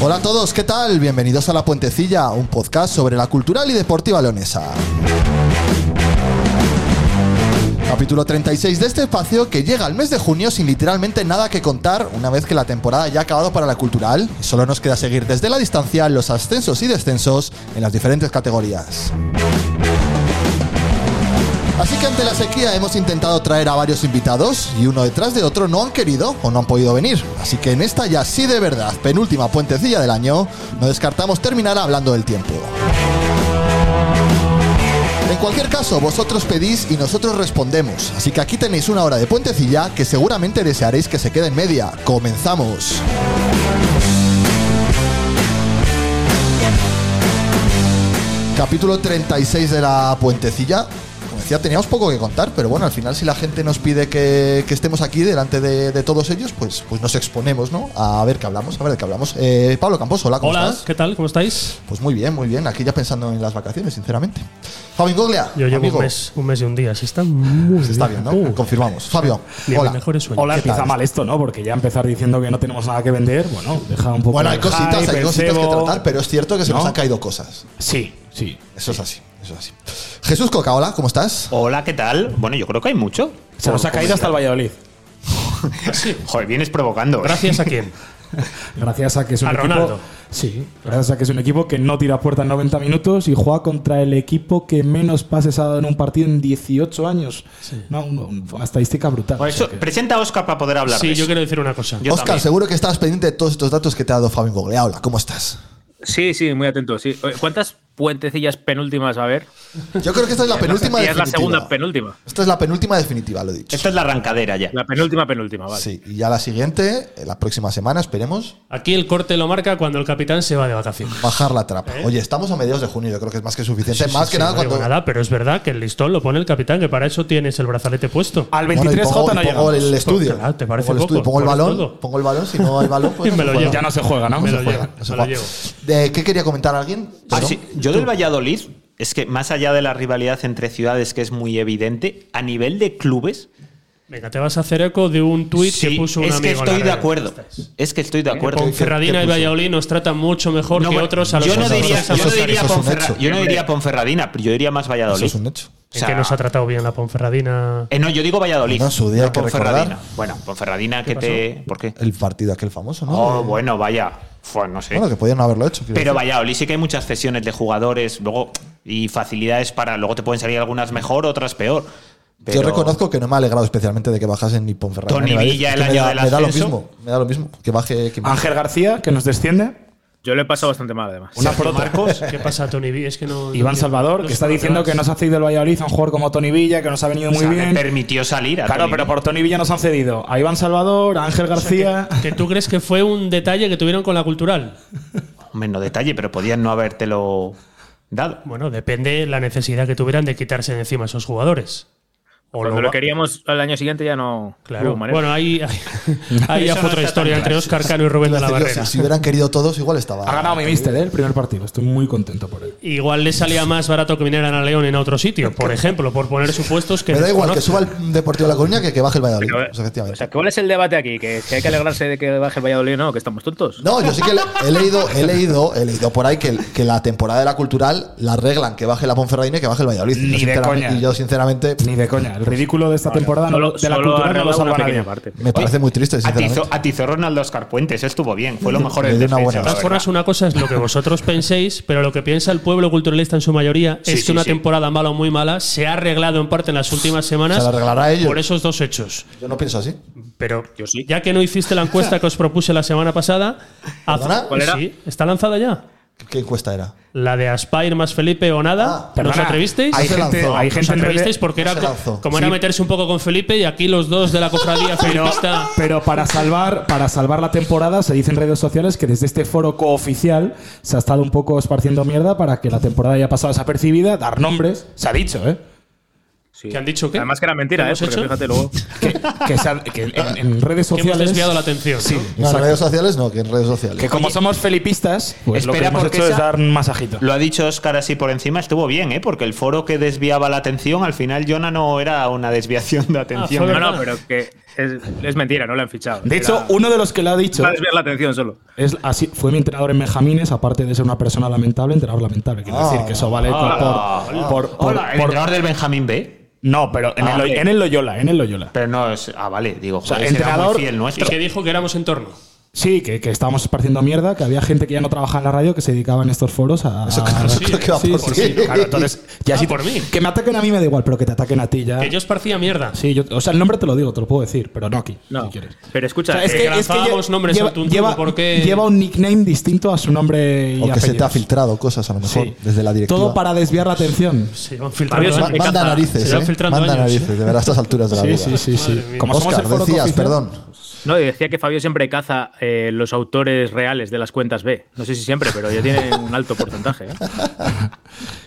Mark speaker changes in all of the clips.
Speaker 1: Hola a todos, ¿qué tal? Bienvenidos a La Puentecilla, un podcast sobre la cultural y deportiva leonesa. Capítulo 36 de este espacio que llega al mes de junio sin literalmente nada que contar una vez que la temporada ya ha acabado para la cultural y solo nos queda seguir desde la distancia los ascensos y descensos en las diferentes categorías. Así que ante la sequía hemos intentado traer a varios invitados y uno detrás de otro no han querido o no han podido venir. Así que en esta ya sí de verdad, penúltima puentecilla del año, no descartamos terminar hablando del tiempo. En cualquier caso, vosotros pedís y nosotros respondemos. Así que aquí tenéis una hora de puentecilla que seguramente desearéis que se quede en media. Comenzamos. Capítulo 36 de la puentecilla. Como decía, teníamos poco que contar, pero bueno, al final si la gente nos pide que, que estemos aquí delante de, de todos ellos, pues, pues nos exponemos, ¿no? A ver qué hablamos, a ver de qué hablamos. Eh, Pablo Campos, hola, ¿cómo
Speaker 2: Hola,
Speaker 1: estás?
Speaker 2: ¿qué tal? ¿Cómo estáis?
Speaker 1: Pues muy bien, muy bien. Aquí ya pensando en las vacaciones, sinceramente. Fabio Goglia,
Speaker 2: Yo llevo
Speaker 1: amigo.
Speaker 2: un mes, un mes y un día. Se está muy
Speaker 1: Está bien, ¿no?
Speaker 2: Uh,
Speaker 1: Confirmamos. Fabio,
Speaker 2: de mis
Speaker 1: hola.
Speaker 2: mejores sueños.
Speaker 3: Hola,
Speaker 2: ¿Qué tal?
Speaker 3: empieza mal esto, ¿no? Porque ya empezar diciendo que no tenemos nada que vender, bueno, deja un poco.
Speaker 1: Bueno, hay
Speaker 3: de
Speaker 1: cositas,
Speaker 3: hype,
Speaker 1: hay
Speaker 3: el
Speaker 1: cositas que
Speaker 3: cebo.
Speaker 1: tratar, pero es cierto que se nos
Speaker 3: ¿No?
Speaker 1: han caído cosas.
Speaker 3: Sí, sí.
Speaker 1: Eso es así, eso es así. Jesús Coca, hola, ¿cómo estás?
Speaker 4: Hola, ¿qué tal? Bueno, yo creo que hay mucho.
Speaker 3: Se nos ha caído hasta el Valladolid.
Speaker 4: Joder, vienes provocando. ¿eh?
Speaker 2: Gracias a quién.
Speaker 3: Gracias a que es un
Speaker 2: A
Speaker 3: equipo.
Speaker 2: Ronaldo.
Speaker 3: Sí, gracias a que es un equipo que no tira puerta en 90 minutos y juega contra el equipo que menos pases ha dado en un partido en 18 años. No, un- un- una estadística brutal.
Speaker 4: Por eso,
Speaker 3: O sea que-
Speaker 4: presenta a Oscar para poder hablar. de
Speaker 2: Sí, yo
Speaker 4: eso.
Speaker 2: quiero decir una cosa.
Speaker 4: Yo
Speaker 1: Oscar,
Speaker 4: también.
Speaker 1: seguro que estabas pendiente de todos estos datos que te ha dado Fabio Goglia. Hola, ¿cómo estás?
Speaker 5: Sí, sí, muy atento. Sí. Oye, ¿Cuántas puentecillas penúltimas va a haber?
Speaker 1: Yo creo que esta es la penúltima
Speaker 5: Y es
Speaker 1: definitiva.
Speaker 5: la segunda penúltima.
Speaker 1: Esta es la penúltima definitiva, lo he dicho.
Speaker 4: Esta es la arrancadera ya.
Speaker 5: La penúltima penúltima, vale.
Speaker 1: Sí, y ya la siguiente, eh, la próxima semana, esperemos,
Speaker 2: Aquí el corte lo marca cuando el capitán se va de vacaciones.
Speaker 1: bajar la trapa. Oye, estamos a mediados de junio, yo creo que es más que suficiente.
Speaker 2: Sí,
Speaker 1: más
Speaker 2: sí,
Speaker 1: que
Speaker 2: sí,
Speaker 1: nada
Speaker 2: no digo
Speaker 1: cuando.
Speaker 2: nada, pero es verdad que el listón lo pone el capitán, que para eso tienes el brazalete puesto.
Speaker 3: Al
Speaker 1: Bueno, y
Speaker 3: 23J
Speaker 1: pongo,
Speaker 3: no
Speaker 1: y pongo
Speaker 3: llegamos.
Speaker 1: el estudio.
Speaker 2: Claro, ¿te parece
Speaker 1: pongo el estudio,
Speaker 2: poco?
Speaker 1: pongo el
Speaker 2: Pones
Speaker 1: balón,
Speaker 2: todo.
Speaker 1: pongo el balón, si no hay balón, pues
Speaker 2: Y
Speaker 1: no
Speaker 2: me
Speaker 1: se
Speaker 2: lo
Speaker 1: juega.
Speaker 2: llevo.
Speaker 3: Ya no se juega, ¿no?
Speaker 2: Me
Speaker 3: Se
Speaker 2: lo
Speaker 3: juega.
Speaker 2: llevo,
Speaker 1: No se
Speaker 2: me lo
Speaker 1: juega.
Speaker 2: llevo.
Speaker 1: ¿De ¿Qué quería comentar alguien?
Speaker 4: Ah,
Speaker 1: Perdón.
Speaker 4: sí. Yo del Valladolid, es que más allá de la rivalidad entre ciudades que es muy evidente, a nivel de clubes,
Speaker 2: Venga, te vas a hacer eco de un tuit
Speaker 4: sí,
Speaker 2: que puso un
Speaker 4: es
Speaker 2: amigo
Speaker 4: que
Speaker 2: en las
Speaker 4: estoy de
Speaker 2: redes.
Speaker 4: acuerdo. Es que estoy de acuerdo.
Speaker 2: Ponferradina y Valladolid nos tratan mucho mejor
Speaker 4: No,
Speaker 2: que
Speaker 4: bueno,
Speaker 2: otros a los
Speaker 4: yo no
Speaker 2: que nos
Speaker 4: diría,
Speaker 2: tratan
Speaker 4: yo
Speaker 1: eso
Speaker 4: no
Speaker 2: Oscar.
Speaker 4: diría
Speaker 1: es un
Speaker 4: Ponferra-
Speaker 1: hecho.
Speaker 4: yo no diría Ponferradina, pero yo diría más
Speaker 1: Eso
Speaker 4: Valladolid.
Speaker 1: es un hecho.
Speaker 2: ¿En qué nos ha tratado bien la Ponferradina?
Speaker 4: Eh, no, yo digo Valladolid.
Speaker 1: No, en su día hay que
Speaker 4: Ponferradina.
Speaker 1: recordar.
Speaker 4: Bueno, Ponferradina, que te. ¿Por qué?
Speaker 1: El partido aquel famoso, ¿no?
Speaker 4: Oh,
Speaker 1: Eh,
Speaker 4: bueno, vaya. Fue, no sé.
Speaker 1: Bueno, que podían no haberlo hecho. quiero
Speaker 4: Pero
Speaker 1: decir.
Speaker 4: Valladolid sí que hay muchas cesiones de jugadores luego y facilidades para. Luego te pueden salir algunas mejor, otras peor. Pero-
Speaker 1: Yo reconozco que no me ha alegrado especialmente de que bajasen ni Ponferradina.
Speaker 4: Tony
Speaker 1: ni Valladolid,
Speaker 4: Villa
Speaker 1: es
Speaker 4: el
Speaker 1: que me
Speaker 4: año
Speaker 1: da-
Speaker 4: del
Speaker 1: Me da lo
Speaker 4: ascenso.
Speaker 1: mismo, me da lo mismo. Que baje. que-
Speaker 3: Ángel García, que nos desciende.
Speaker 5: Yo le he pasado bastante mal, además.
Speaker 3: Una prota.
Speaker 2: ¿Qué pasa, Tony? B? Es que no.
Speaker 3: Iván Salvador, que está diciendo que nos ha cedido el Valladolid a un jugador como Tony Villa, que nos ha venido
Speaker 4: o
Speaker 3: muy
Speaker 4: sea, le
Speaker 3: bien.
Speaker 4: permitió salir. a
Speaker 3: Claro,
Speaker 4: Tony
Speaker 3: pero
Speaker 4: Villa.
Speaker 3: por Tony Villa nos han cedido a Iván Salvador, a Ángel García.
Speaker 2: ¿Que tú crees que fue un detalle que tuvieron con la cultural?
Speaker 4: menos detalle, pero podían no habértelo dado.
Speaker 2: Bueno, depende la necesidad que tuvieran de quitarse de encima a esos jugadores. O
Speaker 5: Cuando
Speaker 2: lo
Speaker 5: lo
Speaker 2: va-
Speaker 5: queríamos al año siguiente ya no.
Speaker 2: Claro.
Speaker 5: hubo manera.
Speaker 2: Bueno, ahí, ahí, ahí ya
Speaker 4: Eso
Speaker 2: fue
Speaker 4: no
Speaker 2: otra
Speaker 4: está
Speaker 2: historia
Speaker 4: tan
Speaker 2: entre
Speaker 4: claro.
Speaker 2: Oscar Cano y Rubén de la
Speaker 1: Iba a decir yo,
Speaker 2: Barrera.
Speaker 1: si, si hubieran querido todos, igual estaba.
Speaker 3: Ha ganado mi mister, ¿eh? El primer partido. Estoy muy contento por él.
Speaker 2: Igual le salía más barato que vinieran a León en otro sitio, por ejemplo, por poner supuestos que.
Speaker 1: Me da igual que
Speaker 2: desconozco.
Speaker 1: suba el Deportivo de La Coruña que que baje el Valladolid.
Speaker 5: Pero, eh,
Speaker 1: pues, efectivamente.
Speaker 5: o sea, ¿cuál es el debate aquí? ¿Que, si hay que alegrarse de que baje el Valladolid no, que estamos tontos.
Speaker 1: No, yo sí que le- he leído, he leído, he leído por ahí que, que la temporada de la cultural la arreglan, que baje la Ponferradina y que baje el Valladolid.
Speaker 3: Ni
Speaker 1: Yo,
Speaker 3: de
Speaker 1: sinceramente-
Speaker 3: coña.
Speaker 1: Y yo sinceramente
Speaker 3: Ni de coña. El ridículo de esta temporada no,
Speaker 5: Solo-
Speaker 3: lo- de la
Speaker 5: solo
Speaker 3: cultura no
Speaker 5: arregla
Speaker 3: lo
Speaker 5: una
Speaker 3: salva
Speaker 5: pequeña
Speaker 3: nadie.
Speaker 5: parte.
Speaker 1: me parece muy triste, sinceramente.
Speaker 4: Atizó, atizó Ronald de Oscar Puente, eso estuvo bien, fue lo mejor
Speaker 1: Le
Speaker 4: en
Speaker 1: dio una
Speaker 4: defensa.
Speaker 1: buena
Speaker 4: la
Speaker 2: De todas
Speaker 4: verdad.
Speaker 2: formas, una cosa es lo que vosotros penséis, pero lo que piensa el pueblo culturalista en su mayoría
Speaker 4: Sí,
Speaker 2: es
Speaker 4: sí,
Speaker 2: que una
Speaker 4: sí.
Speaker 2: temporada mala o muy mala se ha arreglado en parte en las últimas semanas
Speaker 1: Se la arreglará a ellos.
Speaker 2: por esos dos hechos.
Speaker 1: Yo no pienso así.
Speaker 2: Pero
Speaker 5: Yo sí.
Speaker 2: ya que no hiciste la encuesta que os propuse la semana pasada, haz-
Speaker 1: ¿Perdona?
Speaker 5: ¿Cuál era?
Speaker 2: Sí, está lanzada ya.
Speaker 1: ¿Qué- ¿Qué encuesta era?
Speaker 2: La de Aspire más Felipe o nada.
Speaker 1: Ah,
Speaker 2: ¿Nos
Speaker 3: Perdona,
Speaker 2: atrevisteis?
Speaker 3: Hay
Speaker 1: Se
Speaker 3: gente,
Speaker 1: lanzó.
Speaker 3: hay
Speaker 1: Nos
Speaker 2: ¿Os
Speaker 3: gente en
Speaker 2: atrevisteis?
Speaker 3: redes-
Speaker 2: Porque era
Speaker 1: se lanzó.
Speaker 2: co- como era meterse un poco con Felipe y aquí los dos de la cofradía felipista.
Speaker 3: Pero para salvar, para salvar la temporada, se dice en redes sociales que desde este foro cooficial se ha estado un poco esparciendo mierda para que la temporada haya pasado desapercibida, dar nombres. Se ha dicho, ¿eh?
Speaker 5: Sí.
Speaker 2: ¿Que han dicho qué?
Speaker 5: Además que era mentira,
Speaker 2: ¿Qué
Speaker 5: ¿eh?
Speaker 2: hemos
Speaker 5: Porque
Speaker 2: hecho?
Speaker 5: fíjate luego.
Speaker 3: Que, que se ha- que en, en redes
Speaker 2: Que hemos
Speaker 3: sociales.
Speaker 2: desviado la atención.
Speaker 3: Sí.
Speaker 2: ¿no?
Speaker 1: No, en redes sociales no, que en redes sociales.
Speaker 3: Que como somos felipistas, pues lo que
Speaker 4: espera,
Speaker 3: hemos
Speaker 4: porque
Speaker 3: hecho es
Speaker 4: esa-
Speaker 3: dar un masajito.
Speaker 4: Lo ha dicho Oscar así por encima, estuvo bien, ¿eh? porque el foro que desviaba la atención, al final Jonah no era una desviación de atención.
Speaker 2: fue
Speaker 4: ¿eh?
Speaker 5: No, no,
Speaker 2: verdad.
Speaker 5: pero que es, es mentira, no lo han fichado.
Speaker 3: De hecho,
Speaker 5: Era-
Speaker 3: uno de los que lo ha dicho
Speaker 5: Para desviar la atención solo.
Speaker 3: es así, fue mi entrenador en Benjamines, aparte de ser una persona lamentable, entrenador lamentable. Quiero decir que eso vale
Speaker 4: Hola,
Speaker 3: por-
Speaker 4: hola.
Speaker 3: por- por-
Speaker 4: Hola, el
Speaker 3: por-
Speaker 4: entrenador del Benjamín B.
Speaker 3: No, pero en,
Speaker 4: Ah,
Speaker 3: el, Loy-
Speaker 4: ok.
Speaker 3: en el Loyola, en el Loyola.
Speaker 4: Pero no es. Ah, vale, digo,
Speaker 3: sea,
Speaker 4: joder, ese era
Speaker 3: entrenador-
Speaker 4: muy fiel
Speaker 2: Y
Speaker 4: nuestro.
Speaker 2: que dijo que éramos en torno.
Speaker 3: Sí, que, que estábamos esparciendo mierda, que había gente que ya no trabajaba en la radio que se dedicaba en estos foros a.
Speaker 1: Eso claro,
Speaker 2: sí,
Speaker 1: Ah, creo que va
Speaker 3: Sí,
Speaker 1: por ti.
Speaker 3: sí, sí, claro, entonces, ya
Speaker 2: Ah,
Speaker 3: si-
Speaker 2: por mí.
Speaker 3: Que me ataquen a mí me da igual, pero que te ataquen a ti
Speaker 1: Ah.
Speaker 3: ya.
Speaker 2: Que yo esparcía mierda.
Speaker 3: Sí, yo- o sea, el nombre te lo digo, te lo puedo decir, pero no aquí, si
Speaker 5: No.
Speaker 3: quieres.
Speaker 5: Pero
Speaker 3: O
Speaker 5: escucha,
Speaker 3: sea,
Speaker 5: es que,
Speaker 2: lanzábamos
Speaker 3: lle-
Speaker 2: nombres
Speaker 3: lleva,
Speaker 2: al tuntún,
Speaker 3: lleva-
Speaker 2: ¿por qué?
Speaker 3: lleva un nickname distinto a su nombre y
Speaker 1: O que se te ha
Speaker 3: apellidos.
Speaker 1: filtrado cosas a lo mejor
Speaker 3: Sí.
Speaker 1: desde la directiva.
Speaker 3: Todo para desviar la atención.
Speaker 2: Se iban filtrando.
Speaker 5: Varios
Speaker 1: Ma-
Speaker 2: años.
Speaker 1: manda narices,
Speaker 2: Se iban
Speaker 1: ¿eh?
Speaker 2: filtrando
Speaker 1: Manda
Speaker 2: años.
Speaker 1: narices, de verdad, a estas alturas de la
Speaker 3: Sí,
Speaker 1: vida.
Speaker 3: sí, sí, sí.
Speaker 2: Madre mía.
Speaker 3: Como somos
Speaker 1: Oscar,
Speaker 3: el foro
Speaker 1: decías,
Speaker 3: cooficial-
Speaker 1: perdón.
Speaker 5: no, y decía que Fabio siempre caza eh, los autores reales de las cuentas B. No sé si siempre, pero ya tiene un alto porcentaje. ¿eh?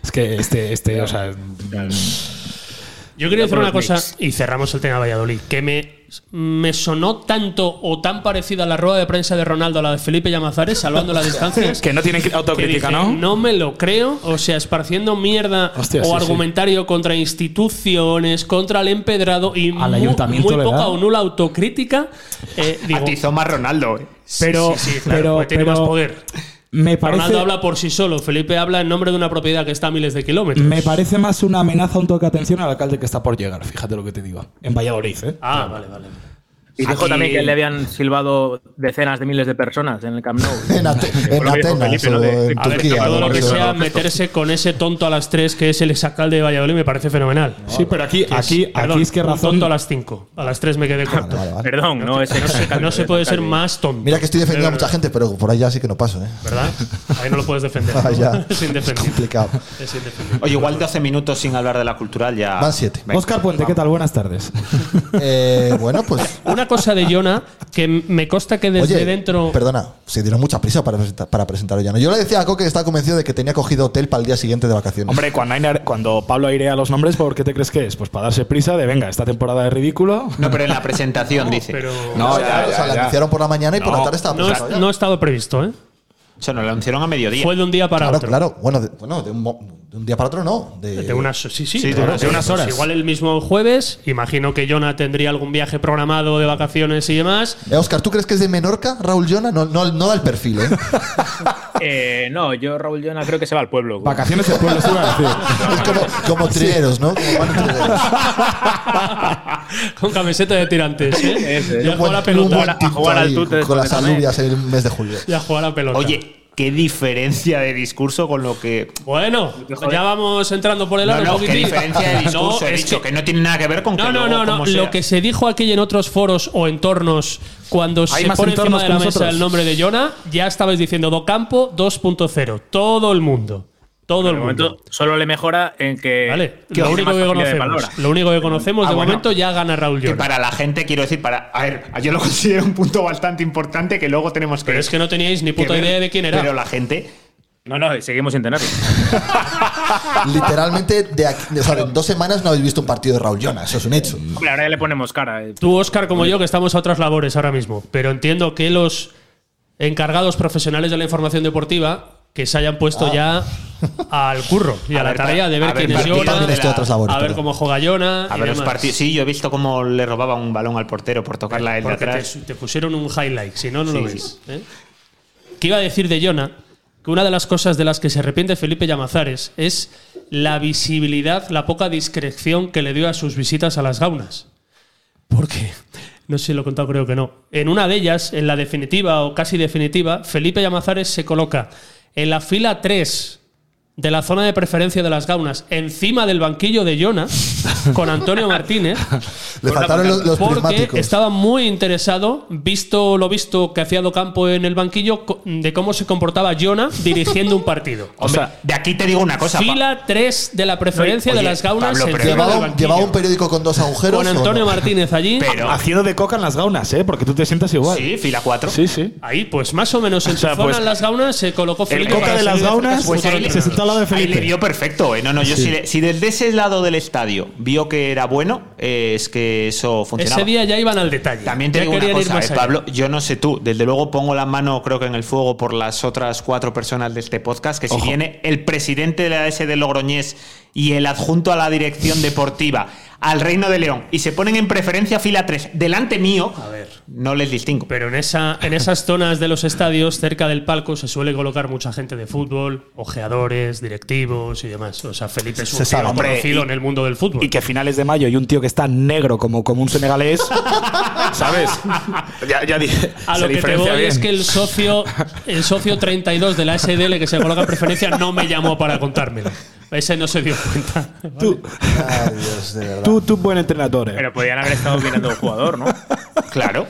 Speaker 3: Es que este, este, o sea,
Speaker 2: Yo quería decir
Speaker 5: Por
Speaker 2: una
Speaker 5: los
Speaker 2: cosa
Speaker 5: Knicks.
Speaker 2: y cerramos el tema de Valladolid, que me, me sonó tanto o tan parecida a la rueda de prensa de Ronaldo a la de Felipe Llamazares, salvando las distancias.
Speaker 3: que no tienen cri-
Speaker 2: que
Speaker 3: autocrítica,
Speaker 2: dije,
Speaker 3: ¿no?
Speaker 2: me lo creo, o sea, esparciendo mierda
Speaker 3: Hostia,
Speaker 2: o
Speaker 3: sí, sí.
Speaker 2: argumentario contra instituciones, contra el empedrado y
Speaker 3: Al
Speaker 2: mu-
Speaker 3: ayuntamiento
Speaker 2: muy
Speaker 3: le
Speaker 2: poca
Speaker 3: da.
Speaker 2: o nula autocrítica. Eh, digo,
Speaker 4: Atizó más Ronaldo. ¿eh?
Speaker 3: Pero,
Speaker 2: sí, sí, claro,
Speaker 3: pero,
Speaker 2: porque tiene
Speaker 3: pero
Speaker 2: más poder.
Speaker 3: Me parece,
Speaker 2: Ronaldo habla por sí solo, Felipe habla en nombre de una propiedad que está a miles de kilómetros.
Speaker 3: me parece más una amenaza, un toque de atención al alcalde que está por llegar. Fíjate lo que te digo. En Valladolid, ¿eh?
Speaker 2: Ah, vale, vale.
Speaker 5: Y dijo
Speaker 4: Aquí-
Speaker 5: también que le habían silbado decenas de miles de personas en el Camp Nou.
Speaker 1: En, Ate- en
Speaker 5: lo que dijo
Speaker 1: Atenas
Speaker 5: Felipe,
Speaker 1: o
Speaker 5: ¿no? De-
Speaker 1: en
Speaker 2: A ver, que
Speaker 3: Mm,
Speaker 1: Turquía.
Speaker 2: todo
Speaker 1: ¿no?
Speaker 2: lo que
Speaker 1: Eso-
Speaker 2: sea meterse con ese tonto a las 3 que es el exalcalde de Valladolid me parece fenomenal.
Speaker 3: Sí, pero aquí,
Speaker 2: Que es-
Speaker 3: aquí,
Speaker 2: perdón,
Speaker 3: aquí es que
Speaker 2: un
Speaker 3: razón.
Speaker 2: tonto a las 5. A las 3 me quedé corto.
Speaker 1: Vale, vale.
Speaker 5: Perdón, no, ese
Speaker 2: No se, no se puede ser más tonto.
Speaker 1: Mira que estoy defendiendo
Speaker 2: Eh.
Speaker 1: a mucha gente, pero por ahí ya sí que no paso, ¿eh?
Speaker 2: ¿Verdad? Ahí no lo puedes defender.
Speaker 1: Ah, ya.
Speaker 2: Es indefendible.
Speaker 1: Complicado.
Speaker 2: Es indefendible.
Speaker 4: Oye, igual 12 minutos sin hablar de la cultural ya.
Speaker 1: Van siete.
Speaker 4: Venga.
Speaker 3: Oscar Puente, ¿qué tal? Buenas tardes.
Speaker 1: Eh, bueno, pues
Speaker 2: Una cosa de Jonah que me consta que desde
Speaker 1: Oye,
Speaker 2: dentro.
Speaker 1: Perdona, se dieron mucha prisa para, presenta- para presentar a Llano. Yo le decía a Coque que estaba convencido de que tenía cogido hotel para el día siguiente de vacaciones.
Speaker 3: Hombre, cuando, hay- cuando Pablo airea los nombres, ¿por qué te crees que es? Pues para darse prisa de, venga, esta temporada es ridículo.
Speaker 4: No, pero en la presentación dice.
Speaker 2: pero-
Speaker 1: O
Speaker 3: No,
Speaker 1: sea, o sea, la anunciaron por la mañana y por la
Speaker 3: No,
Speaker 1: tarde estaba
Speaker 2: No,
Speaker 1: presentado
Speaker 2: es-
Speaker 1: ya.
Speaker 2: no estaba previsto, ¿eh?
Speaker 4: Eso nos lo anunciaron a mediodía.
Speaker 2: Fue de un día para
Speaker 1: Claro,
Speaker 2: otro.
Speaker 1: claro. Bueno, de, bueno, de un, mo- de un día para otro no. De,
Speaker 2: De unas, sí, sí,
Speaker 4: Sí, de
Speaker 2: claro,
Speaker 4: unas-
Speaker 2: sí,
Speaker 4: de unas
Speaker 2: pues
Speaker 4: horas.
Speaker 2: Igual el mismo jueves. Imagino que Jonah tendría algún viaje programado de vacaciones y demás.
Speaker 1: Eh, Oscar, ¿tú crees que es de Menorca, Raúl Llona? No, no, no da el perfil, ¿eh?
Speaker 5: Eh, no, yo Raúl Llona creo que se va al pueblo.
Speaker 3: Vacaciones del pueblo, se iba a decir.
Speaker 1: es como, como trilleros, ¿no? Como van trilleros.
Speaker 2: Con camiseta de tirantes, ¿eh?
Speaker 5: Ese,
Speaker 2: Y a
Speaker 1: Un buen-
Speaker 2: jugar a
Speaker 1: un buen
Speaker 2: pelota.
Speaker 1: tinto
Speaker 5: jugar al
Speaker 1: ahí
Speaker 5: tute
Speaker 1: con las
Speaker 5: desconectame.
Speaker 1: alubias en el mes de julio.
Speaker 2: Y a jugar a pelota.
Speaker 4: Oye, qué diferencia de discurso con lo que.
Speaker 2: Bueno, ya vamos entrando por el
Speaker 4: No,
Speaker 2: aro
Speaker 4: no,
Speaker 2: un
Speaker 4: qué
Speaker 2: poquitín.
Speaker 4: diferencia de discurso.
Speaker 2: No,
Speaker 4: he
Speaker 2: es
Speaker 4: dicho
Speaker 2: que-
Speaker 4: que, no tiene nada que ver con que
Speaker 2: No, no,
Speaker 4: luego
Speaker 2: no, no.
Speaker 4: cómo sea.
Speaker 2: Lo que se dijo aquí y en otros foros o entornos, cuando se
Speaker 3: más
Speaker 2: pone encima
Speaker 3: entornos
Speaker 2: de
Speaker 3: que
Speaker 2: la mesa
Speaker 3: nosotros.
Speaker 2: el nombre de Jonah, ya estabais diciendo Docampo 2.0. Todo el mundo. Todo
Speaker 5: De
Speaker 2: el mundo.
Speaker 5: momento solo le mejora en
Speaker 4: eh,
Speaker 5: que.
Speaker 2: Vale,
Speaker 5: que
Speaker 2: lo
Speaker 5: tiene
Speaker 2: único,
Speaker 5: más
Speaker 2: que
Speaker 5: facilidad de
Speaker 2: conocemos,
Speaker 5: palabra.
Speaker 2: lo único que conocemos de
Speaker 4: Ah, bueno.
Speaker 2: momento ya gana Raúl
Speaker 4: Que
Speaker 2: Jordan.
Speaker 4: para la gente, quiero decir, para. A ver, yo lo considero un punto bastante importante que luego tenemos que.
Speaker 2: Pero es que no teníais ni puta
Speaker 4: ver,
Speaker 2: idea de quién era.
Speaker 4: Pero la gente.
Speaker 5: No, no, y seguimos sin tenerlo.
Speaker 1: Literalmente, de aquí- o sea, en dos semanas no habéis visto un partido de Raúl Jonas, eso es un hecho.
Speaker 3: Mm.
Speaker 5: Hombre, ahora ya le ponemos cara. eh.
Speaker 2: Tú, Oscar, como yo, que estamos a otras labores ahora mismo, pero entiendo que los encargados profesionales de la información deportiva que se hayan puesto ya al curro y a,
Speaker 4: Ah. A
Speaker 2: la
Speaker 4: ver,
Speaker 2: tarea de ver,
Speaker 4: a ver,
Speaker 2: quién es
Speaker 4: partidos
Speaker 1: Yo
Speaker 2: Jonah,
Speaker 1: también estoy a otras labores,
Speaker 2: a ver
Speaker 1: perdón.
Speaker 2: cómo juega Jonah.
Speaker 4: A
Speaker 2: y
Speaker 4: ver los
Speaker 2: demás.
Speaker 4: partidos. Sí, yo he visto cómo le robaba un balón al portero por tocarla desde
Speaker 2: Porque
Speaker 4: atrás.
Speaker 2: te, te pusieron un highlight, si no, no lo
Speaker 4: Sí,
Speaker 2: veis. ¿eh? ¿Qué iba a decir de Jonah? Que una de las cosas de las que se arrepiente Felipe Llamazares es la visibilidad, la poca discreción que le dio a sus visitas a las gaunas. Porque, no sé si lo he contado, creo que no. En una de ellas, en la definitiva o casi definitiva, Felipe Llamazares se coloca en la fila 3 de la zona de preferencia de las gaunas, encima del banquillo de Jonah, con Antonio Martínez.
Speaker 1: Le faltaron los, los
Speaker 2: Porque
Speaker 1: prismáticos.
Speaker 2: estaba muy interesado, visto lo visto que hacía Docampo en el banquillo, co- de cómo se comportaba Jonah dirigiendo un partido.
Speaker 4: Hombre,
Speaker 5: O sea,
Speaker 4: de aquí te digo una cosa. pa-
Speaker 2: Fila 3 de la preferencia
Speaker 4: Oye,
Speaker 2: de las gaunas
Speaker 4: Pablo, pero-
Speaker 2: encima
Speaker 1: Llevaba
Speaker 2: del
Speaker 1: un,
Speaker 2: banquillo.
Speaker 1: llevaba un periódico con dos agujeros.
Speaker 2: con
Speaker 1: ¿o
Speaker 2: Antonio
Speaker 1: no?
Speaker 2: Martínez allí.
Speaker 4: Pero-
Speaker 3: Haciendo de coca en las gaunas, ¿eh? Porque tú te sientas igual.
Speaker 4: Sí, fila 4.
Speaker 3: sí. sí.
Speaker 2: Ahí, pues más o menos en
Speaker 3: O sea,
Speaker 2: su zona
Speaker 3: pues,
Speaker 2: en las gaunas se colocó
Speaker 3: El
Speaker 2: Felipe
Speaker 3: coca
Speaker 2: para
Speaker 3: de las
Speaker 2: salir cerca
Speaker 3: gaunas
Speaker 2: de
Speaker 4: Pues
Speaker 2: su
Speaker 4: ahí le-
Speaker 3: se sentó al lado de
Speaker 4: Ahí le
Speaker 3: Felipe.
Speaker 4: vio perfecto. ¿eh? No, no, yo si, le- si desde ese lado del estadio vio que era bueno, eh, es que eso funcionaba.
Speaker 2: Ese día ya iban al detalle.
Speaker 4: También te
Speaker 2: Ya
Speaker 4: digo una
Speaker 2: querían ir
Speaker 4: cosa,
Speaker 2: más
Speaker 4: eh,
Speaker 2: allá.
Speaker 4: Pablo, yo no sé tú, desde luego pongo la mano creo que en el fuego por las otras cuatro personas de este podcast, que si viene el presidente de la AS de Logroñés y el adjunto a la dirección deportiva al Reino de León y se ponen en preferencia fila 3 delante mío, no les distingo.
Speaker 2: Pero en, esa, en esas zonas de los estadios, cerca del palco, se suele colocar mucha gente de fútbol, ojeadores, directivos y demás. O sea, Felipe es un
Speaker 3: Se sabe,
Speaker 2: tío
Speaker 3: hombre,
Speaker 2: conocido en el mundo del fútbol.
Speaker 3: Y que a finales de mayo y un tío que está negro como, como un senegalés, ¿sabes? Ya, ya dije.
Speaker 2: a
Speaker 3: se
Speaker 2: lo que te voy
Speaker 3: diferencia bien.
Speaker 2: es que el socio, el socio 32 de la SDL que se coloca en preferencia no me llamó para contármelo. Ese no se dio cuenta.
Speaker 3: Tú,
Speaker 1: Ay, Dios, de verdad.
Speaker 3: tú, tú buen entrenador. eh.
Speaker 5: Pero podían haber estado mirando al jugador, ¿no?
Speaker 4: Claro.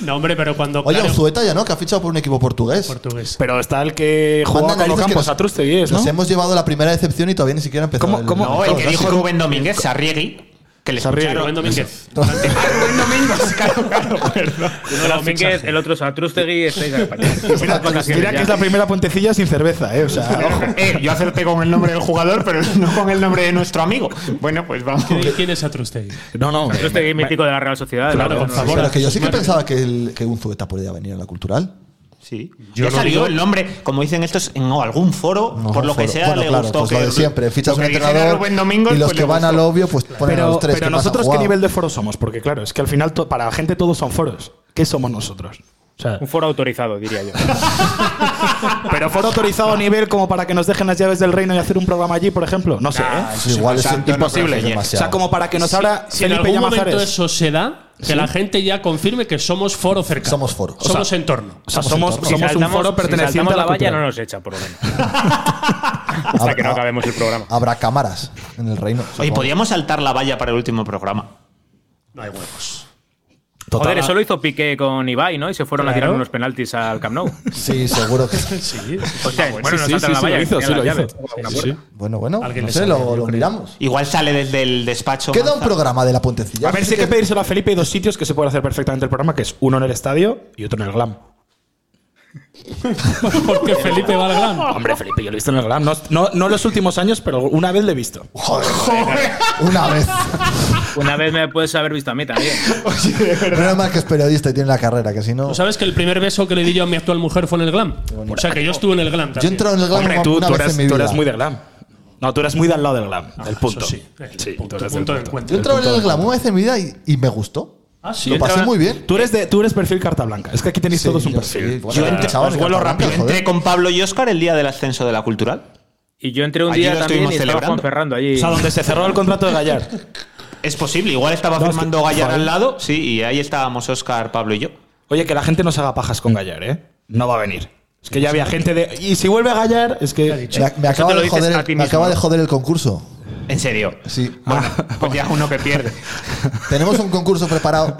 Speaker 2: No, hombre, pero cuando.
Speaker 1: Oye,
Speaker 2: claro,
Speaker 1: Unzueta ya, ¿no? Que ha fichado por un equipo portugués.
Speaker 2: portugués.
Speaker 3: Pero está el que jugaba
Speaker 1: Manda
Speaker 3: con los
Speaker 1: narices que em-
Speaker 3: campos
Speaker 1: nos-
Speaker 3: a Trusteguies, ¿no?
Speaker 1: Nos hemos llevado la primera decepción y todavía ni siquiera empezó.
Speaker 3: ¿Cómo-
Speaker 1: el-
Speaker 3: cómo-
Speaker 4: No,
Speaker 3: Claro,
Speaker 4: el que
Speaker 3: no
Speaker 4: dijo
Speaker 3: sé cómo-
Speaker 4: Rubén Domínguez, Sarriegui, que les
Speaker 3: Sarriegui.
Speaker 4: ficharon.
Speaker 2: Rubén Domínguez.
Speaker 4: Ah, Rubén Domínguez, claro, claro, perdón.
Speaker 5: Uno era Domínguez, el otro Satrústegui, estáis en España. Unas cosas que
Speaker 3: Mira
Speaker 5: ya-
Speaker 3: que es la primera puentecilla sin cerveza, ¿eh? O sea, ojo.
Speaker 4: Eh, yo acerté con el nombre del jugador, pero no con el nombre de nuestro amigo. Bueno, pues vamos.
Speaker 2: ¿Quién- ¿Quién es Atrustegui?
Speaker 3: No, no.
Speaker 5: Satrústegui mítico de la Real Sociedad.
Speaker 2: Claro,
Speaker 5: ¿no?
Speaker 2: por
Speaker 5: No,
Speaker 2: favor.
Speaker 1: Pero que yo sí que
Speaker 2: Bueno.
Speaker 1: pensaba que, el, que Unzueta podía venir a la cultural.
Speaker 4: Sí.
Speaker 2: Yo
Speaker 4: ya
Speaker 2: no
Speaker 4: salió
Speaker 2: digo-
Speaker 4: el nombre, como dicen estos, en algún foro,
Speaker 1: No,
Speaker 4: por lo que
Speaker 1: foro.
Speaker 4: sea,
Speaker 1: Bueno,
Speaker 4: le
Speaker 1: claro,
Speaker 4: gustó
Speaker 1: pues
Speaker 4: que
Speaker 1: lo de siempre. Fichas
Speaker 4: lo
Speaker 1: un
Speaker 4: que dijera
Speaker 1: entrenador
Speaker 4: Rubén Domínguez,
Speaker 1: y los
Speaker 4: pues
Speaker 1: que
Speaker 4: le
Speaker 1: van
Speaker 4: gustó.
Speaker 1: al obvio, pues ponen a
Speaker 3: Pero,
Speaker 1: los tres.
Speaker 3: pero
Speaker 1: que más han
Speaker 3: nosotros, ¿qué
Speaker 1: jugado.
Speaker 3: nivel de foro somos? Porque, claro, es que al final, to- para la gente, todos son foros. ¿Qué somos nosotros? O sea,
Speaker 5: Un foro autorizado, diría yo.
Speaker 3: pero foro autorizado a nivel como para que nos dejen las llaves del reino y hacer un programa allí, por ejemplo. No sé, ¿eh?
Speaker 1: Pues igual es
Speaker 4: Santo, no
Speaker 1: imposible.
Speaker 4: creo que
Speaker 1: demasiado.
Speaker 3: O sea, como para que nos abra
Speaker 2: Si en
Speaker 3: Felipe
Speaker 2: algún momento
Speaker 3: Llamazares.
Speaker 2: eso se da, que la gente ya confirme que somos foro cerca.
Speaker 1: Somos foro. O sea,
Speaker 2: Somos entorno.
Speaker 3: O sea, somos,
Speaker 5: Si
Speaker 3: somos un
Speaker 5: saltamos-
Speaker 3: foro
Speaker 5: si
Speaker 3: perteneciente
Speaker 5: saltamos
Speaker 3: a la,
Speaker 5: la valla, no
Speaker 3: cultura.
Speaker 5: nos echa, por lo menos. Hasta que no acabemos el programa.
Speaker 1: Habrá cámaras en el reino.
Speaker 4: Oye, pues,
Speaker 1: supongo.
Speaker 4: podíamos saltar la valla para el último programa.
Speaker 2: No hay huevos.
Speaker 3: Total,
Speaker 5: Joder, eso lo hizo Piqué con Ibai, ¿no? Y se fueron a tirar
Speaker 2: Claro.
Speaker 5: unos penaltis al Camp Nou.
Speaker 1: Sí, seguro que.
Speaker 5: Hostia, bueno, nos
Speaker 3: sí,
Speaker 5: saltan
Speaker 3: sí,
Speaker 5: la
Speaker 3: sí,
Speaker 5: valla.
Speaker 3: lo
Speaker 5: que
Speaker 3: hizo,
Speaker 5: tenían
Speaker 3: sí,
Speaker 5: las
Speaker 3: lo
Speaker 5: llaves.
Speaker 3: hizo.
Speaker 5: Una
Speaker 2: Sí,
Speaker 5: puerta.
Speaker 2: sí.
Speaker 1: Bueno, bueno,
Speaker 2: Alguien
Speaker 1: no
Speaker 2: le
Speaker 1: sé,
Speaker 2: sabe,
Speaker 1: lo,
Speaker 2: yo
Speaker 1: lo
Speaker 2: creo.
Speaker 1: miramos.
Speaker 4: Igual sale desde el despacho.
Speaker 1: Queda un
Speaker 4: Manzano.
Speaker 1: programa de la puentecilla.
Speaker 3: A ver, sí hay que pedírselo a Felipe. Hay dos sitios que se puede hacer perfectamente el programa, que es uno en el estadio y otro en el Glam.
Speaker 2: Porque Felipe va al gran.
Speaker 3: Hombre, Felipe, yo lo he visto en el Glam. No, no, no los últimos años, pero una vez lo he visto.
Speaker 1: Joder, una vez.
Speaker 5: Una vez me puedes haber visto a mí también.
Speaker 1: Menos mal que es periodista y tiene la carrera, que si no.
Speaker 2: ¿Tú sabes que el primer beso que le di yo a mi actual mujer fue en el glam? O sea, que yo estuve en el glam
Speaker 1: Yo
Speaker 2: también.
Speaker 1: entro en el glam
Speaker 3: Hombre,
Speaker 1: una,
Speaker 3: tú,
Speaker 1: una
Speaker 3: tú
Speaker 1: vez
Speaker 3: eras,
Speaker 1: en mi vida.
Speaker 3: tú
Speaker 1: Ah,
Speaker 3: eras muy del Glam. No, tú eras muy del lado del Glam, del
Speaker 2: Eso
Speaker 3: punto.
Speaker 2: sí, el punto,
Speaker 3: tú eres
Speaker 2: punto de
Speaker 3: del punto.
Speaker 2: encuentro.
Speaker 1: Yo entré en el glam una vez en mi vida y, y me gustó.
Speaker 2: Ah, sí.
Speaker 1: Lo pasé muy bien.
Speaker 3: Tú eres, de, tú eres perfil carta blanca. Es que aquí tenéis todos un perfil.
Speaker 4: Yo entré, os vuelo rápido. Entré con Pablo y Óscar el día del ascenso de la cultural.
Speaker 5: Y yo entré un
Speaker 4: Allí
Speaker 5: día
Speaker 4: lo
Speaker 5: también
Speaker 4: estuvimos
Speaker 5: y estaba
Speaker 4: celebrando.
Speaker 5: Juan Ferrando allí.
Speaker 3: O sea, donde se cerró el contrato de Gallar.
Speaker 4: Es posible, igual estaba
Speaker 3: No, es
Speaker 4: firmando
Speaker 3: que-
Speaker 4: Gallar
Speaker 3: joder.
Speaker 4: al lado, sí, y ahí estábamos Óscar, Pablo y yo.
Speaker 3: Oye, que la gente no se haga pajas con Gallar, ¿eh? No va a venir. Es que ya había gente de. Y si vuelve a Gallar, es que.
Speaker 1: Me, me
Speaker 5: Eso te
Speaker 1: acaba,
Speaker 5: lo
Speaker 1: de
Speaker 5: dices
Speaker 1: joder,
Speaker 5: a
Speaker 1: el-
Speaker 5: ti
Speaker 1: me
Speaker 5: mismo,
Speaker 1: acaba de
Speaker 5: ¿no?
Speaker 1: joder el concurso.
Speaker 4: En serio.
Speaker 1: Sí.
Speaker 4: Bueno,
Speaker 3: Ah.
Speaker 4: pues ya uno que pierde.
Speaker 1: Tenemos un concurso preparado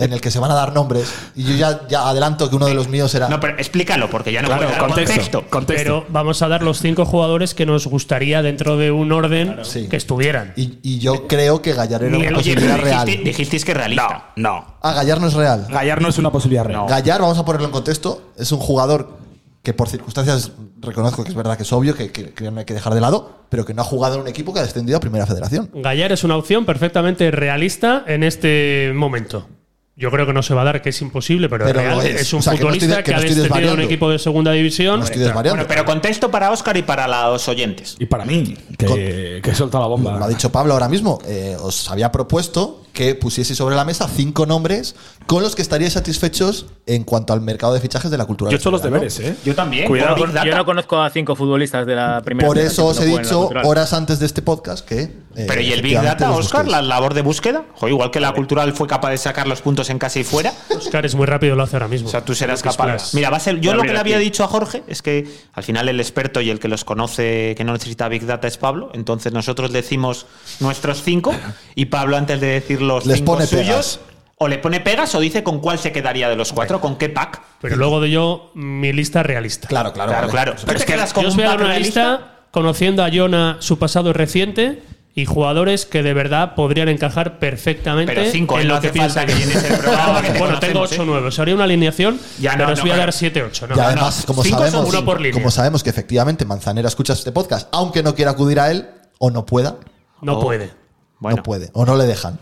Speaker 1: en el que se van a dar nombres. Y yo ya, ya adelanto que uno de los míos será.
Speaker 4: No, pero explícalo, porque ya no
Speaker 3: Claro,
Speaker 4: puedo dar
Speaker 3: contexto. contexto.
Speaker 2: Pero vamos a dar los cinco jugadores que nos gustaría dentro de un orden
Speaker 1: Sí.
Speaker 2: que estuvieran.
Speaker 1: y, y yo creo que Gallar era
Speaker 4: Miguel,
Speaker 1: una
Speaker 4: eh, oye,
Speaker 1: posibilidad
Speaker 4: dijiste-
Speaker 1: real.
Speaker 4: dijisteis que realista.
Speaker 3: no.
Speaker 1: Ah, Gallar no es real.
Speaker 3: Gallar no es una posibilidad real.
Speaker 1: Gallar, vamos a ponerlo en contexto, es un jugador que por circunstancias reconozco que es verdad que es obvio, que, que- que no hay que dejar de lado, pero que no ha jugado en un equipo que ha descendido a Primera Federación.
Speaker 2: Gallar es una opción perfectamente realista en este momento. Yo creo que no se va a dar, que es imposible, pero,
Speaker 1: Pero
Speaker 2: es real.
Speaker 1: lo es.
Speaker 2: es. un
Speaker 1: O sea, que no estoy
Speaker 2: futbolista
Speaker 1: de-
Speaker 2: que,
Speaker 1: que no
Speaker 2: ha
Speaker 1: estoy
Speaker 2: descendido a un
Speaker 1: desvariando.
Speaker 2: equipo de segunda división.
Speaker 1: No estoy desvariando.
Speaker 4: Bueno, pero contexto para Oscar y para los oyentes.
Speaker 3: Y para mí, que, que he soltado la bomba.
Speaker 1: Lo ha dicho Pablo ahora mismo. eh, os había propuesto que pusieseis sobre la mesa cinco nombres con los que estaríais satisfechos en cuanto al mercado de fichajes de la cultura.
Speaker 3: Yo he hecho los
Speaker 1: española, ¿no?
Speaker 3: deberes, ¿eh?
Speaker 4: Yo también.
Speaker 5: Cuidado,
Speaker 4: por Big
Speaker 5: con-
Speaker 4: Data.
Speaker 5: yo no conozco a cinco futbolistas de la primera.
Speaker 1: Por eso os
Speaker 5: federación
Speaker 1: he
Speaker 5: que no juegan en la
Speaker 1: dicho
Speaker 5: cultural.
Speaker 1: horas antes de este podcast que. eh,
Speaker 4: Pero ¿y el Big
Speaker 1: efectivamente
Speaker 4: Data,
Speaker 1: los
Speaker 4: Oscar?
Speaker 1: busquéis.
Speaker 4: ¿La labor de búsqueda? Jo, igual que la cultural fue capaz de sacar los puntos en casa y fuera.
Speaker 2: Oscar es muy rápido, lo hace ahora mismo.
Speaker 4: O sea, tú serás
Speaker 2: Lucas
Speaker 4: capaz.
Speaker 2: Plas.
Speaker 4: Mira, va a ser. Yo
Speaker 5: Voy a
Speaker 4: lo que
Speaker 5: abrir
Speaker 4: le
Speaker 5: aquí.
Speaker 4: había dicho a Jorge es que al final el experto y el que los conoce que no necesita Big Data es Pablo. Entonces nosotros decimos nuestros cinco y Pablo antes de decir los
Speaker 1: Les
Speaker 4: cinco
Speaker 1: pone
Speaker 4: suyos
Speaker 1: pegas.
Speaker 4: o le pone pegas o dice con cuál se quedaría de los cuatro, con qué pack.
Speaker 2: pero luego de yo mi lista realista.
Speaker 1: Claro, claro.
Speaker 4: Claro, claro.
Speaker 1: vale.
Speaker 4: Pero es que las
Speaker 2: Yo os voy a dar una lista conociendo a Jonah, su pasado reciente y jugadores que de verdad podrían encajar perfectamente
Speaker 4: Pero cinco,
Speaker 2: en
Speaker 4: ¿eh?
Speaker 2: lo
Speaker 4: no hace
Speaker 2: que piensa
Speaker 4: falta que llenes el programa. que te
Speaker 2: bueno, tengo
Speaker 4: conocemos, ¿eh?
Speaker 2: 8 o 9. Os haría una alineación,
Speaker 4: Ya, no,
Speaker 2: pero os
Speaker 4: no,
Speaker 2: voy a
Speaker 4: claro.
Speaker 2: dar 7 8. No,
Speaker 1: Y
Speaker 2: no,
Speaker 1: además,
Speaker 2: no.
Speaker 1: como
Speaker 2: Cinco son
Speaker 1: sabemos,
Speaker 2: uno por línea.
Speaker 1: como sabemos que efectivamente Manzanera escucha este podcast, aunque no quiera acudir a él o no pueda,
Speaker 2: No
Speaker 4: Oh.
Speaker 2: puede.
Speaker 4: Bueno.
Speaker 1: no puede o no le dejan.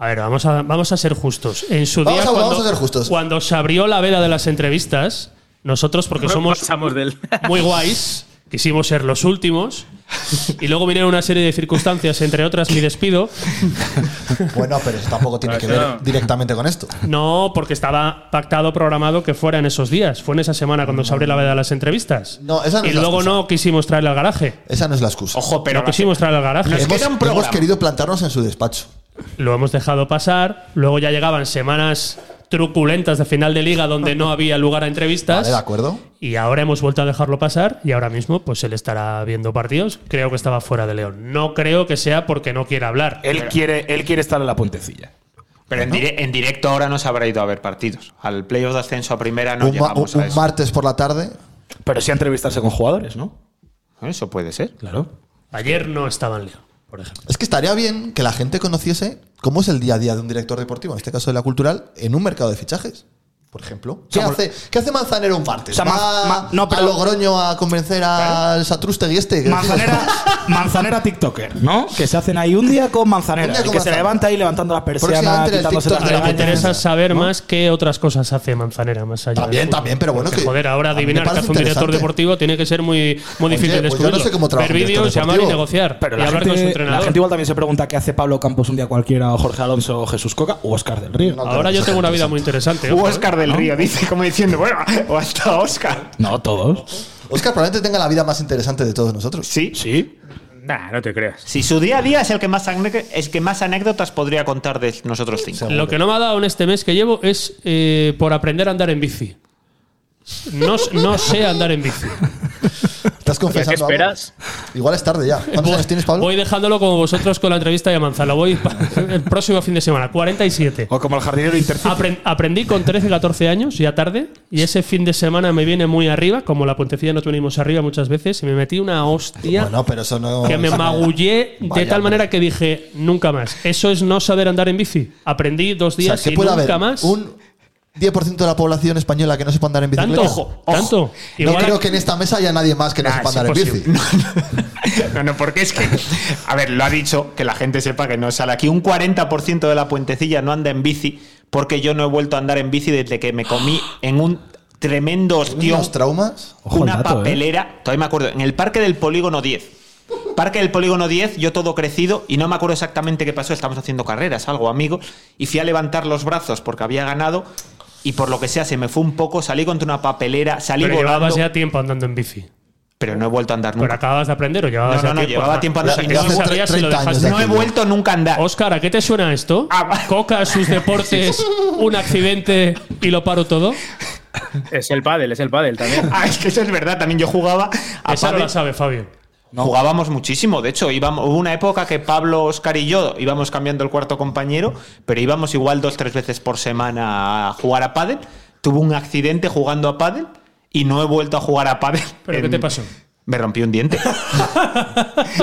Speaker 2: A ver, vamos a, vamos a ser justos. En su
Speaker 1: Vamos
Speaker 2: día,
Speaker 1: a-
Speaker 2: cuando,
Speaker 1: vamos a ser justos.
Speaker 2: cuando se abrió la veda de las entrevistas, nosotros, porque somos
Speaker 5: Pasamos del-
Speaker 2: muy guays, quisimos ser los últimos, y luego vinieron una serie de circunstancias, entre otras mi despido.
Speaker 1: Bueno, pero eso tampoco tiene que ver directamente con esto.
Speaker 2: No, porque estaba pactado, programado que fuera en esos días. Fue en esa semana cuando se abrió la veda de las entrevistas.
Speaker 1: No, esa no
Speaker 2: y
Speaker 1: es la
Speaker 2: luego
Speaker 1: excusa.
Speaker 2: no quisimos traerle al garaje.
Speaker 1: Esa no es la excusa.
Speaker 4: Ojo, pero
Speaker 2: no quisimos traerle al garaje.
Speaker 4: Nos
Speaker 1: hemos,
Speaker 4: queda un
Speaker 1: hemos
Speaker 4: programa.
Speaker 1: querido plantarnos en su despacho.
Speaker 2: lo hemos dejado pasar. Luego ya llegaban semanas truculentas de final de liga donde no había lugar a entrevistas.
Speaker 1: Vale, de acuerdo.
Speaker 2: Y ahora hemos vuelto a dejarlo pasar y ahora mismo pues él estará viendo partidos. Creo que estaba fuera de León. No creo que sea porque no quiera hablar.
Speaker 3: Él quiere, él quiere estar en la puentecilla.
Speaker 4: Pero en, dire- en directo ahora no se habrá ido a ver partidos. Al playoff de ascenso a primera no
Speaker 1: un ma-
Speaker 4: llegamos
Speaker 1: un-
Speaker 4: a
Speaker 1: un
Speaker 4: eso.
Speaker 1: martes por la tarde.
Speaker 3: Pero sí a entrevistarse con jugadores, ¿no?
Speaker 4: Eso puede ser.
Speaker 3: Claro.
Speaker 2: Ayer no estaba en León, por ejemplo.
Speaker 1: Es que estaría bien que la gente conociese cómo es el día a día de un director deportivo, en este caso de la cultural, en un mercado de fichajes. Por ejemplo, ¿qué, hace, ¿qué hace Manzanero un martes?
Speaker 6: O sea,
Speaker 1: ¿Va
Speaker 6: Ma- Ma- no,
Speaker 1: a
Speaker 6: pero-
Speaker 1: Logroño a convencer al Satrústegui este? Que-
Speaker 6: Manzanera, Manzanera TikToker, ¿no? Que se hacen ahí un día con Manzanera.
Speaker 1: Un día
Speaker 6: el
Speaker 1: con
Speaker 6: que se
Speaker 1: Manzanera.
Speaker 6: levanta ahí levantando las persianas,
Speaker 1: Próximamente el
Speaker 6: quitándose las
Speaker 1: TikTok de
Speaker 2: Ahora
Speaker 1: la
Speaker 2: me interesa
Speaker 1: puentecilla,
Speaker 2: saber más qué otras cosas hace Manzanera más allá.
Speaker 1: También,
Speaker 2: del fútbol.
Speaker 1: también, pero bueno,
Speaker 2: Porque,
Speaker 1: que-
Speaker 2: Joder,
Speaker 1: a
Speaker 2: ahora
Speaker 1: mí me
Speaker 2: adivinar qué
Speaker 1: parece
Speaker 2: hace un director
Speaker 1: interesante.
Speaker 2: deportivo tiene que ser muy, muy
Speaker 1: Oye,
Speaker 2: difícil de
Speaker 1: pues yo no
Speaker 2: descubrirlo.
Speaker 1: sé cómo trabaja
Speaker 2: Ver
Speaker 1: un director
Speaker 2: vídeos, llamar y
Speaker 1: deportivo.
Speaker 2: negociar.
Speaker 3: Pero
Speaker 2: y
Speaker 3: la
Speaker 2: hablar
Speaker 3: gente,
Speaker 2: con su
Speaker 3: la
Speaker 2: entrenador.
Speaker 3: gente igual también se pregunta qué hace Pablo Campos un día cualquiera, o Jorge Alonso, o Jesús Coca, o Oscar del Río.
Speaker 2: Ahora yo tengo una vida muy interesante.
Speaker 4: Hubo
Speaker 2: ojo, ¿eh?
Speaker 4: Oscar del Río, dice, como diciendo, bueno, o hasta Oscar.
Speaker 3: No, todos.
Speaker 1: Oscar probablemente tenga la vida más interesante de todos nosotros.
Speaker 4: Sí.
Speaker 3: Sí.
Speaker 5: Nah, no te creas.
Speaker 4: Si su día a día es el que más, anécdo- el que más anécdotas podría contar de nosotros cinco.
Speaker 2: Lo que no me ha dado en este mes que llevo es eh, por aprender a andar en bici. No, s- no sé andar en bici.
Speaker 1: ¿Estás confesando algo?
Speaker 5: esperas?
Speaker 1: Igual es tarde ya. ¿Cuántos años tienes, Pablo?
Speaker 2: Voy dejándolo como vosotros con la entrevista de Manzala. Voy pa- el próximo fin de semana, 47.
Speaker 3: O como el jardinero intercito.
Speaker 2: Apren- aprendí con 13, 14 años, ya tarde, y ese fin de semana me viene muy arriba, como la puentecilla nos venimos arriba muchas veces, y me metí una hostia
Speaker 1: Bueno, pero eso no.
Speaker 2: que me
Speaker 1: eso no-
Speaker 2: magullé de
Speaker 1: Vaya,
Speaker 2: tal manera
Speaker 1: hombre.
Speaker 2: que dije, nunca más. Eso es no saber andar en bici. Aprendí dos
Speaker 1: O sea,
Speaker 2: días
Speaker 1: que
Speaker 2: y
Speaker 1: puede
Speaker 2: nunca
Speaker 1: haber
Speaker 2: más.
Speaker 1: un 10% de la población española que no sepa andar en bicicleta.
Speaker 2: Tanto,
Speaker 1: No
Speaker 2: tanto. Igual-
Speaker 1: creo que en esta mesa haya nadie más que no
Speaker 4: Nah,
Speaker 1: sepa
Speaker 4: es
Speaker 1: andar en bici.
Speaker 4: imposible. No, no, porque es que. A ver, lo ha dicho, que la gente sepa que no sale aquí. Un 40% de la puentecilla no anda en bici, porque yo no he vuelto a andar en bici desde que me comí en un tremendo hostión.
Speaker 1: Unos traumas.
Speaker 3: Ojo al
Speaker 4: una
Speaker 3: dato, ¿eh?
Speaker 4: papelera, todavía me acuerdo, en el Parque del Polígono 10. Parque del Polígono 10, yo todo crecido y no me acuerdo exactamente qué pasó, estamos haciendo carreras, algo amigo, y fui a levantar los brazos porque había ganado y por lo que sea se me fue un poco, salí contra una papelera, salí
Speaker 2: Pero
Speaker 4: volando,
Speaker 2: llevabas ya tiempo andando en bici.
Speaker 4: pero no he vuelto a andar
Speaker 2: ¿Pero
Speaker 4: nunca.
Speaker 2: acababas de aprender o llevabas
Speaker 4: No, no,
Speaker 2: ya
Speaker 4: no,
Speaker 2: tiempo?
Speaker 4: llevaba tiempo andando
Speaker 2: O sea,
Speaker 4: en
Speaker 2: que
Speaker 4: bici.
Speaker 2: no
Speaker 4: Hace
Speaker 2: sabías si lo
Speaker 1: 30 años
Speaker 2: dejaste.
Speaker 1: de
Speaker 4: No he vuelto nunca a andar.
Speaker 2: Oscar, ¿a qué te suena esto?
Speaker 4: Ah, va.
Speaker 2: Coca, sus deportes, un accidente y lo paro todo.
Speaker 5: Es el pádel, es el pádel también.
Speaker 4: Ah, es que eso es verdad, también yo jugaba a
Speaker 2: Esa no
Speaker 4: pádel.
Speaker 2: la sabe Fabio.
Speaker 4: Jugábamos muchísimo, de hecho, íbamos, hubo una época que Pablo, Oscar y yo íbamos cambiando el cuarto compañero, pero íbamos igual dos, tres veces por semana a jugar a pádel. Tuve un accidente jugando a pádel y no he vuelto a jugar a pádel.
Speaker 2: ¿Pero qué
Speaker 4: en-
Speaker 2: te pasó?
Speaker 4: Me rompí un diente.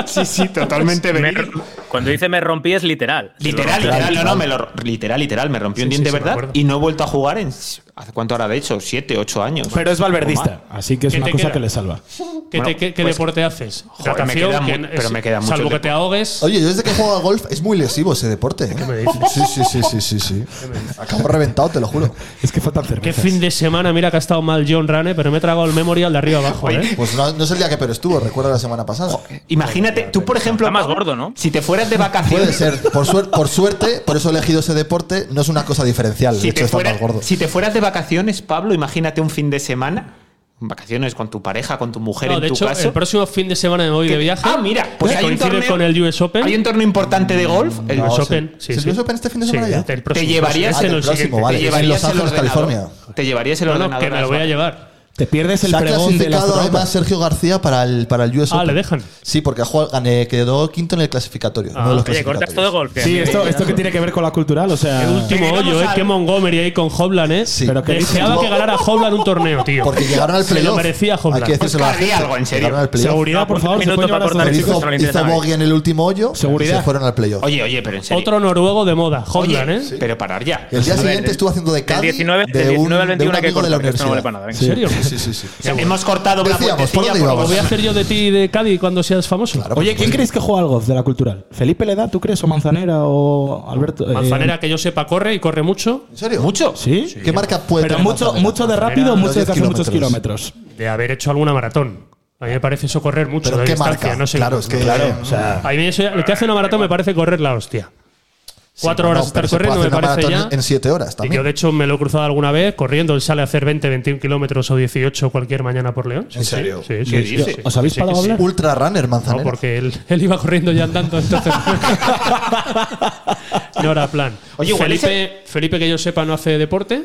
Speaker 4: sí, sí, totalmente
Speaker 5: Me-
Speaker 4: verídico.
Speaker 5: cuando dice me rompí es literal.
Speaker 4: Literal,
Speaker 5: Se lo rompí.
Speaker 4: literal, no, no, me lo, literal, literal, me rompió un
Speaker 2: Sí, sí,
Speaker 4: diente,
Speaker 2: sí, me
Speaker 4: ¿verdad?
Speaker 2: acuerdo.
Speaker 4: Y no he vuelto a jugar en. ¿Hace cuánto ahora de hecho? ¿Siete, ocho años?
Speaker 6: Pero es
Speaker 4: O
Speaker 6: valverdista,
Speaker 4: más.
Speaker 6: así que es
Speaker 2: ¿Qué
Speaker 6: una
Speaker 2: te
Speaker 6: cosa
Speaker 2: queda?
Speaker 6: que le salva.
Speaker 2: ¿Qué,
Speaker 4: Bueno,
Speaker 2: te- qué- qué
Speaker 4: pues-
Speaker 2: deporte haces?
Speaker 4: Joder, me queda
Speaker 2: Natación,
Speaker 4: mu-
Speaker 2: que-
Speaker 4: pero me queda mucho
Speaker 2: Salvo
Speaker 4: el
Speaker 2: que te
Speaker 4: deporte.
Speaker 2: ahogues.
Speaker 1: Oye, yo desde que juego al golf es muy lesivo ese deporte. ¿eh? Sí, sí, sí, sí, sí, sí. Acabo reventado, te lo juro.
Speaker 6: Es que faltan
Speaker 2: Qué
Speaker 6: cervezas.
Speaker 2: fin de semana, mira que ha estado mal John Rane, pero me he tragado el memorial de arriba abajo, ¿eh?
Speaker 1: Pues no, no es el día que pero estuvo, recuerda la semana pasada.
Speaker 4: Imagínate, tú, por ejemplo.
Speaker 5: Está más
Speaker 4: Pablo,
Speaker 5: gordo, ¿no?
Speaker 4: Si te fueras de vacaciones.
Speaker 1: Puede ser, por, suer- por suerte, por eso he elegido ese deporte, no es una cosa diferencial, Pues de
Speaker 4: Si
Speaker 1: hecho
Speaker 4: te,
Speaker 1: está
Speaker 4: fuera-
Speaker 1: más gordo.
Speaker 4: si te fueras de vacaciones, Pablo, imagínate un fin de semana. Vacaciones con tu pareja, con tu mujer,
Speaker 2: No,
Speaker 4: en
Speaker 2: de
Speaker 4: tu
Speaker 2: hecho,
Speaker 4: caso.
Speaker 2: el próximo fin de semana me voy de viaje.
Speaker 4: Ah, mira, pues
Speaker 2: que
Speaker 4: hay un
Speaker 2: coincide
Speaker 4: torneo-
Speaker 2: con el US Open.
Speaker 4: Hay un torneo importante de golf. el-
Speaker 2: US
Speaker 1: No,
Speaker 2: Open,
Speaker 1: sí.
Speaker 2: sí,
Speaker 1: ¿Es el
Speaker 2: sí.
Speaker 1: US Open este fin de
Speaker 2: Sí,
Speaker 1: semana ya?
Speaker 2: el próximo.
Speaker 4: Te llevarías
Speaker 2: Este
Speaker 4: el
Speaker 2: no, el
Speaker 1: próximo,
Speaker 2: siguiente.
Speaker 1: vale.
Speaker 4: te
Speaker 1: es en
Speaker 4: llevarías
Speaker 1: Los
Speaker 4: el
Speaker 1: Ángeles,
Speaker 4: ordenador.
Speaker 1: California.
Speaker 4: Te llevarías el
Speaker 2: No, no,
Speaker 4: ordenador.
Speaker 2: que me
Speaker 4: a
Speaker 2: lo voy a
Speaker 4: las-
Speaker 2: llevar.
Speaker 6: Te pierdes el
Speaker 1: Se ha
Speaker 6: pregón del
Speaker 1: clasificado
Speaker 6: astronauta.
Speaker 1: además Sergio García para el, para el US
Speaker 2: Ah,
Speaker 1: Open.
Speaker 2: ¿le dejan?
Speaker 1: Sí, porque juega- gané- quedó quinto en el clasificatorio. uno de los
Speaker 5: Oye, cortas
Speaker 1: clasificatorios.
Speaker 5: todo golf. que a
Speaker 6: Sí,
Speaker 5: mí-
Speaker 6: esto, esto que tiene que ver con la cultural, o sea.
Speaker 2: El último
Speaker 4: Llegamos
Speaker 2: hoyo, ¿eh?
Speaker 4: al-
Speaker 2: Que Montgomery ahí con Hoblan, ¿eh?
Speaker 1: Sí.
Speaker 6: Pero que
Speaker 2: Deseaba
Speaker 1: dices,
Speaker 2: que ganara Hoblan un torneo, tío.
Speaker 1: Porque llegaron al
Speaker 2: Se lo
Speaker 1: playoff.
Speaker 2: merecía
Speaker 1: Hay
Speaker 2: Hofland.
Speaker 1: que decírselo a la
Speaker 4: Oscar, di
Speaker 1: gente.
Speaker 4: algo, en serio.
Speaker 1: Llegaron al playoff.
Speaker 6: Seguridad, por
Speaker 5: Un
Speaker 6: favor, se
Speaker 5: minuto
Speaker 6: pueden
Speaker 5: para
Speaker 6: llevar
Speaker 5: cortar
Speaker 6: hasta
Speaker 5: el
Speaker 6: los
Speaker 5: chico,
Speaker 1: Hizo,
Speaker 5: esto no le interesa
Speaker 1: hizo
Speaker 5: a nadie.
Speaker 1: bogey en el último hoyo.
Speaker 6: Seguridad.
Speaker 1: Se fueron al playoff.
Speaker 4: Oye, oye, pero en serio.
Speaker 2: Otro noruego de moda,
Speaker 4: Oye,
Speaker 2: Hoblan, ¿eh?
Speaker 4: Pero parar ya.
Speaker 1: El día
Speaker 5: Del-
Speaker 1: siguiente estuvo haciendo de
Speaker 5: Del
Speaker 1: Cádiz
Speaker 5: 19,
Speaker 1: de
Speaker 5: del 19 al
Speaker 1: un, de un
Speaker 5: 21 hay que
Speaker 1: amigo de la
Speaker 5: cortar, que esto no vale
Speaker 1: universidad.
Speaker 5: para nada. venga.
Speaker 2: ¿En serio?
Speaker 1: Sí, sí, sí.
Speaker 4: Ya, Hemos cortado una
Speaker 1: Decíamos, ¿por dónde
Speaker 4: puentecilla
Speaker 2: ¿Lo
Speaker 1: íbamos?
Speaker 2: voy a hacer yo de ti de Cádiz cuando seas famoso?
Speaker 6: Oye,
Speaker 1: Claro, por
Speaker 6: ¿quién
Speaker 1: supuesto.
Speaker 6: creéis que juega al golf de la cultural? ¿Felipe Ledá, tú crees? ¿O Manzanera o Alberto? eh,
Speaker 2: Manzanera, que yo sepa, corre y corre mucho.
Speaker 1: ¿En serio?
Speaker 4: mucho.
Speaker 6: Sí.
Speaker 1: ¿Qué marca puede
Speaker 6: Pero
Speaker 1: tener
Speaker 6: mucho,
Speaker 1: Manzanera?
Speaker 6: mucho de
Speaker 2: Manzanera,
Speaker 6: rápido, mucho de
Speaker 1: los
Speaker 6: que hace
Speaker 1: 10
Speaker 6: muchos kilómetros.
Speaker 2: De haber hecho alguna maratón. A mí me parece eso correr mucho.
Speaker 1: Pero
Speaker 2: de
Speaker 1: ¿qué
Speaker 2: distancia,
Speaker 1: marca?
Speaker 2: No sé.
Speaker 1: claro, es que.
Speaker 6: Claro, o sea.
Speaker 2: A mí eso, lo que hace una maratón me parece correr la hostia. Cuatro
Speaker 1: No,
Speaker 2: horas
Speaker 1: pero
Speaker 2: estar
Speaker 1: se puede
Speaker 2: corriendo me
Speaker 1: hacer una
Speaker 2: parece ya.
Speaker 1: maratón En 7 horas
Speaker 2: Y
Speaker 1: también.
Speaker 2: yo, de hecho, me lo he cruzado alguna vez corriendo. Él sale a hacer 20, 21 kilómetros o 18 cualquier mañana por León. Sí,
Speaker 1: ¿En
Speaker 2: sí,
Speaker 1: serio?
Speaker 2: Sí, sí,
Speaker 4: ¿Qué
Speaker 2: sí,
Speaker 4: dices?
Speaker 2: sí.
Speaker 6: ¿Os habéis
Speaker 2: Sí,
Speaker 6: parado a
Speaker 2: sí.
Speaker 6: hablar?
Speaker 1: Ultra runner,
Speaker 2: No,
Speaker 1: Manzanera.
Speaker 2: porque él, él iba corriendo y andando, entonces. no era plan.
Speaker 4: Oye, igual
Speaker 2: Felipe, Felipe, que yo sepa, no hace deporte.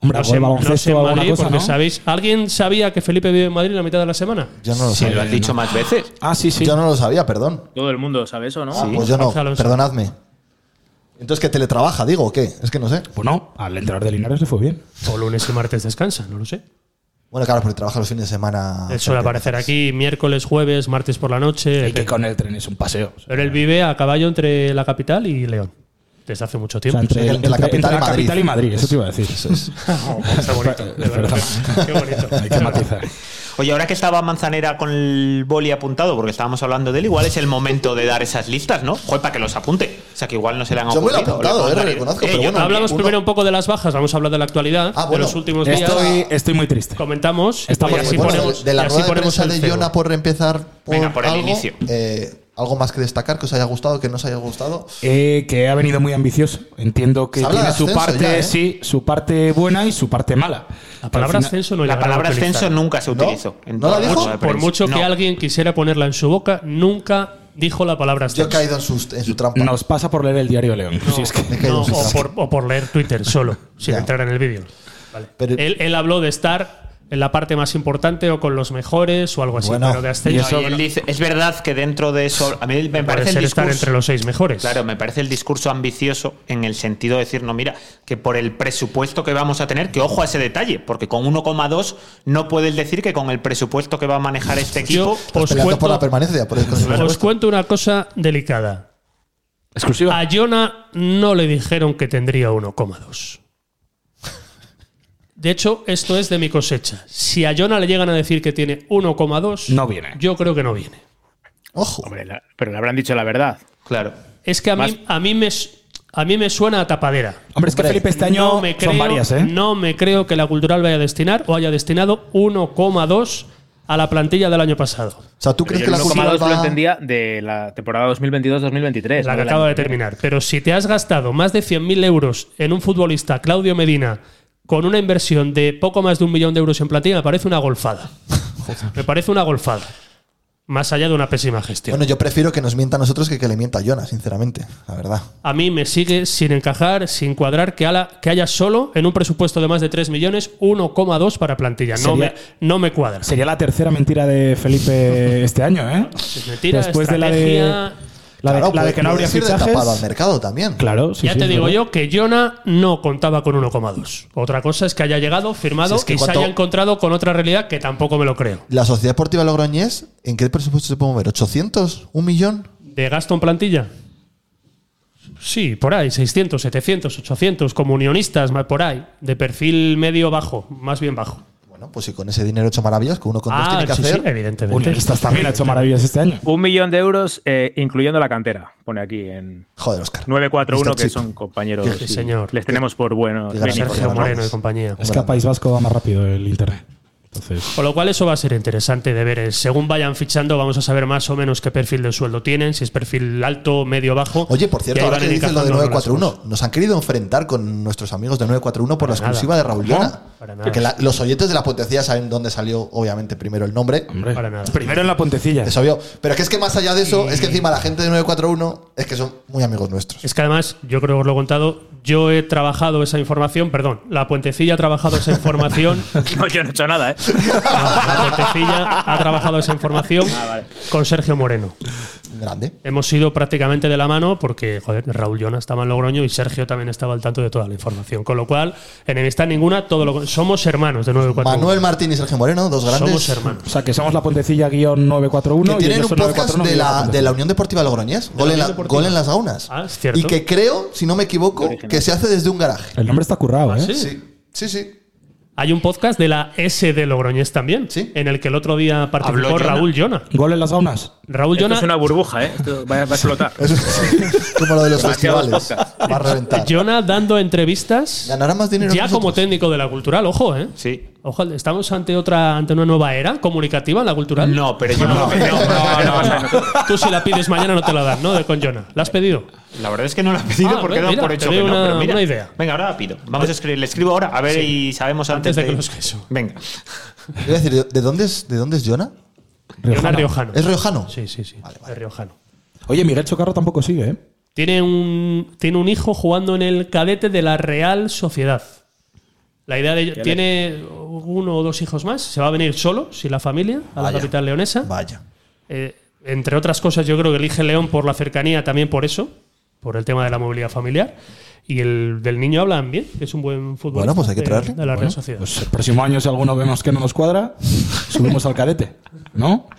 Speaker 6: Hombre,
Speaker 2: no sé,
Speaker 6: algo de
Speaker 2: no
Speaker 6: baloncesto
Speaker 2: sé en
Speaker 6: o alguna
Speaker 2: Madrid,
Speaker 6: cosa,
Speaker 2: porque
Speaker 6: ¿no?
Speaker 2: sabéis. ¿Alguien sabía que Felipe vive en Madrid la mitad de la semana?
Speaker 1: Yo no lo
Speaker 4: Sí, lo
Speaker 1: sabía.
Speaker 4: has dicho más veces.
Speaker 6: Ah, sí, sí.
Speaker 1: Yo no lo sabía, perdón.
Speaker 5: Todo el mundo sabe eso, ¿no?
Speaker 1: Ah, pues yo no,
Speaker 2: Gonzalo Alonso.
Speaker 1: perdonadme. Entonces, ¿qué teletrabaja, digo, o qué? Es que no sé.
Speaker 6: Pues no, al entrenador de Linares le fue bien.
Speaker 2: O lunes y martes descansa, no lo sé.
Speaker 1: Bueno, claro, porque trabaja los fines de semana.
Speaker 2: Él Ah, suele aparecer aquí miércoles, jueves, martes por la noche.
Speaker 6: Y que con el tren es un paseo. O sea,
Speaker 2: Pero él vive a caballo entre la capital y León. Desde hace mucho tiempo.
Speaker 6: entre,
Speaker 1: Sí,
Speaker 6: el-
Speaker 1: entre la
Speaker 6: entre- entre
Speaker 1: capital y
Speaker 6: la
Speaker 1: Madrid.
Speaker 6: capital y Madrid, eso te iba a decir.
Speaker 2: Ah, Está bonito. de verdad. Qué bonito.
Speaker 6: Hay que matizar.
Speaker 4: Oye, ahora que estaba Manzanera con el boli apuntado, porque estábamos hablando de él, igual es el momento de dar esas listas, ¿no? Joder, para que los apunte. O sea, que igual no se le han
Speaker 1: Yo me lo he
Speaker 4: ocurrido.
Speaker 1: apuntado,
Speaker 4: Le
Speaker 1: eh,
Speaker 4: puedo dar-
Speaker 1: reconozco,
Speaker 4: Eh,
Speaker 1: pero
Speaker 4: yo
Speaker 1: bueno.
Speaker 2: Hablamos
Speaker 1: uno-
Speaker 2: primero un poco de las bajas, vamos a hablar de la actualidad,
Speaker 1: Ah, bueno.
Speaker 2: de los últimos días.
Speaker 6: Estoy, estoy muy triste.
Speaker 2: Comentamos
Speaker 6: Estamos-
Speaker 2: y así
Speaker 1: Bueno, de-
Speaker 2: ponemos,
Speaker 1: de, la
Speaker 2: y así
Speaker 1: rueda de
Speaker 2: ponemos
Speaker 1: prensa
Speaker 2: el
Speaker 1: de
Speaker 2: cebo.
Speaker 1: Jona por empezar por,
Speaker 4: Venga, por el
Speaker 1: algo,
Speaker 4: inicio.
Speaker 1: eh, algo más que destacar que os haya gustado, que no os haya gustado.
Speaker 6: Eh, que ha venido muy ambicioso. Entiendo que
Speaker 1: Se habla
Speaker 6: tiene
Speaker 1: de
Speaker 6: su
Speaker 1: ascenso
Speaker 6: parte,
Speaker 1: ya, ¿eh?
Speaker 6: sí, su parte buena y su parte mala.
Speaker 2: La palabra
Speaker 6: Al final-
Speaker 2: ascenso no
Speaker 4: La
Speaker 2: llegará
Speaker 4: palabra
Speaker 2: a utilizar.
Speaker 4: ascenso nunca se
Speaker 1: ¿No?
Speaker 4: utilizó. en
Speaker 1: ¿No la
Speaker 4: toda
Speaker 1: dijo?
Speaker 4: rueda de
Speaker 2: Por
Speaker 4: prensa.
Speaker 2: mucho que
Speaker 4: No.
Speaker 2: alguien quisiera ponerla en su boca, nunca dijo la palabra
Speaker 1: Yo he
Speaker 2: ascenso.
Speaker 1: caído en su, en su trampa.
Speaker 6: Nos pasa por leer el diario de León. Si es que-
Speaker 1: he caído
Speaker 2: No,
Speaker 1: en su
Speaker 2: o,
Speaker 1: trampa.
Speaker 2: por, o por leer Twitter solo, sin
Speaker 1: Ya.
Speaker 2: entrar en el vídeo.
Speaker 1: Pero-
Speaker 2: Él, él habló de estar en la parte más importante o con los mejores o algo así,
Speaker 1: Bueno,
Speaker 2: pero de
Speaker 4: No, y
Speaker 2: ascenso
Speaker 4: él dice- es verdad que dentro de eso. A mí me
Speaker 2: puede
Speaker 4: parece el
Speaker 2: ser estar
Speaker 4: discurso.
Speaker 2: entre los seis mejores.
Speaker 4: Claro, me parece el discurso ambicioso en el sentido de decir, no, mira, que por el presupuesto que vamos a tener, que ojo a ese detalle, porque con 1,2 no puedes decir que con el presupuesto que va a manejar este
Speaker 2: Yo
Speaker 4: equipo.
Speaker 2: os
Speaker 1: Peleando por la
Speaker 2: cuento,
Speaker 1: permanencia. Por el
Speaker 2: os cuento una cosa delicada.
Speaker 6: Exclusiva.
Speaker 2: A Jonah no le dijeron que tendría 1,2. De hecho, esto es de mi cosecha. Si a Jonah le llegan a decir que tiene 1,2,
Speaker 6: No viene.
Speaker 2: Yo creo que no viene.
Speaker 1: Ojo.
Speaker 5: Hombre, la- pero le habrán dicho la verdad.
Speaker 4: Claro.
Speaker 2: Es que a
Speaker 5: Más-
Speaker 2: mí, a mí me su- a mí me suena a tapadera.
Speaker 6: Hombre, es que
Speaker 1: Hombre,
Speaker 6: Felipe este año
Speaker 2: no me creo,
Speaker 6: son varias, ¿eh?
Speaker 2: No me creo que la cultural vaya a destinar o haya destinado 1,2 a la plantilla del año pasado.
Speaker 1: O sea, ¿tú
Speaker 5: Pero
Speaker 1: crees
Speaker 5: yo
Speaker 1: que
Speaker 5: el
Speaker 1: la
Speaker 5: 1,2
Speaker 1: cultural
Speaker 5: lo
Speaker 1: va
Speaker 5: entendía de la temporada 2022-2023.
Speaker 2: La
Speaker 5: ¿no?
Speaker 2: que
Speaker 5: Del
Speaker 2: acaba
Speaker 5: año.
Speaker 2: de terminar. Pero si te has gastado más de 100.000 euros en un futbolista, Claudio Medina, con una inversión de poco más de un millón de euros en plantilla, me parece una golfada. me parece una golfada. Más allá de una pésima gestión.
Speaker 1: Bueno, yo prefiero que nos mienta a nosotros que que le mienta a Jonah, sinceramente, la verdad.
Speaker 2: A mí me sigue sin encajar, sin cuadrar que, ala- que haya solo en un presupuesto de más de 3 millones 1,2 para plantilla. No me,
Speaker 3: Sería-
Speaker 2: no me cuadra.
Speaker 3: Sería la tercera mentira de Felipe este año, ¿eh?
Speaker 2: Es mentira,
Speaker 3: Después de la de-
Speaker 2: Pues estrategia.
Speaker 3: La de, la de
Speaker 1: puede-
Speaker 3: que no habría
Speaker 1: puedes ir de
Speaker 3: fichajes.
Speaker 1: tapado al mercado también.
Speaker 3: Claro, sí,
Speaker 2: ya
Speaker 3: sí,
Speaker 2: te
Speaker 3: es
Speaker 2: digo
Speaker 3: verdad.
Speaker 2: yo que Jonah no contaba con 1,2. Otra cosa es que haya llegado, firmado
Speaker 1: Si es que
Speaker 2: y
Speaker 1: cuanto-
Speaker 2: se haya encontrado con otra realidad que tampoco me lo creo.
Speaker 1: La Sociedad Deportiva Logroñés, ¿en qué presupuesto se puede mover? ¿800? ¿Un millón?
Speaker 2: ¿De gasto en plantilla? Sí, por ahí, 600, 700, 800, comunionistas, ma- por ahí, de perfil medio bajo, más bien bajo.
Speaker 1: Bueno, pues si con ese dinero hecho maravillas, que uno con dos
Speaker 2: Ah,
Speaker 1: tiene que
Speaker 2: sí, sí,
Speaker 1: hacer.
Speaker 2: evidentemente.
Speaker 3: Unionistas también ha hecho maravillas este año.
Speaker 5: Un millón de euros, eh, incluyendo la cantera. Pone aquí en
Speaker 1: Joder, Oscar.
Speaker 5: 941,
Speaker 1: Mr.
Speaker 5: que
Speaker 1: Chip.
Speaker 5: son compañeros.
Speaker 2: Sí, señor.
Speaker 5: Les tenemos por buenos.
Speaker 1: Qué gran
Speaker 5: técnicos.
Speaker 2: Sergio
Speaker 1: Vamos.
Speaker 2: Moreno y compañía.
Speaker 3: Es que a País Vasco va más rápido el internet. Entonces,
Speaker 2: Con lo cual eso va a ser interesante de ver. Eh, Según vayan fichando, vamos a saber más o menos qué perfil de sueldo tienen, si es perfil alto, medio, bajo.
Speaker 1: Oye, por
Speaker 2: Y
Speaker 1: cierto,
Speaker 2: ahí
Speaker 1: ahora
Speaker 2: van
Speaker 1: que dices lo de
Speaker 2: encajando
Speaker 1: 941, nos han querido enfrentar con nuestros amigos de 941 por la
Speaker 2: Para
Speaker 1: exclusiva
Speaker 2: nada.
Speaker 1: de Raúl Llona.
Speaker 2: Para nada.
Speaker 1: Que la- los oyentes de la Puentecilla saben dónde salió, obviamente, primero el nombre.
Speaker 3: hombre.
Speaker 2: Para nada.
Speaker 3: Primero en la puentecilla.
Speaker 1: Es obvio. Pero que es que más allá de eso, es que encima la gente de 941 es que son muy amigos nuestros.
Speaker 2: Es que además, yo creo que os lo he contado, yo he trabajado esa información, perdón, la puentecilla ha trabajado esa información,
Speaker 5: No, yo no he hecho nada, ¿eh?
Speaker 2: la puentecilla ha trabajado esa información con Sergio Moreno.
Speaker 1: Grande.
Speaker 2: Hemos ido prácticamente de la mano porque, joder, Raúl Llona estaba en Logroño y Sergio también estaba al tanto de toda la información. Con lo cual, enemistad ninguna, todo lo somos hermanos de 941.
Speaker 1: Manuel Martín y Sergio Moreno, dos grandes.
Speaker 2: somos hermanos.
Speaker 3: O sea, que somos la puentecilla guión
Speaker 1: Que
Speaker 3: 941. y
Speaker 1: tienen
Speaker 3: ellos
Speaker 1: un
Speaker 3: son
Speaker 1: podcast
Speaker 3: 941
Speaker 1: de
Speaker 3: guión
Speaker 1: la, de
Speaker 3: Puentecilla.
Speaker 1: la Unión Deportiva Logroñés, gol, en,
Speaker 2: Unión
Speaker 1: la-
Speaker 2: Deportiva.
Speaker 1: gol en las gaunas.
Speaker 2: Ah, es cierto.
Speaker 1: Y que creo, si no me equivoco, que se hace desde un garaje.
Speaker 3: El nombre está currado, ¿eh?
Speaker 2: Ah, sí?
Speaker 1: Sí, sí, sí.
Speaker 2: Hay un podcast de la S de Logroñés también,
Speaker 1: Sí.
Speaker 2: en el que el otro día participó
Speaker 4: Habló Llona.
Speaker 2: Raúl Llona.
Speaker 3: Gol en las gaunas.
Speaker 1: Pues
Speaker 2: Raúl
Speaker 5: Esto
Speaker 2: Llona,
Speaker 5: es una burbuja, ¿eh? Esto va, va a explotar.
Speaker 1: Eso sí. Como lo de los
Speaker 5: Demasiados
Speaker 1: festivales. Va a reventar.
Speaker 2: Llona dando entrevistas
Speaker 1: Ganará más dinero.
Speaker 2: ya
Speaker 1: que
Speaker 2: como
Speaker 1: nosotros.
Speaker 2: técnico de la cultural, ojo, ¿eh?
Speaker 4: Sí.
Speaker 2: Ojo, estamos ante otra ante una nueva era comunicativa en la cultural.
Speaker 4: No, pero yo no,
Speaker 5: No, no, no.
Speaker 2: Tú si la pides mañana no te la dan, ¿no? De- Con Jonah. ¿La has pedido?
Speaker 4: La verdad es que no la he pedido
Speaker 2: Ah,
Speaker 4: porque he dado
Speaker 2: mira,
Speaker 4: por
Speaker 2: te
Speaker 4: hecho
Speaker 2: doy
Speaker 4: que no.
Speaker 2: una-
Speaker 4: pero mira.
Speaker 2: una idea.
Speaker 4: Venga, ahora la pido. Vamos a escribir. Le escribo ahora, a ver y sabemos antes,
Speaker 2: Antes de que los queso.
Speaker 4: Venga.
Speaker 1: Iba a decir, ¿de- ¿de dónde es, de dónde es Jonah?
Speaker 2: Jonah Riojano.
Speaker 1: ¿Es riojano?
Speaker 2: Sí, sí, sí. Es riojano.
Speaker 3: Oye, Miguel Chocarro tampoco sigue, ¿eh?
Speaker 2: Tiene un, tiene un hijo jugando en el cadete de la Real Sociedad. La idea de. Tiene uno o dos hijos más. Se va a venir solo, sin la familia, a
Speaker 1: Vaya.
Speaker 2: la capital leonesa.
Speaker 1: Vaya.
Speaker 2: Eh, entre otras cosas, yo creo que elige León por la cercanía, también por eso, por el tema de la movilidad familiar. Y el del niño hablan bien, que es un buen fútbol.
Speaker 1: Bueno, pues hay que traerle.
Speaker 2: De, la Real
Speaker 3: Bueno,
Speaker 2: Sociedad.
Speaker 3: Pues el próximo año, si alguno vemos que no nos cuadra, subimos al cadete, ¿no?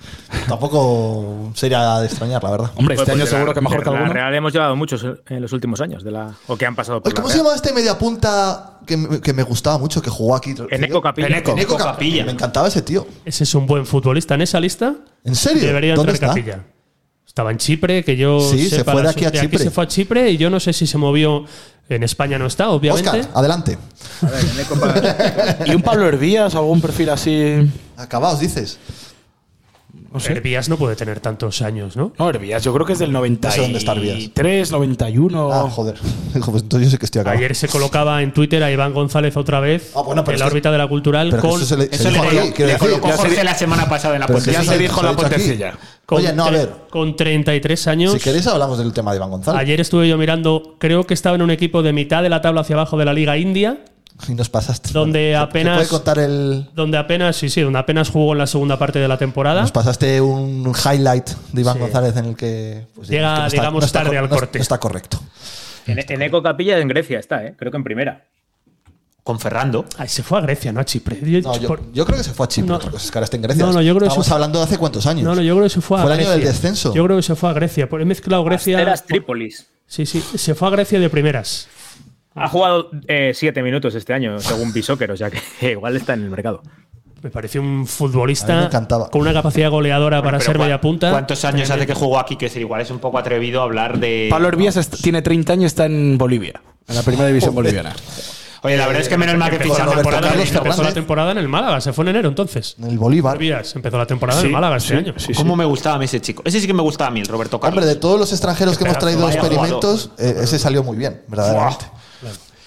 Speaker 1: Tampoco sería de extrañar, la verdad.
Speaker 3: Hombre, este
Speaker 5: Pues
Speaker 3: año
Speaker 5: de la-
Speaker 3: seguro que mejor que
Speaker 5: de la
Speaker 3: alguno.
Speaker 5: Real hemos llevado muchos eh, en los últimos años, de la, o que han pasado por
Speaker 1: Oye,
Speaker 5: la
Speaker 1: ¿Cómo se
Speaker 5: Real.
Speaker 1: llama este mediapunta que, me- que me gustaba mucho, que jugó aquí?
Speaker 5: Eneco Capilla.
Speaker 1: Eneco,
Speaker 4: Eneco
Speaker 1: Cap-
Speaker 4: Capilla.
Speaker 1: Me encantaba ese tío.
Speaker 2: Ese es un buen futbolista. En esa lista
Speaker 1: ¿En serio?
Speaker 2: debería
Speaker 1: ¿Dónde
Speaker 2: entrar
Speaker 1: está?
Speaker 2: Capilla. Estaba en Chipre, que yo.
Speaker 1: Sí, se
Speaker 2: sepa
Speaker 1: fue de
Speaker 2: la
Speaker 1: aquí a
Speaker 2: suerte.
Speaker 1: Chipre.
Speaker 2: se fue a Chipre y yo no sé si se movió. En España no está, obviamente.
Speaker 1: Oscar, adelante.
Speaker 5: A ver, en Eco Capilla.
Speaker 3: ¿Y un Pablo Hervías o algún perfil así?
Speaker 1: Acabaos, dices.
Speaker 3: No
Speaker 6: Eh,
Speaker 3: sé.
Speaker 2: Hervías no puede tener tantos años, ¿no?
Speaker 3: No, Hervías, yo creo que es del
Speaker 1: sé dónde está
Speaker 3: 93, 91.
Speaker 1: Ah, joder. Dijo, pues entonces yo sé que estoy acabado.
Speaker 2: Ayer se colocaba en Twitter a Iván González otra vez
Speaker 1: Ah, bueno, pero
Speaker 2: en
Speaker 1: es
Speaker 2: la
Speaker 1: que-
Speaker 2: órbita de la cultural
Speaker 1: pero que
Speaker 2: con
Speaker 1: eso se le-
Speaker 4: Eso
Speaker 1: dijo
Speaker 4: le,
Speaker 1: aquí,
Speaker 4: colo-
Speaker 1: quiero
Speaker 4: le
Speaker 1: decir.
Speaker 4: colocó
Speaker 1: Ya se
Speaker 4: Jorge
Speaker 1: di-
Speaker 4: la semana pasada en la
Speaker 1: pero
Speaker 4: puerta.
Speaker 1: si eso
Speaker 3: se
Speaker 1: lo
Speaker 3: dijo
Speaker 1: he
Speaker 3: la
Speaker 1: dicho aquí.
Speaker 3: puentecilla.
Speaker 2: con
Speaker 1: Oye, no, a
Speaker 2: tre-
Speaker 1: ver.
Speaker 2: Con 33 años.
Speaker 1: Si queréis hablamos del tema de Iván González.
Speaker 2: Ayer estuve yo mirando, creo que estaba en un equipo de mitad de la tabla hacia abajo de la Liga India,
Speaker 1: Y nos pasaste.
Speaker 2: Donde
Speaker 1: ¿Se- se
Speaker 2: apenas-
Speaker 1: puede contar el...?
Speaker 2: donde apenas, sí, sí, donde apenas jugó en la segunda parte de la temporada.
Speaker 1: Nos pasaste un highlight de Iván González en el que... pues,
Speaker 2: Llega,
Speaker 1: que
Speaker 2: digamos, tarde
Speaker 1: cor-
Speaker 2: al
Speaker 1: no-
Speaker 2: corte.
Speaker 1: No está correcto.
Speaker 5: En, en Eco Capilla en Grecia está, ¿eh? Creo que en primera.
Speaker 4: Con Ferrando.
Speaker 2: Ay, se fue a Grecia, no a Chipre. Yo-
Speaker 1: No, yo,
Speaker 2: por-
Speaker 1: yo creo que se fue a Chipre.
Speaker 2: No.
Speaker 1: Otra cosa es que ahora está en Grecia.
Speaker 2: No, no, yo creo que
Speaker 1: Estamos
Speaker 2: se-
Speaker 1: hablando de hace cuántos años.
Speaker 2: no, no, yo creo que se fue a
Speaker 1: Fue el año
Speaker 2: Grecia.
Speaker 1: del descenso.
Speaker 2: Yo creo que se fue a Grecia. por- He mezclado Grecia.
Speaker 5: Eras Trípolis.
Speaker 2: Sí, sí, se fue a Grecia de primeras.
Speaker 5: Ha jugado eh, siete minutos este año, según Bisóquer, o sea que igual está en el mercado.
Speaker 2: Me pareció un
Speaker 1: A mí me
Speaker 2: futbolista
Speaker 1: encantaba.
Speaker 2: con una capacidad goleadora para
Speaker 4: Pero
Speaker 2: ser
Speaker 4: cua-
Speaker 2: media punta.
Speaker 4: ¿Cuántos años hace que jugó aquí? Que es igual es un poco atrevido hablar de.
Speaker 3: Pablo Hervías est- tiene 30 años y está en Bolivia, en la primera división boliviana.
Speaker 4: Oye, la verdad es que menos mal que
Speaker 2: Empezó
Speaker 4: ficha
Speaker 2: la,
Speaker 1: Roberto
Speaker 2: temporada,
Speaker 1: Carlos
Speaker 2: empezó la
Speaker 1: Fernández.
Speaker 2: temporada en el Málaga, se fue en enero entonces.
Speaker 1: En el Bolívar.
Speaker 2: Hervías empezó la temporada en el Málaga este año.
Speaker 4: ¿Cómo me gustaba a mí ese chico? Ese sí que me gustaba a mí, el Roberto Carlos.
Speaker 1: Hombre, de todos los extranjeros que hemos
Speaker 2: pedazo,
Speaker 1: traído a
Speaker 4: vaya
Speaker 1: experimentos, eh, ese salió muy bien, verdaderamente.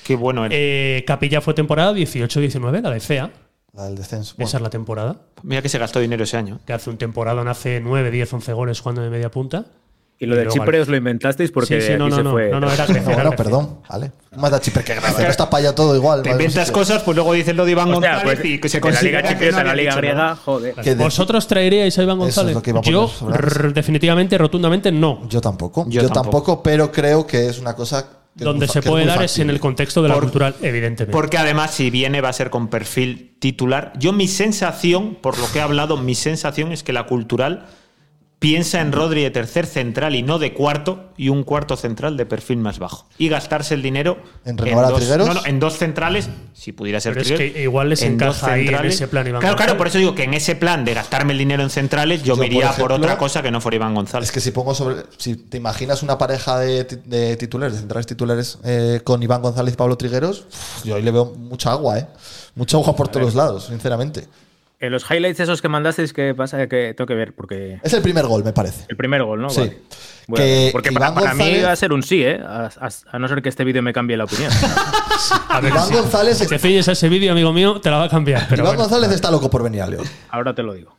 Speaker 4: Qué bueno era.
Speaker 2: Eh, Capilla fue temporada 18-19, la de CEA.
Speaker 1: La del descenso.
Speaker 2: Esa es la temporada.
Speaker 4: Mira que se gastó dinero ese año.
Speaker 2: Que hace un temporada hace 9, 10, 11 goles jugando de media punta.
Speaker 5: Y lo de
Speaker 2: luego
Speaker 5: Chipre
Speaker 2: al-
Speaker 5: os lo inventasteis porque
Speaker 2: Sí, sí, no,
Speaker 5: aquí
Speaker 2: no,
Speaker 5: se
Speaker 2: no,
Speaker 5: fue.
Speaker 2: no, no, era
Speaker 1: Bueno,
Speaker 2: crecer,
Speaker 1: bueno,
Speaker 2: era crecer.
Speaker 1: perdón, ¿vale? Más da chipre que gracia, no está para allá todo igual.
Speaker 4: Te
Speaker 1: ¿vale?
Speaker 4: inventas
Speaker 1: Sí,
Speaker 4: cosas, pues luego dices lo de Iván
Speaker 5: O sea,
Speaker 4: González
Speaker 5: pues,
Speaker 4: y que se
Speaker 5: de la
Speaker 4: considera
Speaker 5: Liga
Speaker 4: que
Speaker 5: Chipriota
Speaker 4: no
Speaker 5: a la
Speaker 4: había
Speaker 5: Liga
Speaker 4: dicho
Speaker 5: Griega,
Speaker 4: nada.
Speaker 5: joder.
Speaker 1: que de-
Speaker 2: ¿Vosotros traeríais a Iván
Speaker 1: Eso es
Speaker 2: González?
Speaker 1: lo que iba a
Speaker 2: Yo,
Speaker 1: poner sobre la
Speaker 2: rrr, definitivamente, rotundamente, no.
Speaker 1: Yo tampoco. Yo,
Speaker 4: Yo
Speaker 1: tampoco.
Speaker 4: tampoco,
Speaker 1: pero creo que es una cosa. que es
Speaker 2: Donde
Speaker 1: muy fa-
Speaker 2: se
Speaker 1: que
Speaker 2: puede
Speaker 1: muy
Speaker 2: dar es en
Speaker 1: factible.
Speaker 2: el contexto de la
Speaker 4: Por-
Speaker 2: cultural, evidentemente.
Speaker 4: Porque además, si viene, va a ser con perfil titular. Yo, mi sensación, por lo que he hablado, mi sensación es que la cultural piensa en Rodri de tercer central y no de cuarto, y un cuarto central de perfil más bajo. Y gastarse el dinero
Speaker 1: ¿En renovar a
Speaker 4: dos,
Speaker 1: Trigueros?
Speaker 4: no, no, en dos centrales, si pudiera ser
Speaker 2: Pero es
Speaker 4: Trigueros,
Speaker 2: que igual les
Speaker 4: en dos
Speaker 2: encaja ahí en
Speaker 4: centrales.
Speaker 2: ese plan Iván
Speaker 4: Claro, claro,
Speaker 2: González.
Speaker 4: por eso digo que en ese plan de gastarme el dinero en centrales,
Speaker 1: Yo,
Speaker 4: yo, me
Speaker 1: por
Speaker 4: iría por
Speaker 1: ejemplo,
Speaker 4: otra cosa que no fuera Iván González.
Speaker 1: Es que si pongo sobre. Si te imaginas una pareja de, ti- de titulares, de centrales titulares, eh, con Iván González y Pablo Trigueros, uf, yo ahí le veo mucha agua, ¿eh? Mucha agua por todos los lados, sinceramente.
Speaker 5: En los highlights esos que mandasteis, ¿qué pasa? Que tengo que ver, porque
Speaker 1: Es el primer gol, me parece.
Speaker 5: el primer gol, ¿no?
Speaker 1: Sí.
Speaker 5: Vale. Bueno,
Speaker 1: Que
Speaker 5: porque
Speaker 1: Iván
Speaker 5: para, para mí
Speaker 1: González-
Speaker 5: va a ser un sí, ¿eh? A, a- a no ser que este vídeo me cambie la opinión.
Speaker 2: a ver,
Speaker 1: Iván
Speaker 2: si,
Speaker 1: González,
Speaker 2: si te filles a ese vídeo, amigo mío, te la va a cambiar. Pero
Speaker 1: Iván
Speaker 2: bueno.
Speaker 1: González está loco por venir a León.
Speaker 5: Ahora te lo digo.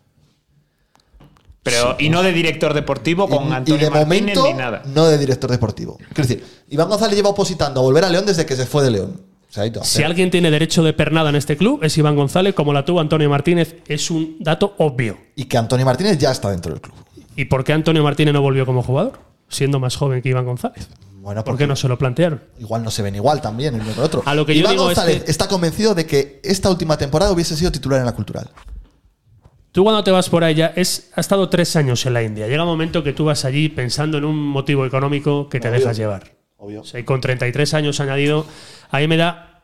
Speaker 4: Pero, y
Speaker 2: pues.
Speaker 4: no de director deportivo con
Speaker 1: y, y
Speaker 4: Antonio
Speaker 1: de
Speaker 4: Martínez
Speaker 1: momento,
Speaker 4: ni nada.
Speaker 1: no de director deportivo. Es decir, Iván González lleva opositando a volver a León desde que se fue de León. O sea, ahí todo.
Speaker 2: Si alguien tiene derecho de pernada en este club, es Iván González, como la tuvo Antonio Martínez. Es un dato obvio.
Speaker 1: Y que Antonio Martínez ya está dentro del club.
Speaker 2: ¿Y por qué Antonio Martínez no volvió como jugador? Siendo más joven que Iván González.
Speaker 1: Bueno,
Speaker 2: ¿Por qué no se lo plantearon?
Speaker 1: Igual no se ven igual también el uno con el otro.
Speaker 2: A lo que yo
Speaker 1: Iván
Speaker 2: digo es
Speaker 1: González
Speaker 2: que-
Speaker 1: está convencido de que esta última temporada hubiese sido titular en la cultural.
Speaker 2: Tú cuando te vas por allá, es, has estado tres años en la India. Llega un momento que tú vas allí pensando en un motivo económico que te dejas llevar.
Speaker 1: Obvio.
Speaker 2: O sea, y con 33 años añadido, ahí me da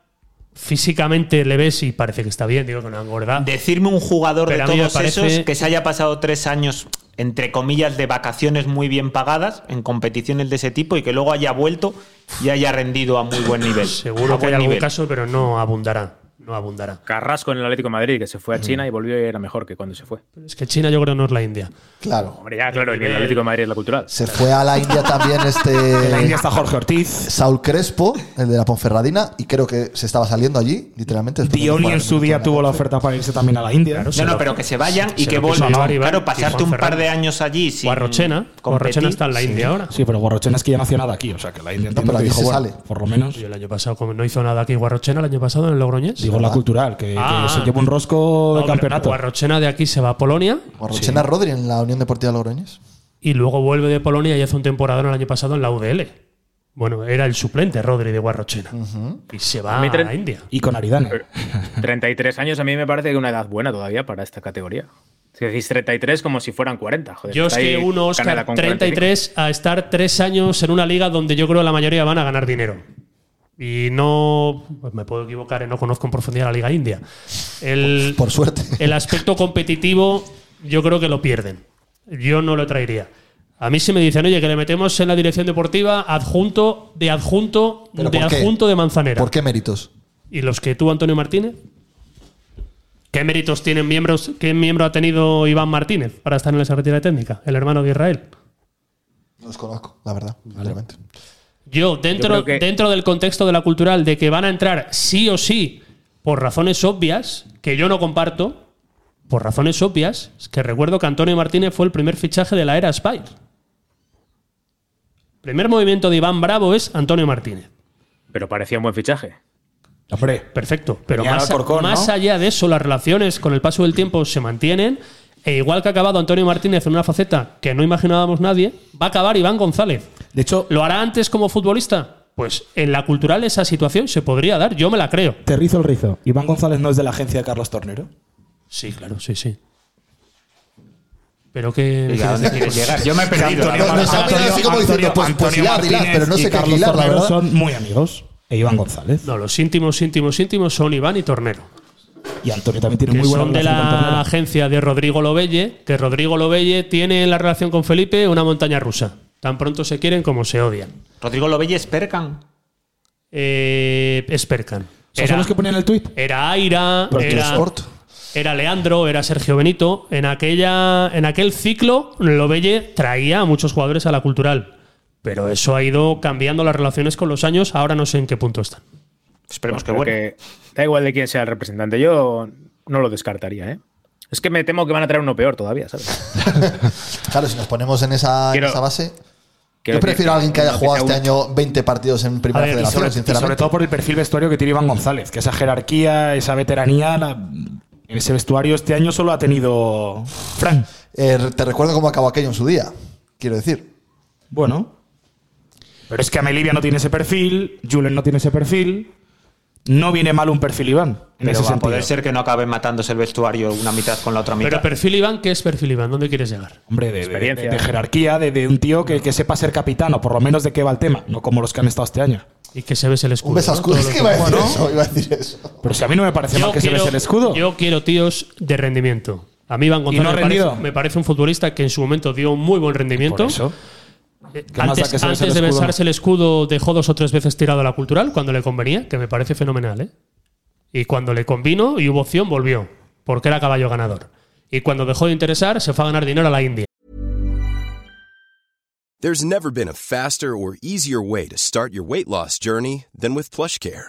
Speaker 2: físicamente le ves y parece que está bien, digo que no engorda.
Speaker 4: Decirme un jugador
Speaker 2: Pero a
Speaker 4: de
Speaker 2: mí me
Speaker 4: todos
Speaker 2: parece-
Speaker 4: esos que se haya pasado tres años, entre comillas, de vacaciones muy bien pagadas en competiciones de ese tipo y que luego haya vuelto y haya rendido a muy buen nivel.
Speaker 2: Seguro
Speaker 4: A
Speaker 2: que hay
Speaker 4: buen
Speaker 2: algún
Speaker 4: nivel.
Speaker 2: caso, pero no abundará. No abundará.
Speaker 5: Carrasco en el Atlético de Madrid, que se fue a China y volvió y era mejor que cuando se fue.
Speaker 2: Pero es que China yo creo no es la India.
Speaker 1: Claro.
Speaker 5: Hombre, ya, claro, y el Atlético de Madrid es la cultural.
Speaker 1: Se fue a la India también
Speaker 6: En la India
Speaker 1: este
Speaker 6: está Jorge Ortiz.
Speaker 1: Saúl Crespo, el de la Ponferradina, y creo que se estaba saliendo allí, literalmente. después de
Speaker 6: Dioli
Speaker 1: jugar
Speaker 6: en su día tuvo la oferta para irse también a la India.
Speaker 2: Claro, sí.
Speaker 4: No, no,
Speaker 2: lo-
Speaker 4: pero que se vayan y
Speaker 2: se
Speaker 4: que
Speaker 2: lo quiso
Speaker 4: vuelvan.
Speaker 2: llevar Iván
Speaker 4: Claro,
Speaker 2: y
Speaker 4: pasarte un
Speaker 2: Juanferrán.
Speaker 4: par de años allí sin
Speaker 2: Guarrochena.
Speaker 4: competir.
Speaker 2: Guarrochena está en la India ahora.
Speaker 6: Sí, pero Guarrochena es que ya nació nada aquí. O sea, que la India entiendo
Speaker 1: pero
Speaker 6: que
Speaker 1: aquí
Speaker 6: dijo,
Speaker 1: se
Speaker 6: bueno,
Speaker 1: sale.
Speaker 6: por lo menos.
Speaker 2: Yo el año pasado, como no hizo nada aquí Guarrochena, el año pasado en el Logroñés.
Speaker 6: Digo la cultural, que, que
Speaker 2: Ah.
Speaker 6: se lleva un rosco
Speaker 2: No,
Speaker 6: de
Speaker 2: pero
Speaker 6: campeonato.
Speaker 2: Guarrochena de aquí se va a Polonia
Speaker 1: Guarrochena Rodri en la Unión Deportiva Logroñés.
Speaker 2: y luego vuelve de Polonia y hace un temporada el año pasado en la UDL. Bueno, era el suplente Rodri de Guarrochena. Y se va a,
Speaker 5: mí tren-
Speaker 2: la India.
Speaker 6: Y con Aridane.
Speaker 5: 33 años a mí me parece que una edad buena todavía para esta categoría. Si decís 33 como si fueran 40,
Speaker 1: Pues
Speaker 5: joder.
Speaker 2: Yo es
Speaker 5: está
Speaker 2: que
Speaker 5: ahí
Speaker 2: uno, Oscar,
Speaker 5: Canela con
Speaker 2: 33 a estar tres años en una liga donde yo creo la mayoría van a ganar dinero. Y no, pues me puedo equivocar, eh, no conozco en profundidad la liga india. El,
Speaker 1: Por suerte.
Speaker 2: el aspecto competitivo yo creo que lo pierden. Yo no lo traería. A mí si me dicen, oye, que le metemos en la dirección deportiva adjunto, de adjunto,
Speaker 1: ¿Pero
Speaker 2: de
Speaker 1: por qué?
Speaker 2: adjunto de Manzanera.
Speaker 1: ¿Por qué méritos?
Speaker 2: ¿Y los que tuvo Antonio Martínez? ¿Qué méritos tienen miembros? ¿Qué miembro ha tenido Iván Martínez para estar en la Secretaría Técnica? El hermano de Israel.
Speaker 1: No los conozco, la verdad, sinceramente.
Speaker 2: Yo, dentro,
Speaker 5: Yo creo que-
Speaker 2: dentro del contexto de la cultural, de que van a entrar sí o sí, por razones obvias, que yo no comparto, por razones obvias, es que recuerdo que Antonio Martínez fue el primer fichaje de la era Spire. Primer movimiento de Iván Bravo es Antonio Martínez.
Speaker 5: Pero parecía un buen fichaje.
Speaker 6: Hombre,
Speaker 2: Perfecto. Pero
Speaker 6: Venía
Speaker 2: más,
Speaker 6: Alcorcón, ¿no?
Speaker 2: más allá de eso, las relaciones con el paso del tiempo se mantienen. E igual que ha acabado Antonio Martínez en una faceta que no imaginábamos nadie, va a acabar Iván González.
Speaker 6: de hecho,
Speaker 2: ¿Lo hará antes como futbolista? Pues en la cultural esa situación se podría dar, yo me la creo.
Speaker 6: te rizo el rizo. Iván González no es de la agencia de Carlos Tornero.
Speaker 2: Sí, claro, sí, sí. Pero que.
Speaker 4: Oiga, ¿a dónde quieres llegar? Yo me he perdido.
Speaker 1: Antonio-
Speaker 4: ¿eh?
Speaker 1: Nos ha mirado así como diciendo, pues, pues ya,
Speaker 6: Martínez
Speaker 1: dirás, pero no
Speaker 6: y
Speaker 1: sé qué
Speaker 6: Carlos
Speaker 1: hilar, la
Speaker 6: Tornero
Speaker 1: verdad.
Speaker 6: son muy amigos. E Iván González.
Speaker 2: No, los íntimos, íntimos, íntimos son Iván y Tornero.
Speaker 6: Y Antonio también tiene
Speaker 2: Que
Speaker 6: muy buena
Speaker 2: son de
Speaker 6: relación con
Speaker 2: la
Speaker 6: Tornero.
Speaker 2: agencia de Rodrigo Lobelle, que Rodrigo Lobelle tiene en la relación con Felipe una montaña rusa. Tan pronto se quieren como se odian.
Speaker 4: Rodrigo Lobelles Percan.
Speaker 2: Eh, Espercan.
Speaker 6: O sea, son los que ponían el tuit.
Speaker 2: Era Aira,
Speaker 1: Porque es
Speaker 2: era,
Speaker 1: corto.
Speaker 2: era Leandro, era Sergio Benito. En, aquella, en aquel ciclo, Lobelle traía a muchos jugadores a la cultural. Pero eso ha ido cambiando las relaciones con los años. Ahora no sé en qué punto están.
Speaker 4: Esperemos que
Speaker 5: Creo
Speaker 4: bueno.
Speaker 5: que da igual de quién sea el representante. Yo no lo descartaría, ¿eh? Es que me temo que van a traer uno peor todavía, ¿sabes?
Speaker 1: Claro, si nos ponemos en esa, en
Speaker 5: Quiero-
Speaker 1: esa base.
Speaker 5: Quiero
Speaker 1: yo prefiero
Speaker 5: decir,
Speaker 1: a alguien que haya
Speaker 5: no,
Speaker 1: jugado
Speaker 5: sea
Speaker 1: este
Speaker 5: un-
Speaker 1: año 20 partidos en
Speaker 3: A
Speaker 1: Primera
Speaker 3: ver, y
Speaker 1: Federación,
Speaker 3: sobre, y
Speaker 1: sinceramente.
Speaker 3: sobre todo por el perfil vestuario que tiene Iván González, que esa jerarquía, esa veteranía, la- ese vestuario este año solo ha tenido Frank.
Speaker 1: Eh, te recuerdo cómo acabó aquello en su día, quiero decir.
Speaker 3: Bueno. Pero es que Amelivia no tiene ese perfil, Julen no tiene ese perfil. No viene mal un perfil Iván, en
Speaker 4: Pero
Speaker 3: ese
Speaker 4: va a
Speaker 3: sentido.
Speaker 4: poder ser que no acaben matándose el vestuario una mitad con la otra mitad.
Speaker 2: Pero perfil Iván, ¿qué es perfil Iván? ¿Dónde quieres llegar?
Speaker 3: Hombre, de, de-
Speaker 5: Experiencia.
Speaker 3: de jerarquía, de, de un tío que, que sepa ser capitán, o por lo menos de qué va el tema, no como los que han estado este año.
Speaker 2: Y que se ves el escudo.
Speaker 1: Un beso
Speaker 2: ¿no?
Speaker 1: a escudo. Es
Speaker 2: Todos los
Speaker 1: que iba a
Speaker 2: demás.
Speaker 1: decir eso, iba a decir eso.
Speaker 3: Pero si a mí no me parece mal que se ve el escudo.
Speaker 2: yo quiero tíos de rendimiento. A mí Iván González
Speaker 3: no ha
Speaker 2: me, parece,
Speaker 3: rendido?
Speaker 2: me parece un futbolista que en su momento dio un muy buen rendimiento.
Speaker 3: Por eso.
Speaker 2: Eh,
Speaker 3: ¿Qué más da
Speaker 2: Antes,
Speaker 3: que se bese
Speaker 2: antes
Speaker 3: el
Speaker 2: de
Speaker 3: escudo?
Speaker 2: besarse el escudo dejó dos o tres veces tirado a la cultural cuando le convenía, que me parece fenomenal. ¿eh? Y cuando le convino y hubo opción, volvió, porque era caballo ganador. Y cuando dejó de interesar, se fue a ganar dinero a la India.
Speaker 7: There's never been a faster or easier way to start your weight loss journey than with PlushCare.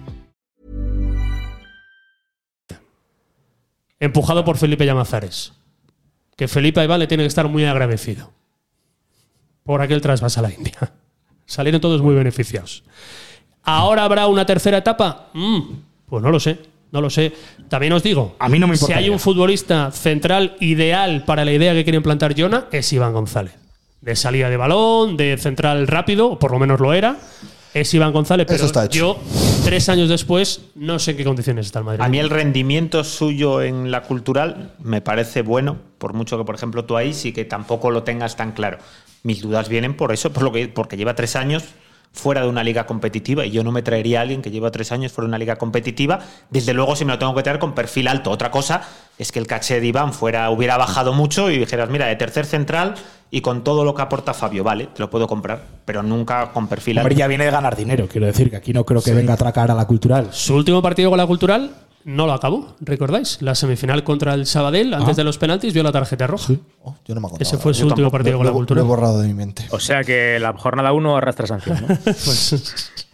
Speaker 2: empujado por Felipe Llamazares. Que Felipe Aibal le tiene que estar muy agradecido por aquel trasvase a la India. Salieron todos muy beneficiados. ¿Ahora habrá una tercera etapa? Mm, pues no lo sé, no lo sé. También os digo,
Speaker 3: A mí no me
Speaker 2: si
Speaker 3: importaría.
Speaker 2: hay un futbolista central ideal para la idea que quiere implantar Jona, es Iván González. De salida de balón, de central rápido, o por lo menos lo era. Es Iván González, pero
Speaker 1: Eso está hecho.
Speaker 2: yo, tres años después, no sé en qué condiciones está el Madrid.
Speaker 4: A mí el rendimiento suyo en la cultural me parece bueno, por mucho que, por ejemplo, tú ahí sí que tampoco lo tengas tan claro. Mis dudas vienen por eso, por lo que, porque lleva tres años fuera de una liga competitiva y yo no me traería a alguien que lleva tres años fuera de una liga competitiva. Desde luego, si me lo tengo que traer con perfil alto. Otra cosa es que el caché de Iván fuera, hubiera bajado mucho y dijeras, mira, de tercer central y con todo lo que aporta Fabio, vale, te lo puedo comprar, pero nunca con perfil alto.
Speaker 3: Hombre, ya viene de ganar dinero, quiero decir, que aquí no creo que venga a atracar a la cultural.
Speaker 2: Su último partido con la Cultural no lo acabó, ¿recordáis? La semifinal contra el Sabadell, antes
Speaker 3: Ah.
Speaker 2: de los penaltis, vio la tarjeta roja.
Speaker 1: Oh, yo no me acordaba.
Speaker 2: Ese fue su
Speaker 4: Yo
Speaker 2: último
Speaker 4: tampoco.
Speaker 2: partido con
Speaker 1: Lo-
Speaker 2: la
Speaker 1: lo-
Speaker 2: Cultural.
Speaker 1: Lo he borrado de mi mente.
Speaker 5: O sea que la jornada 1 arrastra sanción, ¿no?
Speaker 2: Pues,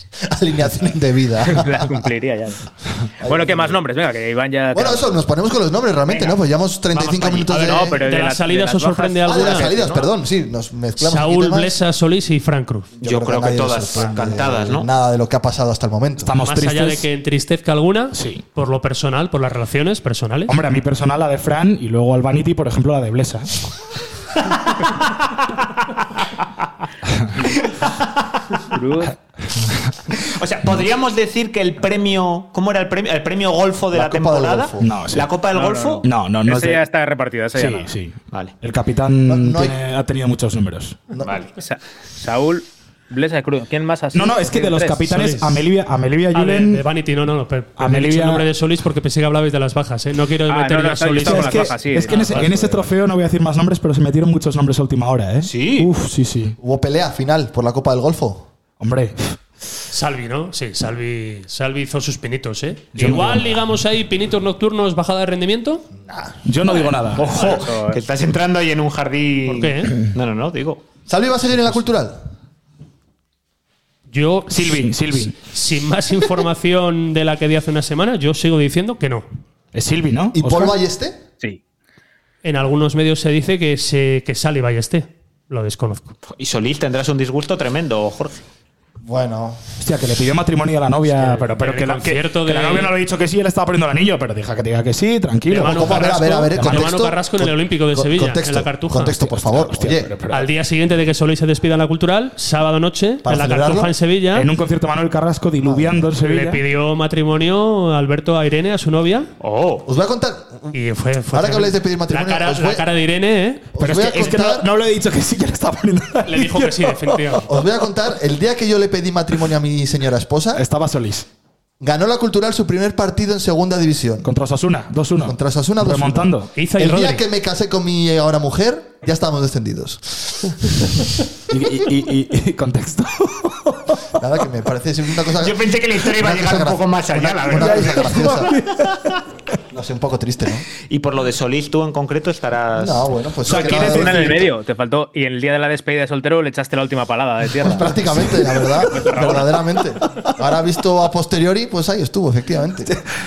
Speaker 1: Alineación indebida.
Speaker 5: La cumpliría ya. Bueno, ¿qué más nombres? Venga, que Iván ya.
Speaker 1: bueno, eso, nos ponemos con los nombres realmente, ¿no? Pues llevamos 35 minutos
Speaker 5: A ver,
Speaker 1: de,
Speaker 5: no, pero
Speaker 2: de
Speaker 5: de
Speaker 2: las
Speaker 5: la-
Speaker 2: salidas
Speaker 5: de las
Speaker 2: os sorprende
Speaker 1: Ah, de
Speaker 2: alguna.
Speaker 1: las salidas, perdón. Sí, nos mezclamos. aquí
Speaker 2: Saúl,
Speaker 1: temas.
Speaker 2: Blesa, Solís y Fran Cruz.
Speaker 4: Yo creo
Speaker 1: a
Speaker 4: que
Speaker 1: nadie le
Speaker 4: todas
Speaker 1: sorprende
Speaker 4: cantadas, ¿no?
Speaker 1: Nada de lo que ha pasado hasta el momento.
Speaker 3: Estamos
Speaker 2: Más
Speaker 3: tristes.
Speaker 2: allá de que entristezca alguna,
Speaker 3: Sí.
Speaker 2: por lo personal, por las relaciones personales.
Speaker 3: Hombre, a mí personal la de Fran y luego al Vanity, por ejemplo, la de Blesa.
Speaker 4: O sea, podríamos decir que el premio, ¿cómo era el premio? El premio golfo de
Speaker 1: La
Speaker 4: la
Speaker 1: Copa del
Speaker 4: temporada.
Speaker 1: Golfo.
Speaker 3: No, sí.
Speaker 4: La Copa del Golfo.
Speaker 3: No, no, no es
Speaker 5: Ese
Speaker 3: de-
Speaker 5: ya está repartido, ese ya
Speaker 3: Sí,
Speaker 5: no.
Speaker 3: sí.
Speaker 4: Vale.
Speaker 3: El capitán
Speaker 1: No, no
Speaker 3: tiene- ha tenido muchos números.
Speaker 4: Vale.
Speaker 5: Sa- Saúl, Blesa y Cruz. ¿Quién más ha sido?
Speaker 3: No, no, es que de los
Speaker 5: Tres.
Speaker 3: capitanes,
Speaker 2: Solís.
Speaker 3: Amelivia, Amelivia
Speaker 2: Ah, de,
Speaker 3: Julen.
Speaker 2: de Vanity, no, no, no. per-
Speaker 3: A
Speaker 2: he dicho
Speaker 3: Melilla-
Speaker 2: el nombre de Solís porque pensé que hablabais de las bajas. ¿eh? No quiero
Speaker 5: Ah,
Speaker 2: meter
Speaker 5: no, no,
Speaker 2: a
Speaker 5: está-
Speaker 2: Solís.
Speaker 5: está con
Speaker 3: es
Speaker 5: las
Speaker 3: que,
Speaker 5: bajas, sí,
Speaker 3: es que en, ese, en ese trofeo no voy a decir más nombres, pero se metieron muchos nombres a última hora, ¿eh?
Speaker 4: Sí.
Speaker 3: Uf, sí, sí.
Speaker 1: Hubo pelea final por la Copa del Golfo.
Speaker 3: Hombre,
Speaker 2: Salvi, ¿no? Sí, Salvi, Salvi hizo sus pinitos, ¿eh?
Speaker 3: Yo no
Speaker 2: Igual
Speaker 3: digo nada.
Speaker 2: digamos ahí pinitos nocturnos, bajada de rendimiento.
Speaker 3: yo no digo nada.
Speaker 4: Ojo, que estás entrando ahí en un jardín.
Speaker 2: ¿Por qué?
Speaker 4: No, no, no, digo.
Speaker 1: ¿Salvi va a seguir en la cultural?
Speaker 2: Yo,
Speaker 3: Silvin, Silvin.
Speaker 2: sin más información de la que di hace una semana, yo sigo diciendo que no.
Speaker 3: Es Silvi, ¿no?
Speaker 1: ¿Y
Speaker 3: Oscar.
Speaker 1: Paul Ballesté?
Speaker 5: Sí.
Speaker 2: En algunos medios se dice que, se, que sale y esté. este. Lo desconozco.
Speaker 4: Y Solís tendrás un disgusto tremendo, Jorge.
Speaker 1: Bueno.
Speaker 3: Hostia, que le pidió matrimonio a la novia, pero, pero
Speaker 2: el
Speaker 3: que, la, que-
Speaker 2: concierto
Speaker 3: que la
Speaker 2: de-
Speaker 3: novia no le ha dicho que sí, él estaba poniendo el anillo, pero deja que te diga que sí,
Speaker 2: De
Speaker 3: tranquilo.
Speaker 2: Manu
Speaker 3: ¿Cómo?
Speaker 2: Carrasco, de Manu
Speaker 3: contexto.
Speaker 2: Carrasco en el
Speaker 3: Con-
Speaker 2: Olímpico de
Speaker 3: con-
Speaker 2: Sevilla,
Speaker 3: contexto,
Speaker 2: en la Cartuja.
Speaker 3: contexto, por favor. Oye,
Speaker 2: Al día siguiente de que Solís se despida en la cultural, sábado noche,
Speaker 3: para
Speaker 2: en la
Speaker 3: celebrarlo,
Speaker 2: Cartuja en Sevilla,
Speaker 3: En un concierto Manuel Carrasco diluviando en
Speaker 2: le
Speaker 3: Sevilla.
Speaker 2: pidió matrimonio Alberto a Irene, a su novia.
Speaker 4: Oh.
Speaker 1: Os voy a contar.
Speaker 2: Y fue, fue
Speaker 1: Ahora que habláis de pedir matrimonio,
Speaker 2: La cara,
Speaker 1: os voy-
Speaker 2: la cara de Irene, ¿eh?
Speaker 1: Pero es voy que- a es que no- contar-
Speaker 2: le he dicho que sí, que le estaba poniendo. Le dijo que sí, definitivamente.
Speaker 1: Os voy a contar, el día que yo le pedí matrimonio a mi señora esposa.
Speaker 3: Estaba Solís.
Speaker 1: Ganó la Cultural su primer partido en segunda división.
Speaker 3: Contra Osasuna, 2-1.
Speaker 1: Contra Osasuna, 2-1.
Speaker 3: Remontando. Iza y
Speaker 1: El día
Speaker 3: Rodri.
Speaker 1: que me casé con mi ahora mujer, ya estábamos descendidos.
Speaker 3: y, y- y- y contexto.
Speaker 1: Nada, que me parece una cosa.
Speaker 4: Yo pensé que la historia iba a
Speaker 1: una
Speaker 4: llegar
Speaker 1: cosa
Speaker 4: un
Speaker 1: gra-
Speaker 4: poco más allá,
Speaker 1: una-
Speaker 4: la
Speaker 1: una
Speaker 4: verdad.
Speaker 1: cosa graciosa. No sé, un poco triste, ¿no?
Speaker 4: Y por lo de Solís, tú en concreto estarás.
Speaker 1: No, bueno, pues-
Speaker 4: O sea, ¿quieres
Speaker 5: Una en el
Speaker 4: decir-
Speaker 5: medio, te faltó. Y el día de la despedida de soltero le echaste la última palada de tierra.
Speaker 1: pues Prácticamente, la verdad.
Speaker 4: Pues,
Speaker 1: verdaderamente. Ahora visto a posteriori, pues ahí estuvo, efectivamente.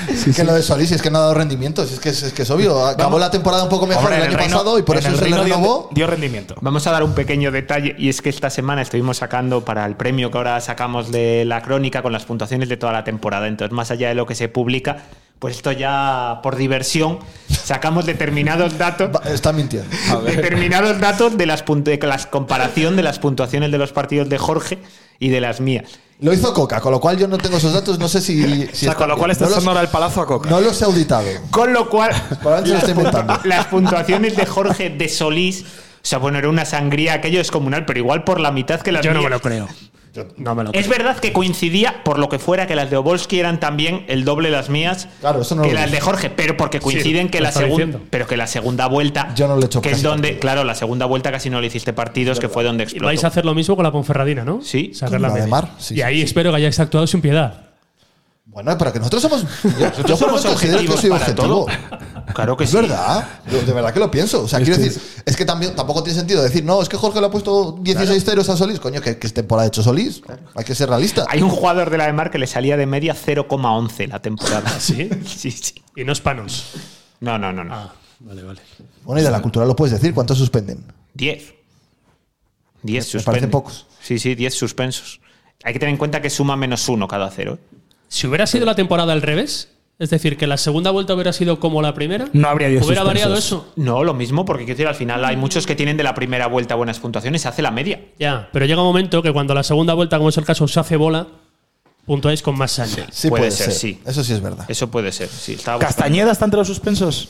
Speaker 1: es que lo de Solís es que no ha dado rendimiento, si es que es, es que es obvio. Acabó la temporada un poco mejor
Speaker 4: Hombre, en
Speaker 1: el año
Speaker 4: el reino-
Speaker 1: pasado y por
Speaker 4: en
Speaker 1: eso
Speaker 4: el
Speaker 1: se le
Speaker 4: reino dio-
Speaker 1: renovó.
Speaker 3: Dio rendimiento.
Speaker 4: Vamos a dar un pequeño detalle y es que esta semana estuvimos sacando para el premio que ahora sacamos de la crónica con las puntuaciones de toda la temporada. Entonces, más allá de lo que se publica, pues esto ya por diversión sacamos determinados datos.
Speaker 1: Está mintiendo.
Speaker 4: determinados datos de las, puntu- de las comparación de las puntuaciones de los partidos de Jorge y de las mías.
Speaker 1: Lo hizo Coca, con lo cual yo no tengo esos datos, no sé si. si
Speaker 4: sea,
Speaker 1: están
Speaker 4: con lo cual
Speaker 1: bien.
Speaker 4: estás
Speaker 1: no los-
Speaker 4: dando ahora el
Speaker 3: palazo a Coca.
Speaker 1: No los he auditado.
Speaker 4: Con lo cual,
Speaker 1: Probablemente lo
Speaker 4: las,
Speaker 1: estoy
Speaker 4: puntu-
Speaker 1: inventando.
Speaker 4: las puntuaciones de Jorge de Solís, o sea, bueno, era una sangría, aquello es comunal, pero igual por la mitad que las
Speaker 2: Yo no me
Speaker 4: mías.
Speaker 2: lo creo. No me lo creo.
Speaker 4: Es verdad que coincidía, por lo que fuera, que las de Obolski eran también el doble las mías
Speaker 1: Claro, eso no
Speaker 4: que
Speaker 1: lo
Speaker 4: las
Speaker 1: dije.
Speaker 4: de Jorge, pero porque
Speaker 2: Sí,
Speaker 4: coinciden que,
Speaker 2: lo
Speaker 4: la
Speaker 2: estaba
Speaker 4: segunda,
Speaker 2: diciendo.
Speaker 4: pero que la segunda vuelta,
Speaker 1: Yo no le he hecho
Speaker 4: que es
Speaker 1: caso.
Speaker 4: donde, claro, la segunda vuelta casi no le hiciste partidos, que fue donde explotó.
Speaker 2: Vais a hacer lo mismo con la Ponferradina, ¿no?
Speaker 4: Sí.
Speaker 2: Sacar la
Speaker 1: Con la de
Speaker 2: media.
Speaker 1: Mar, sí,
Speaker 2: y ahí espero que hayáis actuado sin piedad.
Speaker 1: Bueno, pero que nosotros somos. Yo, yo por lo menos
Speaker 4: somos
Speaker 1: considero que
Speaker 4: objetivos
Speaker 1: soy
Speaker 4: para
Speaker 1: objetivo.
Speaker 4: Claro que
Speaker 1: Es
Speaker 4: sí.
Speaker 1: verdad, Yo de verdad que lo pienso. O sea, quiero decir, es que también tampoco tiene sentido decir, no, es que Jorge le ha puesto 16 ceros a Solís. Coño, que, que es temporada hecho Solís. Hay que ser realista.
Speaker 4: Hay un jugador de la de Mar que le salía de media 0,11 la temporada.
Speaker 2: Sí.
Speaker 4: sí, sí.
Speaker 2: Y no hispanos.
Speaker 4: No, no, no, no.
Speaker 2: Vale, vale.
Speaker 1: Bueno, y de la cultura lo puedes decir, ¿cuántos suspenden?
Speaker 4: 10. 10
Speaker 1: Me
Speaker 4: suspensos.
Speaker 1: parecen pocos.
Speaker 4: Sí, sí, 10 suspensos. Hay que tener en cuenta que suma menos uno cada cero. ¿eh?
Speaker 2: Si hubiera sido la temporada al revés, es decir, que la segunda vuelta hubiera sido como la primera,
Speaker 3: No habría 10
Speaker 2: hubiera variado
Speaker 3: suspensos.
Speaker 2: eso.
Speaker 4: No, lo mismo, porque quiero decir, al final hay muchos que tienen de la primera vuelta buenas puntuaciones, se hace la media.
Speaker 2: Ya, pero llega un momento que cuando la segunda vuelta, como es el caso, se hace bola, puntuáis con más sangre.
Speaker 1: Sí,
Speaker 4: Puede
Speaker 1: puede,
Speaker 4: ser,
Speaker 1: ser.
Speaker 4: sí.
Speaker 1: Eso sí es verdad.
Speaker 4: Eso puede ser. Sí, estaba buscando.
Speaker 3: ¿Castañeda está entre los suspensos?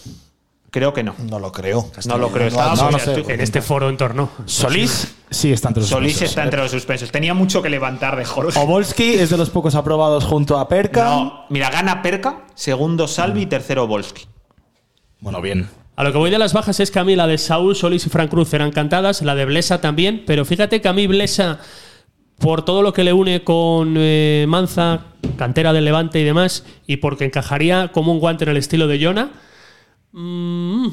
Speaker 4: Creo que no.
Speaker 1: No lo creo.
Speaker 4: No lo creo.
Speaker 1: No,
Speaker 4: Estaba
Speaker 3: no, no
Speaker 4: o sea,
Speaker 3: sé.
Speaker 4: estoy-
Speaker 2: En este foro en torno.
Speaker 3: Solís sí está entre los
Speaker 4: Solís
Speaker 3: suspensos.
Speaker 4: está entre los suspensos. Tenía mucho que levantar de Jorge.
Speaker 3: Obolski es de los pocos aprobados junto a Perca.
Speaker 4: No, mira, gana Perca, segundo Salvi y tercero Volsky.
Speaker 3: Bueno, bien.
Speaker 2: A lo que voy de las bajas es que a mí la de Saúl, Solís y Fran Cruz eran cantadas, la de Blesa también, pero fíjate que a mí Blesa, por todo lo que le une con eh, Manza, cantera del Levante y demás, y porque encajaría como un guante en el estilo de Jona, mm,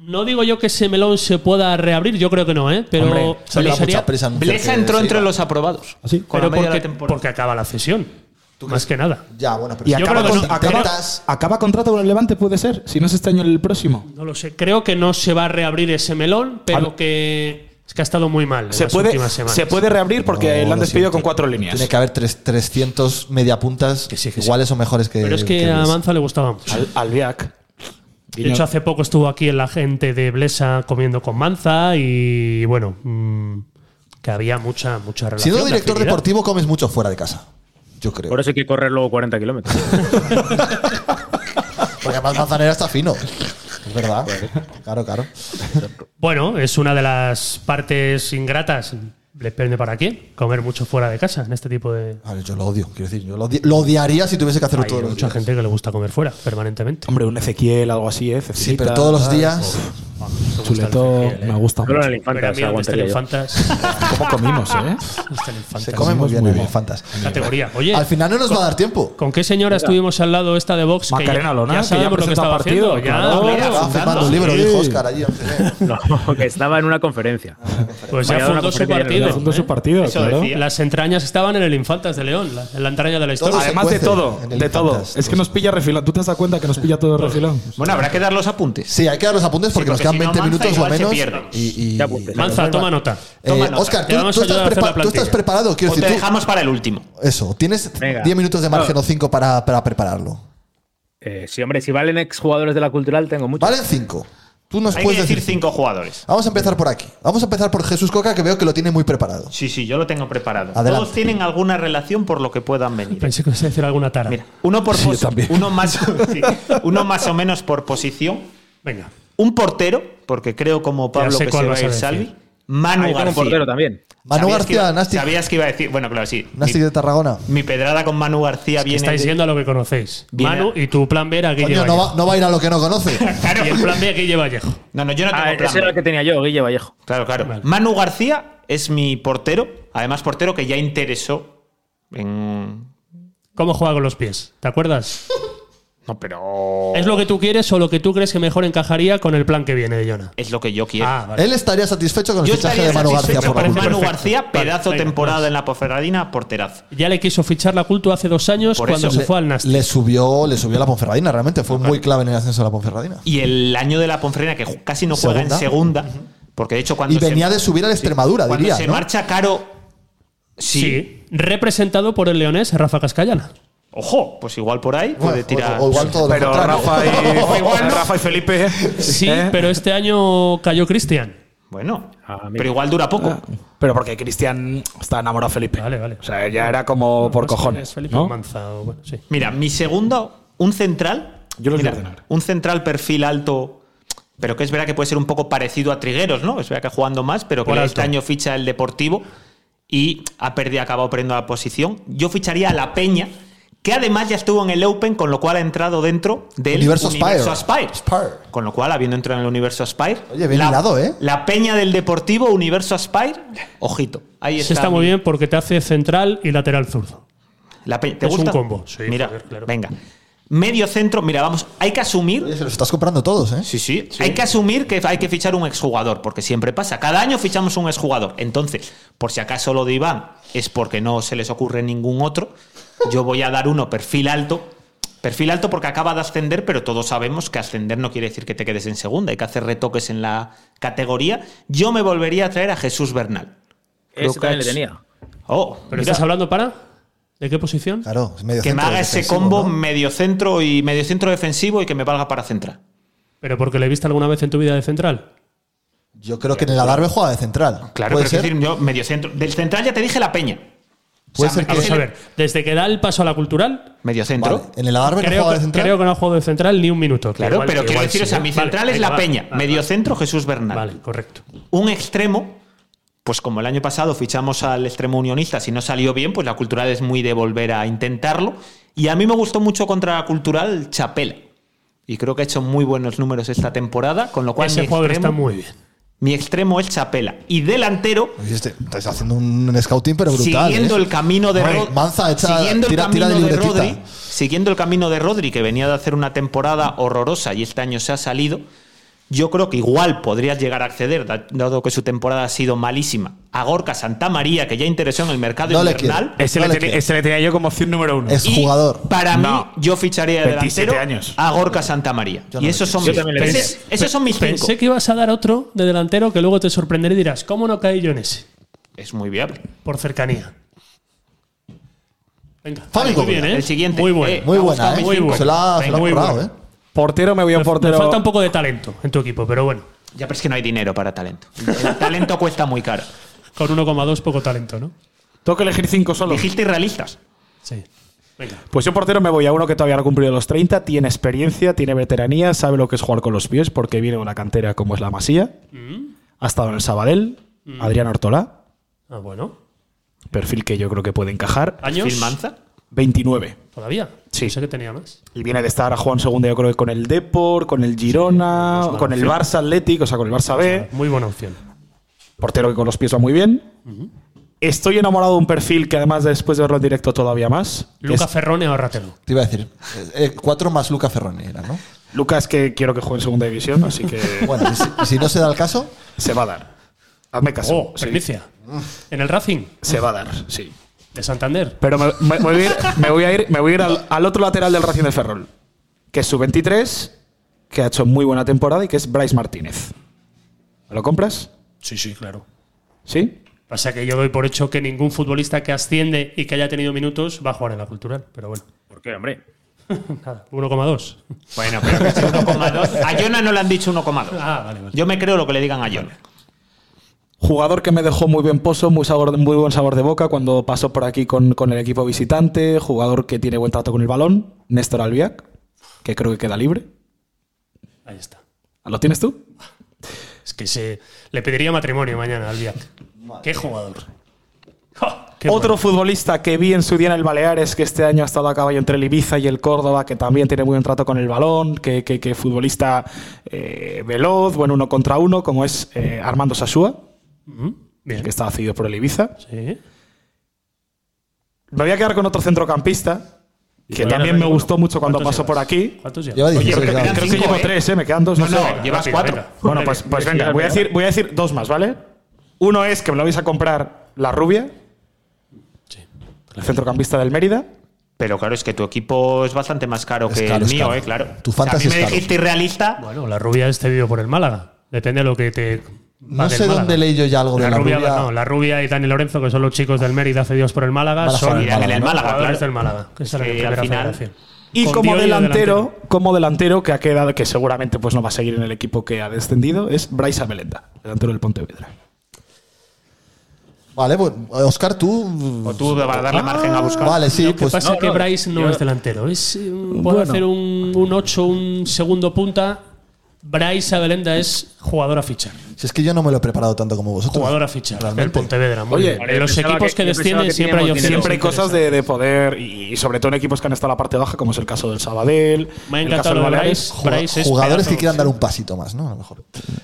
Speaker 2: no digo yo que ese melón se pueda reabrir, yo creo que no, ¿eh? pero
Speaker 3: Hombre,
Speaker 2: se le
Speaker 1: Había
Speaker 2: sería-
Speaker 1: mucha prisa anunciar
Speaker 4: Blesa
Speaker 1: que
Speaker 4: entró
Speaker 1: se
Speaker 4: entre
Speaker 1: iba.
Speaker 4: los aprobados.
Speaker 3: ¿Ah, sí?
Speaker 4: Con
Speaker 2: pero
Speaker 4: la media de la
Speaker 2: porque,
Speaker 4: temporada.
Speaker 2: porque acaba la cesión, más que nada.
Speaker 1: Ya, bueno, pero
Speaker 3: Y
Speaker 1: si
Speaker 3: acaba,
Speaker 2: creo que
Speaker 3: con-
Speaker 2: no.
Speaker 3: acaba-
Speaker 1: Intentas-
Speaker 3: acaba contrato con el Levante, puede ser. Si no es este año, el próximo.
Speaker 2: No lo sé, creo que no se va a reabrir ese melón, pero
Speaker 3: Al-
Speaker 2: que es que ha estado muy mal en
Speaker 3: Se
Speaker 2: las
Speaker 3: puede,
Speaker 2: últimas semanas.
Speaker 3: se puede reabrir porque
Speaker 1: No,
Speaker 3: le han
Speaker 1: lo
Speaker 3: despedido
Speaker 1: siento.
Speaker 3: con cuatro líneas.
Speaker 1: Tiene que haber tres- 300 mediapuntas
Speaker 2: Que sí, que sí.
Speaker 1: iguales o mejores que.
Speaker 2: Pero es que a
Speaker 1: Luis.
Speaker 2: Manza le gustaba mucho.
Speaker 3: Al, Albiac.
Speaker 2: De hecho, hace poco estuvo aquí en la gente de Blesa comiendo con Manza y bueno, mm, que había mucha, mucha relación.
Speaker 1: Siendo
Speaker 2: de
Speaker 1: director
Speaker 2: afinidad.
Speaker 1: deportivo, comes mucho fuera de casa. Yo creo.
Speaker 5: Por eso hay que correr luego 40 kilómetros.
Speaker 1: Porque además Manzanera está fino. Es verdad. Claro, claro.
Speaker 2: Bueno, es una de las partes ingratas. Depende para quién. Comer mucho fuera de casa en este tipo de.
Speaker 1: A ver, yo lo odio. Quiero decir, yo lo, odi- lo odiaría si tuviese que hacerlo
Speaker 2: Hay
Speaker 1: todos los
Speaker 2: mucha
Speaker 1: días.
Speaker 2: gente que le gusta comer fuera permanentemente.
Speaker 3: Hombre, un Ezequiel, algo así, ¿eh?
Speaker 1: Sí,
Speaker 3: Cecilita,
Speaker 1: pero todos los
Speaker 3: ¿sabes?
Speaker 1: días.
Speaker 3: Chuletó, me gusta
Speaker 5: Solo
Speaker 3: mucho.
Speaker 5: en el
Speaker 2: Pero a
Speaker 5: Infanta
Speaker 2: mí
Speaker 5: se
Speaker 2: donde esté el
Speaker 5: aguantaría yo.
Speaker 2: Infantas.
Speaker 3: ¿eh? ¿Cómo comimos, eh?
Speaker 2: está el Infantas.
Speaker 1: Se come muy bien en infantas.
Speaker 2: Categoría. Oye,
Speaker 1: Al final no nos va a dar tiempo.
Speaker 2: ¿con qué señora estuvimos al lado esta de Vox? que
Speaker 3: Macarena
Speaker 2: ya,
Speaker 3: Olona,
Speaker 2: ya
Speaker 3: que ya
Speaker 2: sabemos lo que
Speaker 3: presentó
Speaker 2: estaba
Speaker 3: partido,
Speaker 2: haciendo. Ya,
Speaker 3: claro.
Speaker 2: claro.
Speaker 1: Estaba firmando un libro, dijo Oscar allí. al final.
Speaker 5: No, que estaba en una conferencia.
Speaker 2: Pues ya
Speaker 5: Había dado una
Speaker 2: fundó su
Speaker 5: conferencia
Speaker 2: partido.
Speaker 5: general.
Speaker 3: Segundo
Speaker 2: ¿eh?
Speaker 3: su partido,
Speaker 4: Eso
Speaker 3: claro.
Speaker 4: decía.
Speaker 2: Las entrañas estaban en el Infantas de León, la, en la entraña de la historia.
Speaker 1: Todo se
Speaker 3: Además de
Speaker 1: cuece
Speaker 3: todo,
Speaker 1: en el
Speaker 3: de todo.
Speaker 1: Infantas.
Speaker 3: Es que nos pilla refilón. ¿Tú te has dado cuenta que nos pilla todo refilón?
Speaker 4: Bueno, habrá que dar los apuntes.
Speaker 1: Sí, hay que dar los apuntes porque,
Speaker 4: Sí,
Speaker 1: nos queda
Speaker 4: porque
Speaker 1: quedan
Speaker 4: si no
Speaker 1: 20
Speaker 4: avanza,
Speaker 1: minutos o
Speaker 4: igual se
Speaker 1: menos.
Speaker 4: pierde.
Speaker 1: Y, y-
Speaker 2: Manza, pues, toma nota.
Speaker 1: Eh, Oscar, tú, tú estás prepa- tú estás preparado. Quiero
Speaker 4: o
Speaker 1: decir,
Speaker 4: Pues te
Speaker 1: tú-
Speaker 4: dejamos para el último.
Speaker 1: Eso, tienes
Speaker 5: Venga.
Speaker 1: 10 minutos de margen o 5 para, para prepararlo.
Speaker 5: Eh, sí, hombre, si valen exjugadores de la cultural, tengo muchos.
Speaker 1: Valen cinco. Tú nos
Speaker 4: Hay que
Speaker 1: puedes
Speaker 4: decir
Speaker 1: decir-
Speaker 4: cinco jugadores.
Speaker 1: Vamos a empezar por aquí. Vamos a empezar por Jesús Coca, que veo que lo tiene muy preparado.
Speaker 4: Sí, sí, yo lo tengo preparado.
Speaker 1: Adelante.
Speaker 4: Todos tienen alguna relación por lo que puedan venir.
Speaker 2: Pensé que ibas a decir alguna tara.
Speaker 4: Uno por posi- uno más, sí, uno más o menos por posición.
Speaker 2: Venga.
Speaker 4: Un portero, porque creo como Pablo
Speaker 2: sé
Speaker 4: que
Speaker 2: cuál
Speaker 4: se va
Speaker 2: vas
Speaker 4: a
Speaker 2: a
Speaker 4: ir
Speaker 2: decir.
Speaker 4: Salvi. Manu
Speaker 5: Ah, yo tengo
Speaker 4: García.
Speaker 5: un portero también.
Speaker 1: Manu
Speaker 4: ¿Sabías que
Speaker 1: García,
Speaker 4: iba-
Speaker 1: Nastic.
Speaker 4: Sabías que iba a decir. Bueno, claro, sí.
Speaker 1: Nastic
Speaker 4: Mi,
Speaker 1: de Tarragona.
Speaker 4: mi pedrada con Manu García
Speaker 2: Que
Speaker 4: viene.
Speaker 2: estáis
Speaker 4: de-
Speaker 2: yendo a lo que conocéis.
Speaker 4: Viene-
Speaker 2: Manu, y tu plan B era Guille
Speaker 1: Coño, no
Speaker 2: Vallejo.
Speaker 1: va, no va a ir a lo que no conoce.
Speaker 2: Y el plan B, Guille Vallejo.
Speaker 4: No, no, yo no tengo
Speaker 5: Ah,
Speaker 4: plan
Speaker 5: ese
Speaker 4: B.
Speaker 5: era el que tenía yo, Guille Vallejo.
Speaker 4: Claro, claro. Manu García es mi portero. Además, portero que ya interesó en.
Speaker 2: ¿Cómo juega con los pies? ¿Te acuerdas?
Speaker 4: No, pero.
Speaker 2: ¿Es lo que tú quieres o lo que tú crees que mejor encajaría con el plan que viene de Jonah?
Speaker 4: Es lo que yo quiero.
Speaker 2: Ah, vale.
Speaker 1: Él estaría satisfecho con el
Speaker 4: Yo
Speaker 1: fichaje
Speaker 4: estaría
Speaker 1: de Manu García
Speaker 4: satisfecho
Speaker 1: por la
Speaker 4: con
Speaker 1: culpa.
Speaker 4: Manu
Speaker 2: Perfecto.
Speaker 4: García,
Speaker 2: Vale,
Speaker 4: pedazo
Speaker 2: venga,
Speaker 4: temporada
Speaker 2: pues.
Speaker 4: en la Poferradina, porterazo.
Speaker 2: Ya le quiso fichar la culto hace dos años
Speaker 4: Por
Speaker 2: cuando
Speaker 4: eso.
Speaker 2: se fue al Nasty.
Speaker 1: Le subió, le subió a la Ponferradina, realmente. Fue muy clave en el ascenso a la Ponferradina.
Speaker 4: Y el año de la Ponferradina, que ju- casi no juega en
Speaker 1: Segunda.
Speaker 4: segunda, porque de hecho cuando
Speaker 1: Y venía
Speaker 4: se,
Speaker 1: de subir a la Extremadura,
Speaker 4: cuando
Speaker 1: diría.
Speaker 4: se
Speaker 1: ¿no?
Speaker 4: marcha Caro, sí.
Speaker 2: Sí. Representado por el leonés Rafa Cascallana.
Speaker 4: Ojo, pues igual por ahí puede
Speaker 1: Bueno,
Speaker 4: tirar.
Speaker 1: o- o igual todo lo
Speaker 6: Pero
Speaker 1: contrario.
Speaker 6: Rafa y, Rafa y Felipe.
Speaker 2: Sí,
Speaker 6: ¿eh?
Speaker 2: pero este año cayó Cristian.
Speaker 4: Bueno,
Speaker 5: Ah, mira.
Speaker 4: pero igual dura poco.
Speaker 6: Pero porque Cristian está enamorado de Felipe.
Speaker 2: Vale, vale.
Speaker 6: O sea, ya era como por
Speaker 2: No sé quién
Speaker 6: cojones.
Speaker 2: es, Felipe
Speaker 6: ¿no?
Speaker 2: Manza o- bueno, sí.
Speaker 4: Mira, mi segundo, un central.
Speaker 6: Yo los voy
Speaker 4: mira,
Speaker 6: a ordenar.
Speaker 4: Un central perfil alto, pero que es verdad que puede ser un poco parecido a Trigueros, ¿no? Es verdad que jugando más, pero que
Speaker 2: Por
Speaker 4: este
Speaker 2: alto.
Speaker 4: año ficha el Deportivo y ha perdido, ha acabado perdiendo la posición. Yo ficharía a La Peña, que además ya estuvo en el Open, con lo cual ha entrado dentro del
Speaker 1: Universo Aspire.
Speaker 4: Aspire.
Speaker 1: Aspire.
Speaker 4: Con lo cual, habiendo entrado en el Universo Aspire.
Speaker 1: Oye, bien
Speaker 4: la,
Speaker 1: hilado, ¿eh?
Speaker 4: La Peña del Deportivo, Universo Aspire. Ojito. Ahí
Speaker 2: Ese
Speaker 4: está.
Speaker 2: está muy
Speaker 4: mi-
Speaker 2: bien porque te hace central y lateral zurdo.
Speaker 4: La Peña. ¿Te
Speaker 2: Es un
Speaker 4: gusta?
Speaker 2: combo, sí,
Speaker 4: Mira,
Speaker 2: joder, claro.
Speaker 4: venga. Medio centro, mira, vamos, hay que asumir
Speaker 1: Oye, se los estás comprando todos, ¿eh?
Speaker 4: Sí, sí, Hay que asumir que hay que fichar un exjugador, porque siempre pasa. Cada año fichamos un exjugador. Entonces, por si acaso lo de Iván es porque no se les ocurre ningún otro, yo voy a dar uno perfil alto. Perfil alto porque acaba de ascender, pero todos sabemos que ascender no quiere decir que te quedes en segunda. Hay que hacer retoques en la categoría. Yo me volvería a traer a Jesús Bernal. Creo
Speaker 5: Ese
Speaker 4: que
Speaker 5: también
Speaker 4: es-
Speaker 5: le tenía.
Speaker 4: Oh,
Speaker 2: ¿Pero
Speaker 4: mira,
Speaker 2: estás hablando para? ¿De qué posición?
Speaker 1: Claro, es medio
Speaker 4: que me
Speaker 1: centro
Speaker 4: haga ese
Speaker 1: defensivo,
Speaker 4: combo
Speaker 1: ¿no?
Speaker 4: medio centro y medio centro defensivo y que me valga para centrar.
Speaker 2: ¿Pero porque le viste alguna vez en tu vida de central?
Speaker 1: Yo creo que en el Alarbe juega de central.
Speaker 4: Claro,
Speaker 1: ¿Puede
Speaker 4: pero
Speaker 1: ser?
Speaker 4: quiero decir, yo medio centro. Del central ya te dije la peña.
Speaker 1: Puede
Speaker 4: O sea,
Speaker 1: ser que-
Speaker 2: Vamos a ver, desde que da el paso a la cultural,
Speaker 4: Medio centro.
Speaker 1: Vale, eh, En el Alarbe no
Speaker 2: creo
Speaker 1: juega de
Speaker 2: que,
Speaker 1: central.
Speaker 2: creo que no ha jugado de central ni un minuto.
Speaker 4: Claro,
Speaker 2: Igual-
Speaker 4: pero quiero
Speaker 2: igual
Speaker 4: decir,
Speaker 2: sí,
Speaker 4: o sea,
Speaker 2: ¿eh?
Speaker 4: mi
Speaker 2: Vale,
Speaker 4: central es
Speaker 2: venga,
Speaker 4: la
Speaker 2: vale,
Speaker 4: peña.
Speaker 2: vale,
Speaker 4: medio
Speaker 2: vale.
Speaker 4: centro, Jesús Bernal.
Speaker 2: Vale, correcto.
Speaker 4: Un extremo, pues como el año pasado fichamos al extremo unionista, si no salió bien, pues la cultural es muy de volver a intentarlo. Y a mí me gustó mucho contra la cultural Chapela. Y creo que ha hecho muy buenos números esta temporada, con lo cual
Speaker 2: Ese
Speaker 4: mi
Speaker 2: jugador
Speaker 4: extremo,
Speaker 2: está muy bien.
Speaker 4: mi extremo es Chapela. Y delantero,
Speaker 1: Oye, este- Estáis haciendo un scouting, pero brutal.
Speaker 4: siguiendo
Speaker 1: ¿eh?
Speaker 4: el camino de
Speaker 1: Hombre,
Speaker 4: Rodri.
Speaker 1: Manza, echa-
Speaker 4: siguiendo
Speaker 1: tira-
Speaker 4: el
Speaker 1: tira
Speaker 4: camino
Speaker 1: de
Speaker 4: de
Speaker 1: libretita.
Speaker 4: Rodri. Siguiendo el camino de Rodri, que venía de hacer una temporada horrorosa y este año se ha salido. Yo creo que igual podrías llegar a acceder, da- dado que su temporada ha sido malísima. A Gorka Santamaría, que ya interesó en el mercado
Speaker 1: No le
Speaker 4: invernal.
Speaker 1: quiero.
Speaker 6: Ese,
Speaker 1: No
Speaker 6: le
Speaker 1: le
Speaker 6: tenía,
Speaker 1: quiero.
Speaker 6: ese le tenía yo como opción número uno.
Speaker 1: Es
Speaker 4: Y
Speaker 1: jugador.
Speaker 4: Para
Speaker 6: No.
Speaker 4: mí, yo ficharía de
Speaker 6: 27
Speaker 4: delantero
Speaker 6: años.
Speaker 4: a Gorka Santamaría.
Speaker 1: Yo no
Speaker 4: Y
Speaker 1: le
Speaker 4: esos
Speaker 1: quiero.
Speaker 4: son,
Speaker 5: Yo
Speaker 4: mis,
Speaker 5: también le
Speaker 4: ese-
Speaker 5: quiero.
Speaker 4: esos son mis cinco.
Speaker 2: Pensé que ibas a dar otro de delantero que luego te sorprenderé y dirás, ¿cómo no caí yo en ese?
Speaker 4: Es muy viable.
Speaker 2: Por cercanía. Venga,
Speaker 1: Fabi
Speaker 2: muy
Speaker 1: Govina,
Speaker 2: bien, ¿eh?
Speaker 4: el siguiente.
Speaker 2: Muy bueno.
Speaker 4: Eh,
Speaker 1: Muy
Speaker 4: Me ha
Speaker 1: buena,
Speaker 4: gustado
Speaker 1: ¿eh?
Speaker 4: mi
Speaker 2: cinco.
Speaker 1: Se la, se
Speaker 2: Venga,
Speaker 1: la ha
Speaker 2: muy
Speaker 1: currado,
Speaker 2: buena.
Speaker 1: ¿eh?
Speaker 6: Portero me voy a un
Speaker 2: Te- te
Speaker 6: portero.
Speaker 2: falta un poco de talento en tu equipo, pero bueno,
Speaker 4: Ya, pero es que no hay dinero para talento. El talento cuesta muy caro.
Speaker 2: con 1,2 poco talento, ¿no?
Speaker 6: Tengo que elegir cinco solo.
Speaker 4: Dijiste realistas.
Speaker 2: Sí. Venga.
Speaker 6: Pues yo portero me voy a uno que todavía no ha cumplido los 30, tiene experiencia, tiene veteranía, sabe lo que es jugar con los pies porque viene de una cantera como es la Masía.
Speaker 2: Mm.
Speaker 6: Ha estado en el Sabadell, Adrián Ortolá,
Speaker 2: Ah, bueno.
Speaker 6: perfil que yo creo que puede encajar.
Speaker 2: ¿Años?
Speaker 4: Phil Manza.
Speaker 6: 29.
Speaker 2: ¿Todavía?
Speaker 6: Sí.
Speaker 2: Pensé que tenía más.
Speaker 6: Y viene de estar a Juan Segunda, yo creo que con el Depor, con el Girona,
Speaker 2: buena
Speaker 6: con el
Speaker 2: opción.
Speaker 6: Barça Atlético, o sea, con el Barça B.
Speaker 2: Muy buena opción.
Speaker 6: Portero que con los pies va muy bien. Estoy enamorado de un perfil que además después de verlo en directo todavía más.
Speaker 2: Luca
Speaker 6: Es-
Speaker 2: Ferrone, ahorratelo.
Speaker 1: Te iba a decir. eh, cuatro más Luca Ferroni era, ¿no?
Speaker 6: Lucas que quiero que juegue en segunda división, así que
Speaker 1: Bueno, y si, y si no se da el caso,
Speaker 6: se va a dar. Hazme caso.
Speaker 2: Oh,
Speaker 6: sí.
Speaker 2: primicia. En el Racing
Speaker 6: Se va a dar, sí.
Speaker 2: de Santander.
Speaker 6: Pero me, me- me voy, a ir, me voy a ir, me voy a ir al, al otro lateral del Racing de Ferrol, que es su 23, que ha hecho muy buena temporada y que es Bryce Martínez.
Speaker 3: ¿Me lo compras?
Speaker 2: Sí, sí, claro.
Speaker 3: ¿Sí?
Speaker 2: Pasa que yo doy por hecho que ningún futbolista que asciende y que haya tenido minutos va a jugar en la cultural, pero bueno.
Speaker 5: ¿Por qué, hombre?
Speaker 2: Nada, 1,2.
Speaker 4: Bueno, pero que sea 1,2. A Jonah no le han dicho 1,2.
Speaker 2: Ah, vale, vale.
Speaker 4: Yo me creo lo que le digan a Jonah.
Speaker 3: Jugador que me dejó muy buen pozo, muy, sabor, muy buen sabor de boca cuando pasó por aquí con, con el equipo visitante. Jugador que tiene buen trato con el balón. Néstor Albiac, que creo que queda libre.
Speaker 2: Ahí está.
Speaker 3: ¿Lo tienes tú?
Speaker 2: Es que se le pediría matrimonio mañana al Biak. Qué jugador. ¡Ja! Qué
Speaker 3: Otro futbolista que vi en su día en el Baleares, que este año ha estado a caballo entre el Ibiza y el Córdoba, que también tiene buen trato con el balón, que, que- que futbolista eh, veloz, bueno, uno contra uno, como es eh, Armando Sasúa,
Speaker 2: bueno. Mm, Bien.
Speaker 3: que está cedido por el Ibiza.
Speaker 2: Sí.
Speaker 3: Me voy a quedar con otro centrocampista, que
Speaker 2: todavía
Speaker 3: también
Speaker 2: no
Speaker 3: me
Speaker 2: hay
Speaker 3: gustó
Speaker 2: ninguno.
Speaker 3: mucho cuando
Speaker 2: ¿Cuántos
Speaker 3: pasó por
Speaker 2: llevas?
Speaker 3: aquí.
Speaker 2: ¿Cuántos llevas?
Speaker 1: Lleva
Speaker 2: Oye,
Speaker 1: 16
Speaker 4: creo que
Speaker 1: grados.
Speaker 4: quedan
Speaker 3: Creo que
Speaker 4: Cinco,
Speaker 3: llevo
Speaker 4: ¿eh?
Speaker 3: tres, ¿eh? Me quedan dos.
Speaker 4: No,
Speaker 3: sé.
Speaker 4: no, llevas
Speaker 2: rápido,
Speaker 4: cuatro.
Speaker 2: venga.
Speaker 3: Bueno, pues, pues
Speaker 2: Decida,
Speaker 3: venga, voy a,
Speaker 2: venga.
Speaker 3: decir, voy a decir dos más, ¿vale? Uno es que me lo vais a comprar la rubia, el centrocampista del Mérida.
Speaker 4: Pero claro, es que tu equipo es bastante más caro
Speaker 1: Es
Speaker 4: que
Speaker 1: caro,
Speaker 4: el
Speaker 1: es
Speaker 4: mío,
Speaker 1: caro.
Speaker 4: ¿eh? Claro.
Speaker 1: Tu
Speaker 4: O sea,
Speaker 1: fantasy
Speaker 4: a mí
Speaker 1: es
Speaker 4: me
Speaker 1: caro.
Speaker 4: dijiste irrealista.
Speaker 2: Bueno, la rubia este vivió por el Málaga. Depende de lo que te. va
Speaker 1: No
Speaker 2: del
Speaker 1: sé
Speaker 2: Málaga.
Speaker 1: dónde leí yo ya algo de la rubia.
Speaker 2: No, la rubia y Dani Lorenzo, que son los chicos del Mérida cedidos por el Málaga,
Speaker 1: Van a
Speaker 2: son
Speaker 1: jugar en el
Speaker 4: Málaga, ¿no?
Speaker 2: jugadores
Speaker 4: Claro.
Speaker 2: del Málaga. Que están en
Speaker 4: Sí, al
Speaker 2: primera
Speaker 4: final.
Speaker 2: federación.
Speaker 3: Y
Speaker 2: Con
Speaker 3: como
Speaker 2: Diodio
Speaker 3: delantero, como delantero que ha quedado, que seguramente pues no va a seguir en el equipo que ha descendido, es Bryce Amelenda, delantero del Pontevedra.
Speaker 1: Vale, pues Oscar, tú.
Speaker 4: O tú para darle margen a buscar.
Speaker 1: Ah, Vale, sí,
Speaker 2: Lo que
Speaker 1: pues.
Speaker 2: pasa
Speaker 5: No,
Speaker 2: que
Speaker 5: no,
Speaker 2: Bryce no
Speaker 5: yo-
Speaker 2: es delantero. Es, eh, puede hacer un, un 8, un segundo punta. Bryce Abelenda es jugador a fichar.
Speaker 1: Si es que yo no me lo he preparado tanto como vosotros.
Speaker 2: Jugador a fichar.
Speaker 1: Realmente.
Speaker 2: El Pontevedra. Muy
Speaker 3: Oye,
Speaker 2: bien.
Speaker 5: vale,
Speaker 2: En los
Speaker 5: pensaba
Speaker 2: equipos que,
Speaker 5: que- yo pensaba
Speaker 2: descienden
Speaker 5: que
Speaker 2: siempre hay opciones.
Speaker 5: teníamos
Speaker 3: Siempre
Speaker 5: dinero.
Speaker 3: hay cosas de, de poder y, y sobre todo en equipos que han estado en la parte baja, como es el caso del Sabadell,
Speaker 2: Me ha
Speaker 3: el caso
Speaker 2: encantado
Speaker 3: del
Speaker 2: lo de
Speaker 3: Baleares.
Speaker 2: Bryce. Bryce es
Speaker 1: Jugadores
Speaker 2: pedazo
Speaker 1: que
Speaker 2: de
Speaker 1: quieran dar un pasito más, ¿no? A lo mejor.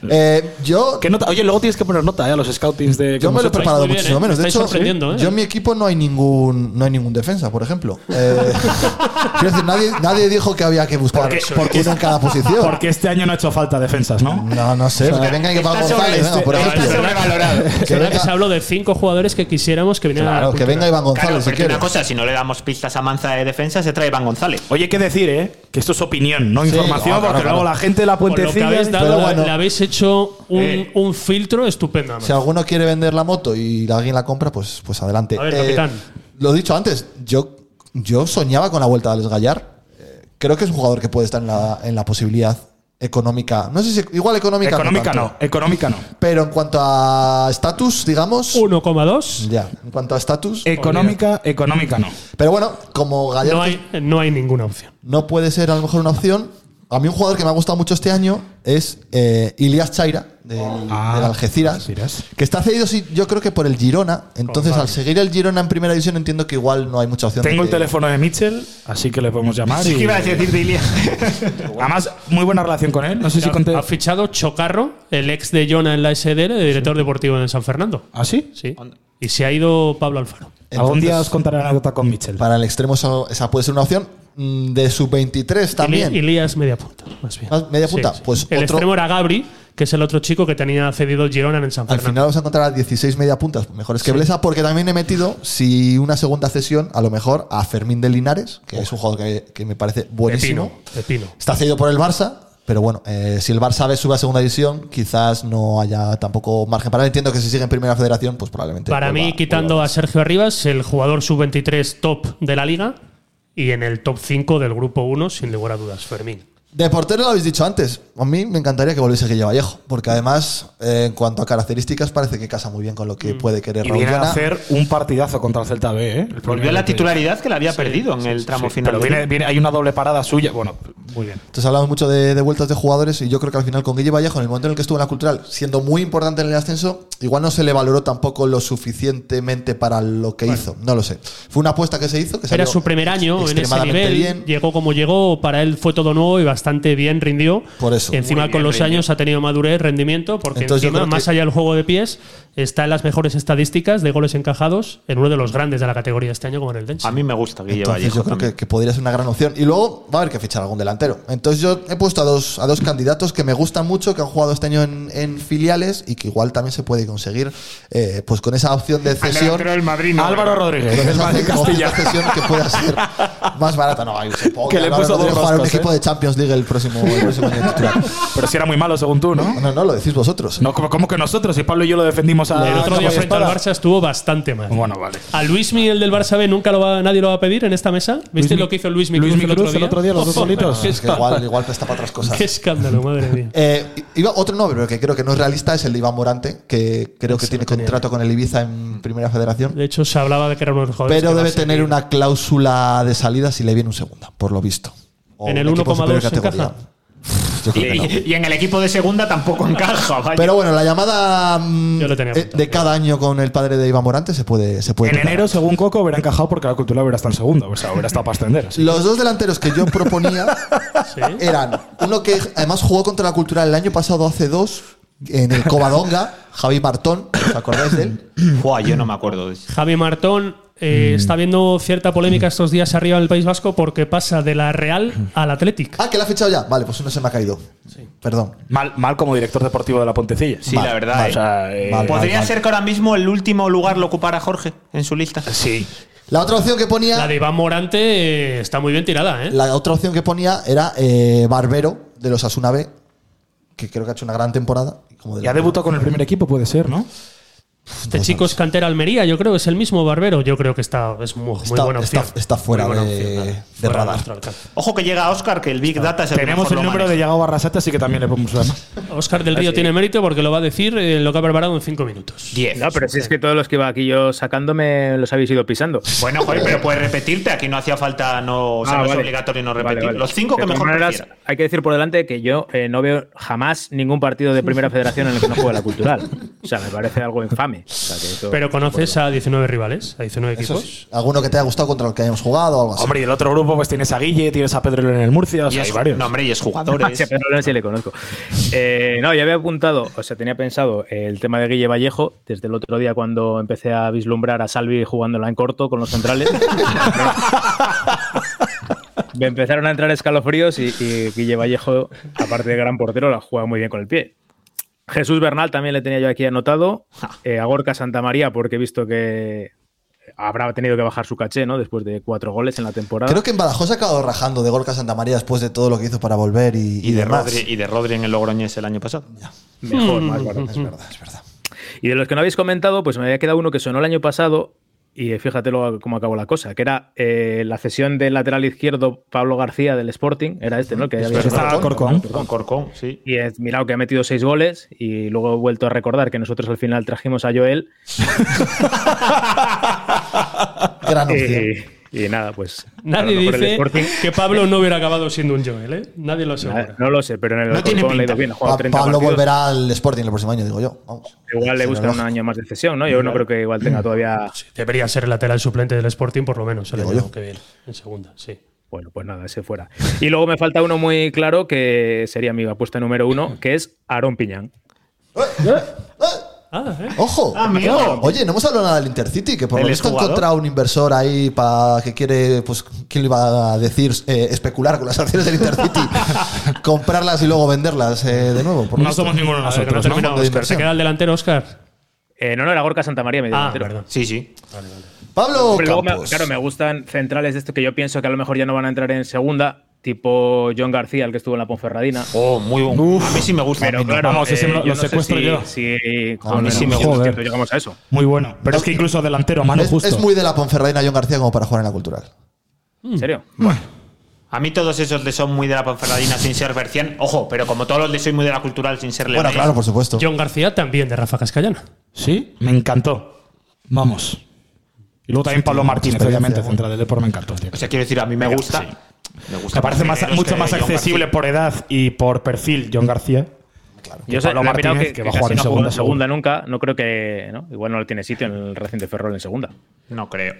Speaker 1: Eh, yo.
Speaker 3: ¿Qué nota? Oye, luego tienes que poner nota eh, a los scoutings de. que
Speaker 1: Yo me
Speaker 3: hemos
Speaker 1: lo he
Speaker 3: hecho.
Speaker 1: preparado
Speaker 2: muy bien,
Speaker 1: muchísimo
Speaker 2: ¿eh?
Speaker 1: menos.
Speaker 2: Me
Speaker 1: De
Speaker 2: estáis
Speaker 1: hecho,
Speaker 2: sorprendiendo, ¿eh?
Speaker 1: yo en mi equipo no hay ningún no hay ningún defensa, por ejemplo. Eh, quiero decir, nadie, nadie dijo que había que buscar
Speaker 3: Porque-
Speaker 1: uno en cada posición.
Speaker 3: Porque este año no ha hecho falta defensas, ¿no?
Speaker 1: no, no sé. que venga que Iván
Speaker 4: Está sobre- este-
Speaker 1: González, venga,
Speaker 3: este-
Speaker 1: por
Speaker 4: está
Speaker 1: ejemplo.
Speaker 4: sobrevalorado.
Speaker 1: Que
Speaker 2: Será que
Speaker 1: venga-
Speaker 2: se habló de cinco jugadores que quisiéramos que vinieran a
Speaker 1: Claro,
Speaker 2: la
Speaker 1: que
Speaker 2: cultural.
Speaker 1: venga Iván
Speaker 4: Claro,
Speaker 1: González si
Speaker 4: pero
Speaker 1: quiere.
Speaker 4: una cosa, si no le damos pistas a Manza de defensa, se trae Iván González.
Speaker 3: Oye, qué decir, ¿eh? Que esto es opinión, no
Speaker 1: Sí,
Speaker 3: información,
Speaker 1: no, claro,
Speaker 3: porque luego
Speaker 1: claro.
Speaker 3: la gente de la
Speaker 2: Con lo que
Speaker 3: puentecilla.
Speaker 2: habéis dado,
Speaker 1: pero bueno. Eh.
Speaker 2: le habéis hecho un, un filtro estupendo. además.
Speaker 1: Si alguno quiere vender la moto y alguien la compra, pues, pues adelante. Eh,
Speaker 2: A ver, capitán.
Speaker 1: Lo dicho antes, yo, yo soñaba con la vuelta de Alex Gallar. Eh, creo que es un jugador que puede estar en la, en la posibilidad económica. No sé si igual económica.
Speaker 3: Económica
Speaker 1: tanto.
Speaker 3: no, económica no.
Speaker 1: Pero en cuanto a estatus, digamos.
Speaker 2: 1,2.
Speaker 1: Ya, en cuanto a estatus.
Speaker 3: Económica, económica no.
Speaker 1: Pero bueno, como Gallar
Speaker 2: Eh. No hay, no hay ninguna opción.
Speaker 1: no puede ser a lo mejor una opción. A mí un jugador que me ha gustado mucho este año es eh, Ilias Chaira, del,
Speaker 3: Ah,
Speaker 1: del Algeciras,
Speaker 3: Algeciras.
Speaker 1: que está cedido sí, yo creo que por el Girona. Entonces, al seguir el Girona en primera división, entiendo que igual no hay mucha opción. de
Speaker 3: Tengo el
Speaker 1: que-
Speaker 3: teléfono de Mitchell, así que le podemos llamar.
Speaker 4: Sí,
Speaker 3: y-
Speaker 4: que ibas a decir de Ilías.
Speaker 3: Además, muy buena relación con él. No sé si
Speaker 1: Eh.
Speaker 3: conté.
Speaker 2: Ha fichado Chocarro, el ex de Jonah en la SDL, de director deportivo en el San Fernando.
Speaker 3: ¿Ah, sí?
Speaker 2: Sí. Y se ha ido Pablo Alfaro.
Speaker 3: Algún día
Speaker 1: Entonces,
Speaker 3: os contaré la anécdota con Mitchell.
Speaker 1: Para el extremo, esa, esa puede ser una opción. Mm, De sub 23 también.
Speaker 2: Ili- Ilías media punta, más bien.
Speaker 1: Ah, media punta, pues
Speaker 2: el
Speaker 1: otro-
Speaker 2: extremo era Gabri, que es el otro chico que tenía cedido el Girona en el San
Speaker 1: Al
Speaker 2: Fernando.
Speaker 1: final vas a encontrar a 16 media puntas mejores que Blesa, porque también he metido, si una segunda cesión, a lo mejor a Fermín de Linares, que es un jugador que, que me parece buenísimo.
Speaker 2: Pepino, Pepino.
Speaker 1: Está cedido por el Barça, pero bueno, eh, si el Barça B sube a segunda división, quizás no haya tampoco margen para él. Entiendo que si sigue en primera federación, pues probablemente.
Speaker 2: Para
Speaker 1: vuelva-
Speaker 2: mí, quitando
Speaker 1: vuelva.
Speaker 2: a Sergio Arribas, el jugador sub-23 top de la liga y en el top 5 del grupo 1, sin lugar a dudas, Fermín.
Speaker 1: De portero lo habéis dicho antes. A mí me encantaría que volviese Guille Vallejo, porque además, eh, en cuanto a características, parece que casa muy bien con lo
Speaker 2: Mm.
Speaker 1: que puede querer
Speaker 3: Y
Speaker 1: Raúl
Speaker 3: viene a
Speaker 1: Llana.
Speaker 3: hacer un partidazo contra el Celta B, ¿eh? El
Speaker 4: Volvió a
Speaker 3: primer-
Speaker 4: la titularidad que la había perdido en el tramo
Speaker 3: Sí,
Speaker 4: final.
Speaker 3: Pero
Speaker 4: de-
Speaker 3: viene, viene- hay una doble parada suya. Bueno, muy bien.
Speaker 1: Entonces hablamos mucho de, de vueltas de jugadores y yo creo que al final con Guille Vallejo, en el momento en el que estuvo en la cultural, siendo muy importante en el ascenso, igual no se le valoró tampoco lo suficientemente para lo que hizo. No lo sé. Fue una apuesta que se hizo que
Speaker 2: Era
Speaker 1: salió
Speaker 2: su primer año en ese
Speaker 1: extremadamente
Speaker 2: nivel,
Speaker 1: bien.
Speaker 2: llegó como llegó, para él fue todo nuevo y bastante bien rindió.
Speaker 1: Por eso.
Speaker 2: Encima
Speaker 4: Muy bien
Speaker 2: con los
Speaker 4: rindió.
Speaker 2: años ha tenido madurez, rendimiento, porque
Speaker 1: Entonces, yo
Speaker 2: encima,
Speaker 1: creo que-
Speaker 2: más allá del juego de pies, está en las mejores estadísticas de goles encajados en uno de los grandes de la categoría este año, como en el Dense.
Speaker 4: A mí me gusta Guille
Speaker 1: Entonces
Speaker 4: Vallejo.
Speaker 1: yo creo
Speaker 4: también.
Speaker 1: que, que podría ser una gran opción. Y luego va a haber que fichar algún delantero. Entonces yo he puesto a dos, a dos candidatos que me gustan mucho, que han jugado este año en, en filiales y que igual también se puede conseguir eh, pues con esa opción de cesión.
Speaker 4: delantero del Madrid, no.
Speaker 1: Álvaro Rodríguez. Con esa
Speaker 4: Madrid
Speaker 1: opción de
Speaker 4: Castilla.
Speaker 1: cesión que pueda ser más barata. No, ahí supongo
Speaker 3: Que le he
Speaker 1: Álvaro
Speaker 3: puesto
Speaker 1: Rodríguez
Speaker 3: dos
Speaker 1: jugará en un
Speaker 3: roscos,
Speaker 1: equipo
Speaker 3: ¿eh?
Speaker 1: de Champions League el próximo, el próximo año titular.
Speaker 3: Pero si era muy malo, según tú, ¿no?
Speaker 1: No, no, lo decís vosotros.
Speaker 3: No, como, como que nosotros, si Pablo y yo lo defendimos a.
Speaker 2: El otro día
Speaker 3: a
Speaker 2: frente al
Speaker 3: espada.
Speaker 2: Barça estuvo bastante mal.
Speaker 3: Bueno, vale.
Speaker 2: A Luis Miguel del Barça B nunca lo va, nadie lo va a pedir en esta mesa. ¿Viste
Speaker 3: Luismi-
Speaker 2: lo que hizo Luis Miguel
Speaker 3: Luismi
Speaker 2: el otro
Speaker 3: Cruz
Speaker 2: día?
Speaker 3: el otro día, los dos
Speaker 2: Ojo,
Speaker 3: solitos.
Speaker 2: qué
Speaker 1: Es que igual,
Speaker 2: escándalo.
Speaker 1: igual presta para otras cosas.
Speaker 2: Qué escándalo, madre mía.
Speaker 1: Eh, iba otro nombre, pero que creo que no es realista, es el de Iván Morante, que creo que tiene contrato con el Ibiza en Primera Federación.
Speaker 2: De hecho, se hablaba de que era uno de los jugadores.
Speaker 1: Pero
Speaker 2: que
Speaker 1: debe
Speaker 2: más se
Speaker 1: tener
Speaker 2: quería.
Speaker 1: una cláusula de salida si le viene un segunda, por lo visto. O
Speaker 2: En el
Speaker 1: un equipo de
Speaker 2: 1,2
Speaker 1: superior categoría.
Speaker 2: encaja.
Speaker 1: Yo creo que no.
Speaker 4: Y, y en el equipo de segunda tampoco encaja, vaya.
Speaker 1: Pero bueno, la llamada mm,
Speaker 2: Yo lo tenía
Speaker 1: eh,
Speaker 2: apuntado,
Speaker 1: de cada año con el padre de Iván Morante se puede, se puede
Speaker 3: En
Speaker 1: tocar.
Speaker 3: enero, según Coco, hubiera encajado porque la cultura hubiera estado en segundo. O sea, hubiera estado para ascender. así.
Speaker 1: Los dos delanteros que yo proponía
Speaker 2: Sí.
Speaker 1: eran uno que además jugó contra la cultura el año pasado, hace dos, en el Covadonga, Javi Martón, ¿os acordáis de él?
Speaker 4: Buah, yo no me acuerdo de eso.
Speaker 2: Javi Martón
Speaker 1: Mm.
Speaker 2: eh, está viendo cierta polémica estos días arriba en el País Vasco porque pasa de la Real
Speaker 1: Mm.
Speaker 2: al Athletic.
Speaker 1: Ah, que la ha fichado ya. Vale, pues uno se me ha caído. Perdón.
Speaker 3: Mal, mal como director deportivo de la Pontecilla.
Speaker 4: Sí,
Speaker 1: Vale,
Speaker 4: la verdad.
Speaker 1: vale.
Speaker 4: eh.
Speaker 3: O sea, eh,
Speaker 1: Vale,
Speaker 4: Podría
Speaker 1: vale.
Speaker 4: ser que ahora mismo el último lugar lo ocupara Jorge en su lista.
Speaker 3: sí.
Speaker 1: La otra opción que ponía.
Speaker 2: La de Iván Morante eh, está muy bien tirada, ¿eh?
Speaker 1: La otra opción que ponía era eh, Barbero de los Asuna B, que creo que ha hecho una gran temporada. Como
Speaker 3: Ya
Speaker 1: delantero.
Speaker 3: debutó con el primer equipo, puede ser, ¿no?
Speaker 2: Este chico es cantera Almería, yo creo, es el mismo Barbero. Yo creo que está, es muy, muy
Speaker 1: Está-
Speaker 2: buena opción.
Speaker 1: está- está fuera
Speaker 2: Muy buena
Speaker 1: de-
Speaker 2: opción,
Speaker 1: de
Speaker 2: nada. Fuera
Speaker 1: radar.
Speaker 2: nuestro alcance.
Speaker 4: Ojo que llega Oscar, que el Big Data es el que
Speaker 3: Tenemos
Speaker 4: mejor
Speaker 3: el
Speaker 4: lo
Speaker 3: número de
Speaker 4: maneja.
Speaker 3: Yago Barrasate, así que también le podemos dar más.
Speaker 2: Oscar del Río tiene mérito porque lo va a decir eh, lo que ha preparado en cinco minutos.
Speaker 4: 10.
Speaker 5: No, pero si es que todos los que iba aquí yo sacándome los habéis ido pisando.
Speaker 4: Bueno, joder, pero puedes repetirte. Aquí no hacía falta, no, o sea,
Speaker 5: Ah,
Speaker 4: no es
Speaker 5: vale.
Speaker 4: obligatorio no
Speaker 5: Vale,
Speaker 4: repetir.
Speaker 5: vale.
Speaker 4: Los cinco
Speaker 5: De
Speaker 4: que
Speaker 5: todas
Speaker 4: mejor
Speaker 5: maneras,
Speaker 4: prefieras.
Speaker 5: Hay que decir por delante que yo eh, no veo jamás ningún partido de primera federación en el que no juegue la cultural. O sea, me parece algo infame. O sea, que eso-
Speaker 2: Pero conoces a 19 rivales, a 19
Speaker 1: Eso
Speaker 2: equipos.
Speaker 1: sí. ¿Alguno que te haya gustado contra el que hayamos jugado o algo así?
Speaker 3: Hombre, y del otro grupo, pues tienes a Guille, tienes a Pedro en el Murcia, o
Speaker 4: Y
Speaker 3: sea, hay
Speaker 4: es-
Speaker 3: varios.
Speaker 4: no, hombre, y es jugadores.
Speaker 5: Sí, a Pedro León sí le conozco. Eh, no, ya había apuntado, o sea, tenía pensado el tema de Guille Vallejo desde el otro día cuando empecé a vislumbrar a Salvi jugándola en corto con los centrales. Me empezaron a entrar escalofríos y, y Guille Vallejo, aparte de gran portero, la juega muy bien con el pie. Jesús Bernal también le tenía yo aquí anotado. Eh, a Gorka Santamaría, porque he visto que habrá tenido que bajar su caché, ¿no? Después de cuatro goles en la
Speaker 4: ¿Ah?
Speaker 5: temporada.
Speaker 1: Creo que en Badajoz ha acabado rajando de Gorka Santa María después de todo lo que hizo para volver y,
Speaker 4: y, de
Speaker 1: demás. Ah,
Speaker 4: Rodri, y de Rodri en el Logroñés el año pasado.
Speaker 5: Mejor, más barato.
Speaker 1: Es verdad, es verdad.
Speaker 5: Y de los que no habéis comentado, pues me había quedado uno que sonó el año pasado y eh, fíjate luego cómo acabó la cosa, que era eh, la cesión del lateral izquierdo Pablo García del Sporting, era este, ¿no? Que había
Speaker 3: Pero está Corcón.
Speaker 4: Con Corcón, sí.
Speaker 5: y es mirado que ha metido seis goles y luego he vuelto a recordar que nosotros al final trajimos a Joel Eh,
Speaker 1: Gran opción.
Speaker 5: y, y nada, pues a lo
Speaker 2: Nadie
Speaker 5: mejor el
Speaker 2: dice
Speaker 5: Sporting-
Speaker 2: que Pablo no hubiera acabado siendo un Joel, ¿eh? Nadie lo asegura.
Speaker 5: Nada, no lo sé, pero en el
Speaker 4: No tiene
Speaker 5: Alcorcón le ha ido
Speaker 4: pinta.
Speaker 5: bien, ha
Speaker 1: Pa-
Speaker 5: jugado 30
Speaker 1: Pablo
Speaker 5: partidos.
Speaker 1: volverá al Sporting el próximo año, digo yo. Vamos.
Speaker 5: Igual le
Speaker 1: Será
Speaker 5: gusta un
Speaker 1: lógico.
Speaker 5: año más de cesión, ¿no? Yo no creo que igual tenga todavía
Speaker 2: Debería ser el lateral suplente del Sporting, por lo menos, el
Speaker 1: Digo
Speaker 2: año
Speaker 1: yo.
Speaker 2: que viene, en segunda, sí.
Speaker 5: Bueno, pues nada, ese fuera. Y luego me falta uno muy claro que sería mi apuesta número uno, que es Aarón Piñán.
Speaker 2: Ah, ¿eh?
Speaker 1: ¡Ojo! Ah,
Speaker 4: Amigo.
Speaker 1: Oye, no hemos hablado nada del Intercity, que por lo
Speaker 4: ¿El
Speaker 1: visto ha
Speaker 4: exjugador?
Speaker 1: encontrado un inversor ahí para que quiere, pues, ¿quién le iba a decir? Eh, especular con las acciones del Intercity. Comprarlas y luego venderlas eh, de nuevo. Por lo
Speaker 3: No
Speaker 1: visto.
Speaker 3: somos ninguno de
Speaker 2: A ver, que no ha
Speaker 3: nosotros. ¿no?
Speaker 2: terminado,
Speaker 1: Fondo de
Speaker 2: Óscar. Se
Speaker 1: inversión.
Speaker 2: queda el delantero, Oscar.
Speaker 5: Eh, no, no, era Gorka Santamaría, me dio
Speaker 2: Ah,
Speaker 5: entero.
Speaker 2: perdón.
Speaker 4: Sí, sí.
Speaker 1: Pablo
Speaker 5: Pero luego me-
Speaker 1: Campos.
Speaker 5: claro, me gustan centrales de estos que yo pienso que a lo mejor ya no van a entrar en segunda, tipo John García, el que estuvo en la Ponferradina.
Speaker 4: Oh, muy bueno. a mí sí me gusta.
Speaker 5: Pero claro, eh,
Speaker 3: vamos, ese me lo-
Speaker 5: yo
Speaker 3: lo secuestro
Speaker 5: sé si,
Speaker 3: yo.
Speaker 5: si
Speaker 3: A
Speaker 5: con
Speaker 3: mí
Speaker 5: el
Speaker 3: sí me
Speaker 5: 100%
Speaker 3: gusta.
Speaker 5: llegamos a eso.
Speaker 3: Muy bueno. Pero es que incluso delantero, mano
Speaker 1: es,
Speaker 3: justo.
Speaker 1: es muy de la Ponferradina John García como para jugar en la cultural.
Speaker 3: Mm.
Speaker 5: ¿En serio?
Speaker 4: A mí todos esos de son muy de la Panferradina sin ser Bercián. Ojo, pero como todos los de soy muy de la cultural sin ser
Speaker 1: Bueno,
Speaker 4: Leonés.
Speaker 1: claro, por supuesto.
Speaker 2: John García también de Rafa Cascallana.
Speaker 3: Sí, me encantó. Vamos. Y luego también Pablo Martínez,
Speaker 1: experiencia,
Speaker 3: obviamente,
Speaker 1: ¿no?
Speaker 3: central del Depor, me encantó. tío.
Speaker 4: O sea, quiero decir, a mí me gusta. Me gusta.
Speaker 3: Me parece más-
Speaker 4: Pero es
Speaker 3: mucho
Speaker 4: que
Speaker 3: más
Speaker 4: John
Speaker 3: accesible
Speaker 4: García-
Speaker 3: por edad y por perfil John García.
Speaker 5: Yo sé,
Speaker 3: Pablo
Speaker 5: lo he mirado
Speaker 3: Martínez,
Speaker 5: que,
Speaker 3: que
Speaker 5: que
Speaker 3: va a
Speaker 5: casi
Speaker 3: jugar en
Speaker 5: no jugó
Speaker 3: segunda,
Speaker 5: en segunda nunca, no creo que, ¿no? Igual no tiene sitio en el Racing de Ferrol en segunda.
Speaker 4: No creo.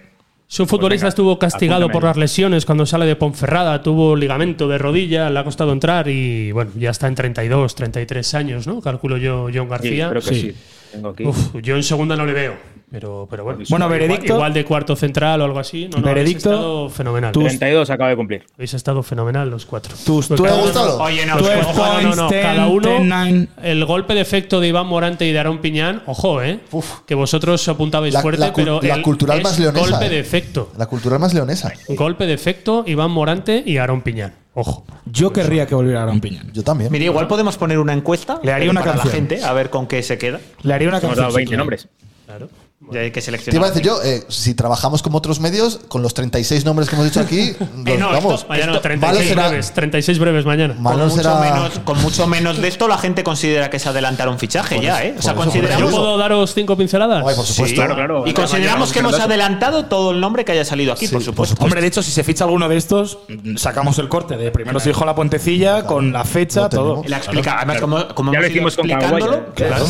Speaker 2: Su futbolista
Speaker 5: Pues venga,
Speaker 2: estuvo castigado
Speaker 5: apúntame
Speaker 2: por
Speaker 5: ahí.
Speaker 2: las lesiones cuando sale de Ponferrada, tuvo ligamento de rodilla, le ha costado entrar y bueno, ya está en 32, 33 años, ¿no? Calculo yo John
Speaker 5: Sí,
Speaker 2: García.
Speaker 5: creo que sí. Tengo aquí.
Speaker 2: Uf, yo en segunda no le veo. Pero, pero bueno,
Speaker 6: Bueno,
Speaker 2: Igual-
Speaker 6: veredicto.
Speaker 2: Igual de cuarto central o algo así. No, no, habéis
Speaker 6: Veredicto.
Speaker 2: estado fenomenal.
Speaker 6: Tus-
Speaker 5: 32 acaba de cumplir.
Speaker 2: Habéis estado fenomenal los cuatro.
Speaker 6: Tus
Speaker 2: Porque-
Speaker 6: 12
Speaker 4: Oye, no,
Speaker 6: 12
Speaker 4: ojo,
Speaker 2: no, no,
Speaker 6: points,
Speaker 2: no,
Speaker 6: 10,
Speaker 2: cada uno-
Speaker 6: 10, 9.
Speaker 2: El golpe de efecto de Iván Morante y de Aarón Piñán, ojo, ¿eh?
Speaker 1: Uf.
Speaker 2: Que vosotros apuntabais
Speaker 1: La-
Speaker 2: fuerte,
Speaker 1: la cul-
Speaker 2: pero.
Speaker 1: la
Speaker 2: el-
Speaker 1: cultural
Speaker 2: es
Speaker 1: más leonesa,
Speaker 2: Golpe
Speaker 1: eh.
Speaker 2: de efecto.
Speaker 1: La cultural más leonesa.
Speaker 2: Golpe de efecto, Iván Morante y Aarón Piñán. Ojo.
Speaker 6: Yo querría que volviera Aaron Piñán.
Speaker 1: Yo también.
Speaker 4: Mira, igual podemos poner una encuesta
Speaker 6: Le haría
Speaker 4: pero
Speaker 6: una
Speaker 4: para
Speaker 6: canción.
Speaker 4: la gente a ver con qué se queda.
Speaker 6: Le haría una
Speaker 5: Hemos
Speaker 6: canción.
Speaker 5: dado 20 nombres.
Speaker 4: Ya hay que
Speaker 1: Te iba a
Speaker 4: seleccionar.
Speaker 1: decir yo, eh, si trabajamos como otros medios, con los 36 nombres que hemos dicho aquí,
Speaker 2: Eh,
Speaker 1: los-
Speaker 2: no, esto-
Speaker 1: vamos.
Speaker 2: mañana
Speaker 1: esto-
Speaker 2: 36
Speaker 1: será-
Speaker 2: breves. 36 breves mañana.
Speaker 1: malo
Speaker 4: con, mucho
Speaker 1: será-
Speaker 4: menos, con mucho menos de esto, la gente considera que se adelantará un fichaje ya, ¿eh? O sea,
Speaker 1: por eso,
Speaker 2: ¿Yo
Speaker 4: consideramos.
Speaker 2: puedo daros cinco pinceladas?
Speaker 1: Ay, por supuesto.
Speaker 4: claro,
Speaker 5: claro.
Speaker 4: Y consideramos que hemos adelantado todo el nombre que haya salido aquí,
Speaker 1: Sí,
Speaker 4: por supuesto.
Speaker 6: Hombre, de hecho, si se ficha alguno de estos, mm, sacamos el corte de primero se dijo la puentecilla con la fecha,
Speaker 1: Lo
Speaker 6: todo.
Speaker 1: tenemos.
Speaker 4: La explica, además, como, como
Speaker 5: Ya lo
Speaker 4: hemos ido
Speaker 5: hicimos con Caguaya.
Speaker 4: explicándolo, pues, claro.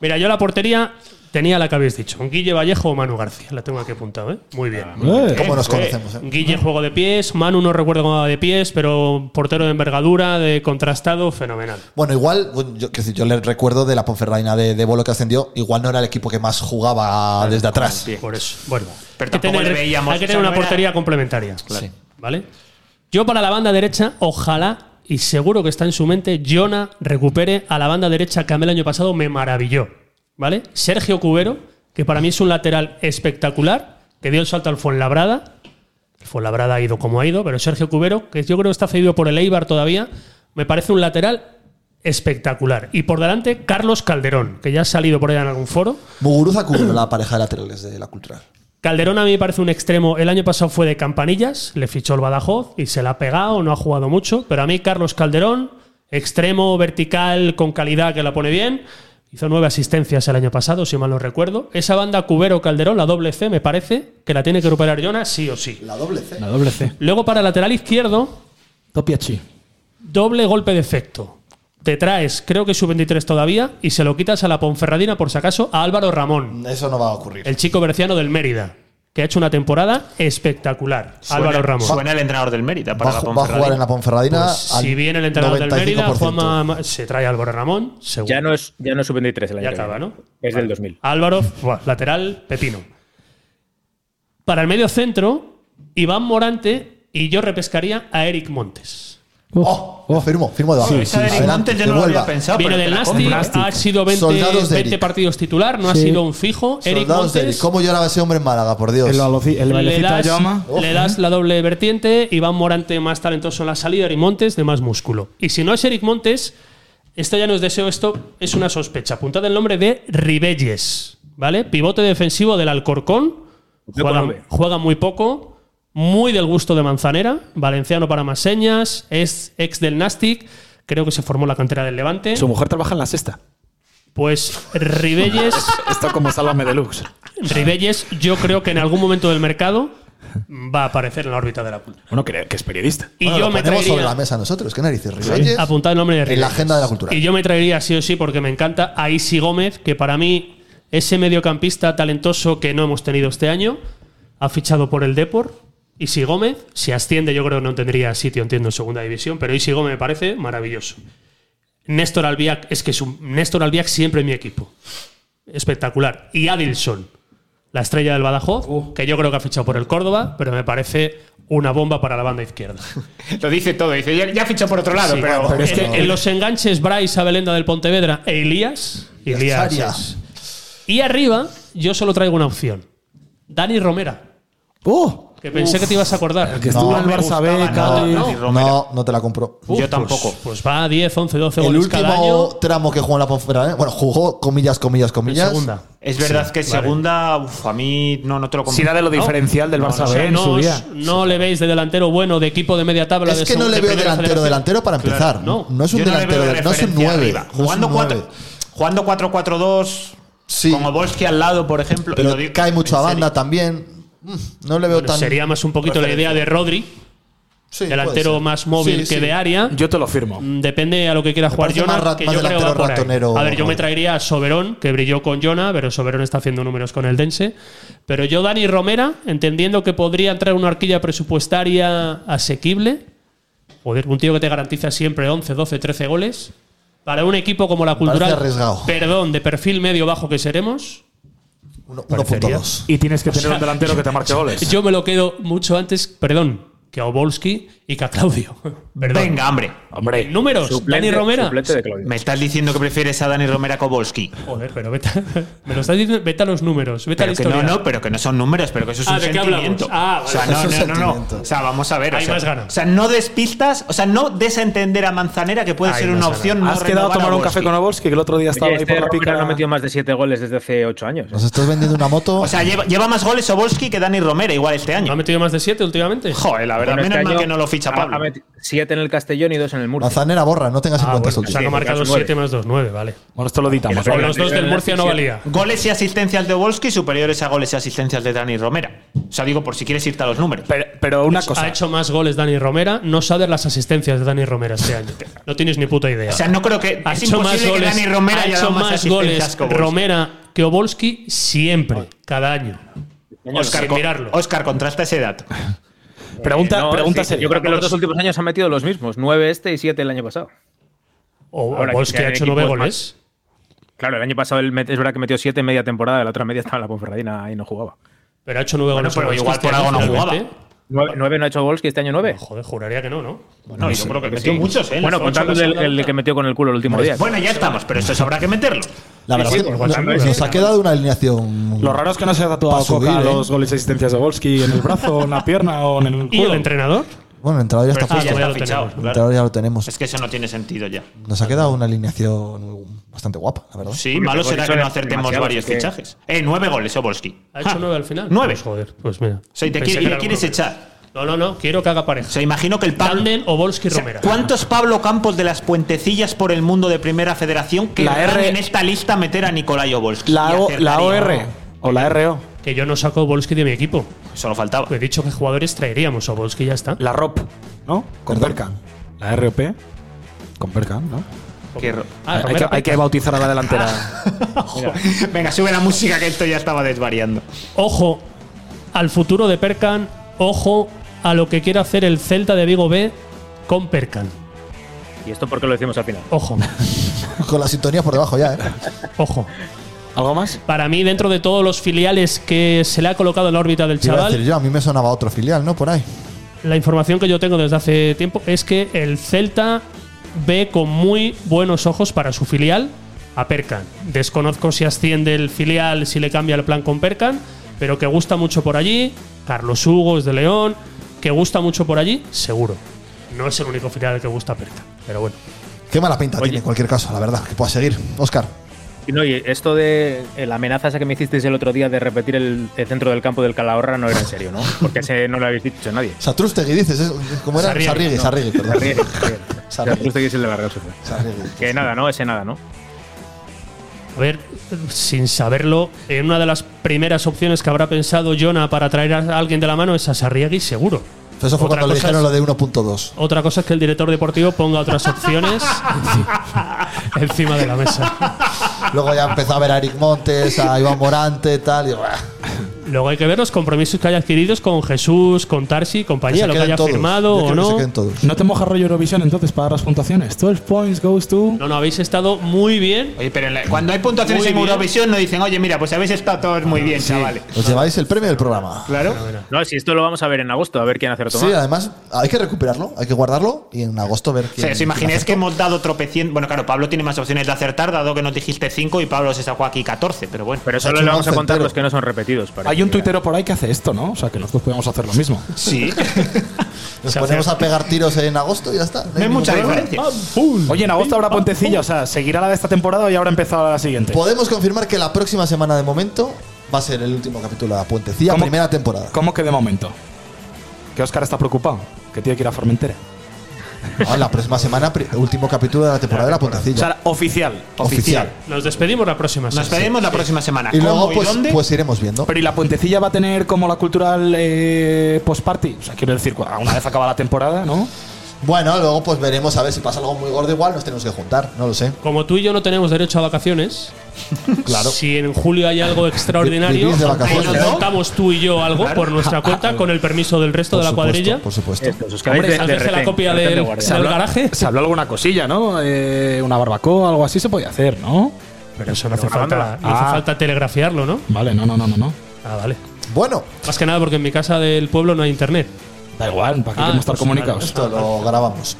Speaker 2: Mira, yo la portería tenía la que habéis dicho. Guille Vallejo o Manu García. La tengo aquí apuntado, ¿eh? Muy bien.
Speaker 6: Eh,
Speaker 1: ¿Cómo nos conocemos? eh?
Speaker 2: Guille juego de pies, Manu no recuerdo cómo va de pies, pero portero de envergadura, de contrastado, fenomenal.
Speaker 1: Bueno, igual, bueno, yo, que yo le recuerdo de la Ponferradina de, de Bolo que ascendió, igual no era el equipo que más jugaba desde atrás.
Speaker 2: Por eso. Bueno,
Speaker 4: Pero
Speaker 2: hay que
Speaker 4: tampoco
Speaker 2: tener,
Speaker 4: le veíamos,
Speaker 2: hay que
Speaker 4: o sea,
Speaker 2: tener
Speaker 4: no
Speaker 2: una
Speaker 4: era-
Speaker 2: portería complementaria.
Speaker 1: Sí.
Speaker 2: ¿Vale? Yo para la banda derecha, ojalá, y seguro que está en su mente, Jonah recupere a la banda derecha que a mí el año pasado me maravilló. ¿Vale? Sergio Cubero, que para mí es un lateral espectacular, que dio el salto al Fuenlabrada. El Fuenlabrada ha ido como ha ido, pero Sergio Cubero, que yo creo que está cedido por el Eibar todavía, me parece un lateral espectacular. Y por delante, Carlos Calderón, que ya ha salido por allá en algún foro.
Speaker 1: Muguruza Cubero, la pareja de laterales de la cultural.
Speaker 2: Calderón a mí me parece un extremo. El año pasado fue de campanillas, le fichó el Badajoz y se la ha pegado, no ha jugado mucho. Pero a mí, Carlos Calderón, extremo, vertical, con calidad que la pone bien. Hizo nueve asistencias el año pasado, si mal no recuerdo. Esa banda Cubero-Calderón, la doble C, me parece que la tiene que recuperar Jonas, sí o sí.
Speaker 1: La doble C.
Speaker 6: La doble C.
Speaker 2: Luego, para lateral izquierdo,
Speaker 6: Topiachi.
Speaker 2: doble golpe de efecto. Te traes, creo que su 23 todavía, y se lo quitas a la Ponferradina, por si acaso, a Álvaro Ramón.
Speaker 1: Eso no va a ocurrir.
Speaker 2: El chico berciano del Mérida, que ha hecho una temporada espectacular.
Speaker 4: Suena-
Speaker 2: Álvaro Ramos.
Speaker 4: Suena el entrenador del Mérida
Speaker 1: va,
Speaker 4: para
Speaker 1: a
Speaker 4: la
Speaker 1: ju- va a jugar en la
Speaker 4: Ponferradina.
Speaker 1: Ponferradina. al
Speaker 2: Pues, si viene el entrenador del Mérida,
Speaker 1: 95%.
Speaker 2: Juanma Ma- se trae a Álvaro Ramón, seguro.
Speaker 5: Ya no es, ya no es sub-23 el año
Speaker 2: Ya
Speaker 5: que
Speaker 2: acaba,
Speaker 5: viene.
Speaker 2: ¿no?
Speaker 5: Es del 2000.
Speaker 2: Álvaro, buah, lateral, pepino. Para el medio centro, Iván Morante y yo repescaría a Eric Montes.
Speaker 1: Oh, firmo, firmo debajo.
Speaker 4: Esa de Eric
Speaker 1: Adelante,
Speaker 4: Montes yo
Speaker 1: que
Speaker 4: no lo había
Speaker 1: vuelva.
Speaker 4: pensado.
Speaker 2: viene
Speaker 4: pero
Speaker 2: del
Speaker 4: te la
Speaker 2: Nasti,
Speaker 4: compro.
Speaker 2: ha sido 20,
Speaker 1: Soldados de
Speaker 2: 20
Speaker 1: Eric.
Speaker 2: partidos titular, no ha
Speaker 6: Sí.
Speaker 2: sido un fijo. Eric
Speaker 1: Soldados de
Speaker 2: Montes.
Speaker 1: Eric. ¿Cómo lloraba ese hombre en Málaga, por Dios?
Speaker 6: El, baloci- el
Speaker 2: Le
Speaker 6: bailecito a
Speaker 2: das,
Speaker 6: Yoma.
Speaker 2: le das la doble vertiente, Iván Morante más talentoso en la salida, Eric Montes de más músculo. Y si no es Eric Montes, esto ya no es deseo, esto es una sospecha. Apuntad el nombre de Ribelles, ¿vale? Pivote defensivo del Alcorcón,
Speaker 5: Yo
Speaker 2: juega,
Speaker 5: con la B.
Speaker 2: juega muy poco, muy del gusto de Manzanera, valenciano para más señas, es ex del Nastic, creo que se formó en la cantera del Levante.
Speaker 6: Su mujer trabaja en la sexta.
Speaker 2: Pues Ribelles...
Speaker 6: Esto como Sálvame Deluxe.
Speaker 2: Ribelles, yo creo que en algún momento del mercado va a aparecer en la órbita de la punta.
Speaker 6: Bueno, que, que es periodista.
Speaker 2: Y
Speaker 1: Bueno,
Speaker 2: yo
Speaker 1: lo
Speaker 2: me
Speaker 1: ponemos sobre la
Speaker 2: traería.
Speaker 1: mesa nosotros. ¿Qué narices? Ribelles,
Speaker 2: Apuntad el nombre de
Speaker 1: en la
Speaker 2: Ribelles.
Speaker 1: agenda de la cultura.
Speaker 2: Y yo me traería sí o sí, porque me encanta a Isi Gómez, que para mí, ese mediocampista talentoso que no hemos tenido este año, ha fichado por el Depor. Isi Gómez, si asciende, yo creo que no tendría sitio, entiendo, en segunda división, pero Isi Gómez me parece maravilloso. Néstor Albiac, es que es un- Néstor Albiac siempre en mi equipo. Espectacular. Y Adilson, la estrella del Badajoz, que yo creo que ha fichado por el Córdoba, pero me parece una bomba para la banda izquierda.
Speaker 4: Lo dice todo. Dice, ya, ya fichó por otro lado,
Speaker 2: Sí,
Speaker 4: pero.
Speaker 2: en, en los enganches, Bryce, Abelenda del Pontevedra e Elías. Elías.
Speaker 1: Saria.
Speaker 2: es. Y arriba, yo solo traigo una opción. Dani Romera,
Speaker 6: ¡Oh!
Speaker 2: que pensé que te ibas a acordar.
Speaker 6: Que estuvo
Speaker 1: No,
Speaker 6: en el
Speaker 1: me
Speaker 6: Barça
Speaker 4: gustaba,
Speaker 6: B,
Speaker 4: no,
Speaker 6: Cádiz.
Speaker 4: no.
Speaker 1: No, no te la compro.
Speaker 2: Ah, Uf,
Speaker 4: Yo tampoco.
Speaker 2: Pues, pues va a 10, 11, 12
Speaker 1: El
Speaker 2: goles cada año.
Speaker 1: último tramo que jugó en la Ponferradina. Bueno, jugó comillas, comillas,
Speaker 2: En
Speaker 1: comillas.
Speaker 2: segunda.
Speaker 4: Es verdad que segunda, uf, a mí no, no te lo compro.
Speaker 6: Si era de lo diferencial del
Speaker 2: No,
Speaker 6: Barça
Speaker 2: o sea,
Speaker 6: B en
Speaker 2: no
Speaker 6: su
Speaker 2: os-
Speaker 6: día.
Speaker 2: no le veis de delantero bueno, de equipo de media tabla. de
Speaker 1: Es que no
Speaker 2: segun-
Speaker 1: le
Speaker 2: de
Speaker 1: veo
Speaker 2: primera
Speaker 1: delantero,
Speaker 2: federación.
Speaker 1: delantero para empezar.
Speaker 2: no.
Speaker 1: No, es un
Speaker 4: Yo no le veo
Speaker 1: delantero,
Speaker 4: de
Speaker 1: no es un
Speaker 4: referencia
Speaker 1: 9.
Speaker 4: arriba. Jugando cuatro- Jugando 4-4-2,
Speaker 1: Sí.
Speaker 4: con Obolski al lado, por ejemplo. y
Speaker 1: Pero
Speaker 4: lo digo-
Speaker 1: cae mucho a
Speaker 4: en
Speaker 1: banda
Speaker 4: serio.
Speaker 1: también. Mm, No le veo
Speaker 2: Bueno,
Speaker 1: tan.
Speaker 2: sería más un poquito la idea de Rodri,
Speaker 1: sí, puede
Speaker 2: delantero
Speaker 1: ser.
Speaker 2: más móvil
Speaker 1: Sí, sí.
Speaker 2: que de área.
Speaker 6: Yo te lo firmo.
Speaker 2: Mm, Depende a lo que quiera
Speaker 1: Me
Speaker 2: jugar
Speaker 1: parece
Speaker 2: Jonah.
Speaker 1: más ra-
Speaker 2: que
Speaker 1: más
Speaker 2: yo creo que va
Speaker 1: delantero
Speaker 2: por ahí.
Speaker 1: ratonero,
Speaker 2: A ver, yo me
Speaker 1: Rodri.
Speaker 2: traería a Soberón, que brilló con Jonah, pero Soberón está haciendo números con el Dense. Pero yo, Dani Romera, entendiendo que podría entrar una horquilla presupuestaria asequible, joder, un tío que te garantiza siempre 11, 12, 13 goles, Para un equipo como la cultural,
Speaker 1: parece arriesgado.
Speaker 2: perdón, de perfil medio bajo que seremos,
Speaker 1: Uno- 1.2.
Speaker 6: Y tienes que tener
Speaker 2: sea,
Speaker 6: un delantero que te marque goles.
Speaker 2: yo me lo quedo mucho antes, perdón, que a Obolski y que a Claudio. Perdón.
Speaker 4: Venga, hombre.
Speaker 6: Hombre,
Speaker 2: Números,
Speaker 5: Suplente-
Speaker 2: Dani Romera.
Speaker 5: Suplente de Claudio.
Speaker 4: Me estás diciendo que prefieres a Dani Romera Kobolski.
Speaker 2: Joder, pero vete, a- me lo estás diciendo, vete a los números, vete a la
Speaker 4: Pero que
Speaker 2: historia.
Speaker 4: no, no, pero que no son números, pero que eso es
Speaker 2: Ah,
Speaker 4: un
Speaker 2: ¿de qué
Speaker 4: sentimiento.
Speaker 2: hablamos? Ah, vale.
Speaker 4: o sea,
Speaker 1: Eso es
Speaker 4: no, no, no,
Speaker 1: sentimiento.
Speaker 4: no. O sea, vamos a ver.
Speaker 2: Hay
Speaker 4: o sea,
Speaker 2: más ganas.
Speaker 4: O sea, no despistas, o sea, no desentender a Manzanera que puede
Speaker 2: Hay
Speaker 4: ser
Speaker 2: más
Speaker 4: una
Speaker 2: ganas.
Speaker 4: opción. no
Speaker 6: has quedado a
Speaker 4: renovar
Speaker 6: tomar un
Speaker 4: Volsky.
Speaker 6: café con Oborski, que el otro día estaba
Speaker 5: Oye,
Speaker 6: ahí
Speaker 5: este
Speaker 6: por la
Speaker 5: Romero
Speaker 6: pica.
Speaker 5: no ha metido más de 7 goles desde hace 8 años.
Speaker 1: Nos estás vendiendo una moto.
Speaker 4: O sea, lleva, lleva más goles Obolski que Dani Romera igual este
Speaker 2: ¿No ha
Speaker 4: año.
Speaker 2: metido más de siete últimamente? Ah,
Speaker 4: Joder, la verdad,
Speaker 5: Bueno, este
Speaker 4: menos mal
Speaker 5: año
Speaker 4: que no lo ficha
Speaker 5: ha-
Speaker 4: Pablo.
Speaker 5: ha meti- Siete en el Castellón y dos en el Murcia.
Speaker 1: Manzanera borra, no tengas en
Speaker 2: Ah,
Speaker 1: cuenta eso.
Speaker 2: bueno, o sea, que ha
Speaker 5: Sí,
Speaker 2: marcado
Speaker 5: son nueve.
Speaker 2: 7 más 2, 9, vale.
Speaker 6: Bueno, esto lo editamos. ¿eh?
Speaker 2: O los dos del Murcia no valía.
Speaker 4: Goles y asistencias de Obolski superiores a goles y asistencias de Dani Romera. O sea, digo, por si quieres irte a los números.
Speaker 6: Pero, pero una
Speaker 2: Ha
Speaker 6: cosa.
Speaker 2: hecho más goles Dani Romera, no sabes las asistencias de Dani Romera este año. No tienes ni puta idea.
Speaker 4: o sea, no creo que.
Speaker 2: ha
Speaker 4: es
Speaker 2: hecho
Speaker 4: imposible
Speaker 2: más goles,
Speaker 4: que Dani Romera
Speaker 2: ha
Speaker 4: haya
Speaker 2: hecho
Speaker 4: dado más
Speaker 2: más
Speaker 4: asistencias
Speaker 2: goles
Speaker 4: que Obolski.
Speaker 2: Romera que Obolski siempre, cada año.
Speaker 4: Oscar,
Speaker 2: sin
Speaker 4: con-
Speaker 2: mirarlo.
Speaker 4: Oscar, contrasta ese dato.
Speaker 6: Pregunta,
Speaker 5: No,
Speaker 6: pregunta
Speaker 5: sí,
Speaker 6: seria.
Speaker 5: yo creo que los dos últimos años han metido los mismos, 9 este y 7 el año pasado.
Speaker 2: O
Speaker 5: Ahora,
Speaker 2: Obolski
Speaker 5: que
Speaker 2: ha
Speaker 5: hay
Speaker 2: hecho 9
Speaker 5: equipos
Speaker 2: goles.
Speaker 5: Claro, el año pasado él met- es verdad que metió 7 media temporada, la otra media estaba en la Ponferradina y no jugaba.
Speaker 2: Pero ha hecho 9
Speaker 4: Bueno,
Speaker 2: goles.
Speaker 4: pero
Speaker 2: Obolski
Speaker 4: igual
Speaker 2: este
Speaker 4: por
Speaker 2: año,
Speaker 4: algo no jugaba.
Speaker 2: finalmente.
Speaker 5: 9, no ha hecho gols que este año 9.
Speaker 2: Joder, juraría que no, ¿no?
Speaker 4: No, yo creo que metió muchos, ¿eh?
Speaker 5: Bueno,
Speaker 4: Los ocho
Speaker 5: contando
Speaker 4: que
Speaker 5: el,
Speaker 4: son-
Speaker 5: el que metió con el culo el último día.
Speaker 4: Bueno, ya estamos, pero eso habrá que meterlo.
Speaker 1: La verdad
Speaker 5: Sí,
Speaker 1: es
Speaker 5: sí,
Speaker 1: que
Speaker 5: por
Speaker 1: nos,
Speaker 5: WhatsApp,
Speaker 1: nos
Speaker 5: sí.
Speaker 1: ha quedado una alineación.
Speaker 6: Lo raro es que no se ha
Speaker 1: Pa'
Speaker 6: tatuado
Speaker 1: subir,
Speaker 6: Coca
Speaker 1: ¿eh?
Speaker 6: los goles y asistencias de Volsky en el brazo, en la pierna o en el
Speaker 2: ¿Y el
Speaker 6: culo.
Speaker 2: entrenador?
Speaker 1: Bueno, el entrenador ya está
Speaker 2: Ah,
Speaker 4: Sí,
Speaker 1: puesto.
Speaker 4: ya
Speaker 2: todavía
Speaker 4: está
Speaker 2: lo
Speaker 4: fichado.
Speaker 2: tenemos.
Speaker 1: El
Speaker 4: claro.
Speaker 1: entrenador ya lo tenemos.
Speaker 4: Es que eso no tiene sentido ya.
Speaker 1: Nos ha quedado una alineación bastante guapa, la verdad.
Speaker 4: Sí, malo
Speaker 5: hemos
Speaker 4: será
Speaker 5: dicho
Speaker 4: que no
Speaker 5: demasiado,
Speaker 4: acertemos
Speaker 5: así
Speaker 4: varios
Speaker 5: que-
Speaker 4: fichajes. Eh, nueve goles, Obolski.
Speaker 2: ¿Ha hecho
Speaker 4: Ja.
Speaker 2: 9 al final?
Speaker 4: Nueve.
Speaker 2: Pues, joder, pues mira.
Speaker 4: O sea, y te
Speaker 2: Pensé
Speaker 4: quiere-
Speaker 2: que
Speaker 4: y le
Speaker 2: era
Speaker 4: quieres
Speaker 2: uno menos.
Speaker 4: echar.
Speaker 2: No, no, no, quiero que haga
Speaker 4: O
Speaker 2: pareja.
Speaker 4: sea, imagino que el Pablo.
Speaker 2: Tanden, Obolski,
Speaker 4: O sea,
Speaker 2: Romera.
Speaker 4: ¿Cuántos Pablo Campos de las puentecillas por el mundo de Primera Federación que
Speaker 6: La R-
Speaker 4: en esta lista meter a Nicolai Obolski?
Speaker 6: La,
Speaker 4: Y
Speaker 6: O-
Speaker 4: acertaría.
Speaker 6: la OR o la RO.
Speaker 2: Que yo no saco a Obolski de mi equipo.
Speaker 4: Solo faltaba.
Speaker 2: He dicho que jugadores traeríamos. Obolski ya está.
Speaker 6: La ROP, ¿no? Con Perca. La ROP. Con Perca, ¿no?
Speaker 4: Qué ro-
Speaker 2: Ah,
Speaker 6: hay, que,
Speaker 2: Romero.
Speaker 6: hay que bautizar a la delantera.
Speaker 4: Venga, sube la música que esto ya estaba desvariando.
Speaker 2: Ojo al futuro de Perkan. Ojo a lo que quiere hacer el Celta de Vigo B con Perkan.
Speaker 5: Y esto porque lo decimos al final.
Speaker 2: Ojo,
Speaker 1: Con la sintonía por debajo ya, ¿eh?
Speaker 2: ojo.
Speaker 6: ¿Algo más?
Speaker 2: Para mí, dentro de todos los filiales que se le ha colocado en la órbita del
Speaker 1: Te iba a
Speaker 2: chaval,
Speaker 1: decir yo, a mí me sonaba otro filial, ¿no? Por ahí.
Speaker 2: la información que yo tengo desde hace tiempo es que el Celta ve con muy buenos ojos para su filial a Perkan. Desconozco si asciende el filial, si le cambia el plan con Perkan, pero que gusta mucho por allí. Carlos Hugo es de León, que gusta mucho por allí, seguro. No es el único filial que gusta a Perkan, pero bueno.
Speaker 1: Qué mala pinta
Speaker 5: Oye.
Speaker 1: tiene en cualquier caso, la verdad. Que pueda seguir. Oscar,
Speaker 5: Y no, y esto de eh, la amenaza esa que me hicisteis el otro día de repetir el, el centro del campo del Calahorra no era en serio, ¿no? Porque ese no lo habéis dicho a nadie.
Speaker 1: Satrústegui, dices. ¿eh? ¿Cómo era?
Speaker 2: Sarriegi,
Speaker 1: Sarriegi,
Speaker 2: no.
Speaker 1: Sarriegi, perdón.
Speaker 5: Ríe, ríe.
Speaker 1: Sarriegi.
Speaker 5: Justo que es el de la Real Sociedad.
Speaker 1: Sarriegi.
Speaker 5: Que nada, ¿no? Ese nada, ¿no?
Speaker 2: A ver, sin saberlo, en una de las primeras opciones que habrá pensado Jonah para traer a alguien de la mano es a Sarriagui, seguro.
Speaker 1: Eso fue
Speaker 2: Otra
Speaker 1: cuando le
Speaker 2: cosa
Speaker 1: dijeron
Speaker 2: es-
Speaker 1: lo de 1.2.
Speaker 2: Otra cosa es que el director deportivo ponga otras opciones encima de la mesa.
Speaker 1: Luego ya empezó a ver a Eric Montes, a Iván Morante, tal. Y, bah,
Speaker 2: Luego hay que ver los compromisos que haya adquiridos con Jesús, con Tarsi y
Speaker 1: que se
Speaker 2: compañía, lo que
Speaker 1: queden
Speaker 2: haya
Speaker 1: todos.
Speaker 2: firmado
Speaker 1: Yo
Speaker 2: o
Speaker 1: quiero que
Speaker 2: no.
Speaker 1: se queden todos.
Speaker 6: ¿No te moja rollo Eurovisión entonces para dar las puntuaciones? 12 points goes to.
Speaker 2: No, no, habéis estado muy bien.
Speaker 4: Oye, pero en la- cuando hay puntuaciones
Speaker 2: Muy
Speaker 4: en
Speaker 2: bien.
Speaker 4: Eurovisión no dicen, oye, mira, pues habéis estado todos muy bien, chavales.
Speaker 1: Os lleváis el premio del programa.
Speaker 4: Claro.
Speaker 5: No, si esto lo vamos a ver en agosto, a ver quién hace
Speaker 1: Sí,
Speaker 5: más.
Speaker 1: además hay que recuperarlo, hay que guardarlo y en agosto ver
Speaker 4: O
Speaker 1: quién.
Speaker 4: sea, ¿os imagináis que
Speaker 1: quién
Speaker 4: hemos dado tropecientos? Bueno, claro, Pablo tiene más opciones de acertar, dado que nos dijiste 5 y Pablo se sacó aquí 14, pero bueno.
Speaker 5: Pero
Speaker 1: Ha
Speaker 5: solo
Speaker 1: hecho
Speaker 5: le
Speaker 1: un
Speaker 5: vamos a
Speaker 1: once
Speaker 5: contar
Speaker 1: entero.
Speaker 5: los que no son repetidos. para
Speaker 6: Hay
Speaker 5: que-
Speaker 6: un tuitero por ahí que hace esto, ¿no? O sea, que nosotros podemos hacer lo mismo.
Speaker 4: Sí.
Speaker 1: hace. Nos ponemos a pegar tiros en agosto y ya está.
Speaker 4: No hay
Speaker 1: ningún
Speaker 4: mucha
Speaker 1: problema.
Speaker 2: Ah,
Speaker 4: diferencia.
Speaker 6: Oye, en agosto habrá puentecilla, o sea, seguirá la de esta temporada y habrá empezado la siguiente.
Speaker 2: Pues,
Speaker 1: Podemos confirmar que la próxima semana de momento va a ser el último capítulo de la Puentecilla,
Speaker 6: ¿Cómo?
Speaker 1: primera temporada.
Speaker 6: ¿Cómo que de momento? Que Oscar está preocupado, que tiene que ir a Formentera.
Speaker 1: Ah, la próxima semana, pri- último capítulo de la temporada de la
Speaker 6: O
Speaker 1: Puentecilla.
Speaker 6: sea, oficial.
Speaker 1: Oficial.
Speaker 2: Nos despedimos la próxima
Speaker 4: Nos
Speaker 2: semana.
Speaker 4: veremos la próxima semana.
Speaker 1: Y luego
Speaker 4: ¿Cómo
Speaker 1: pues,
Speaker 4: y dónde?
Speaker 1: pues iremos viendo.
Speaker 6: Pero ¿y la puentecilla va a tener como la cultural eh, post-party? O sea, quiero decir, cua- una vez acaba la temporada, ¿no?
Speaker 1: Bueno, luego pues veremos a ver si pasa algo muy gordo igual, nos tenemos que juntar, no lo sé.
Speaker 2: Como tú y yo no tenemos derecho a vacaciones,
Speaker 1: Claro.
Speaker 2: si en julio hay algo extraordinario,
Speaker 1: vivís de
Speaker 2: pues
Speaker 1: vacaciones.
Speaker 2: nos montamos tú y yo algo por nuestra cuenta con el permiso del resto
Speaker 1: Por
Speaker 2: de la
Speaker 1: supuesto,
Speaker 2: cuadrilla.
Speaker 1: Por supuesto.
Speaker 5: Esto, os quedáis
Speaker 2: Hombre,
Speaker 5: de- de
Speaker 2: hacéis la
Speaker 5: retén,
Speaker 2: copia
Speaker 5: retén de
Speaker 2: del-
Speaker 5: guardia.
Speaker 2: Se habló- garaje?
Speaker 3: Se habló alguna cosilla, ¿no? Eh, una barbacoa, algo así se podía hacer, ¿no?
Speaker 2: Pero eso no hace
Speaker 5: Grabándola.
Speaker 2: falta, no hace
Speaker 3: Ah.
Speaker 2: falta telegrafiarlo, ¿no?
Speaker 3: Vale, no, no, no, no. no.
Speaker 2: Ah, vale.
Speaker 1: Bueno,
Speaker 2: Más que nada porque en mi casa del pueblo no hay internet.
Speaker 3: Da igual, ¿para qué
Speaker 2: Ah,
Speaker 3: queremos estar
Speaker 2: pues,
Speaker 3: comunicados?
Speaker 1: esto lo grabamos.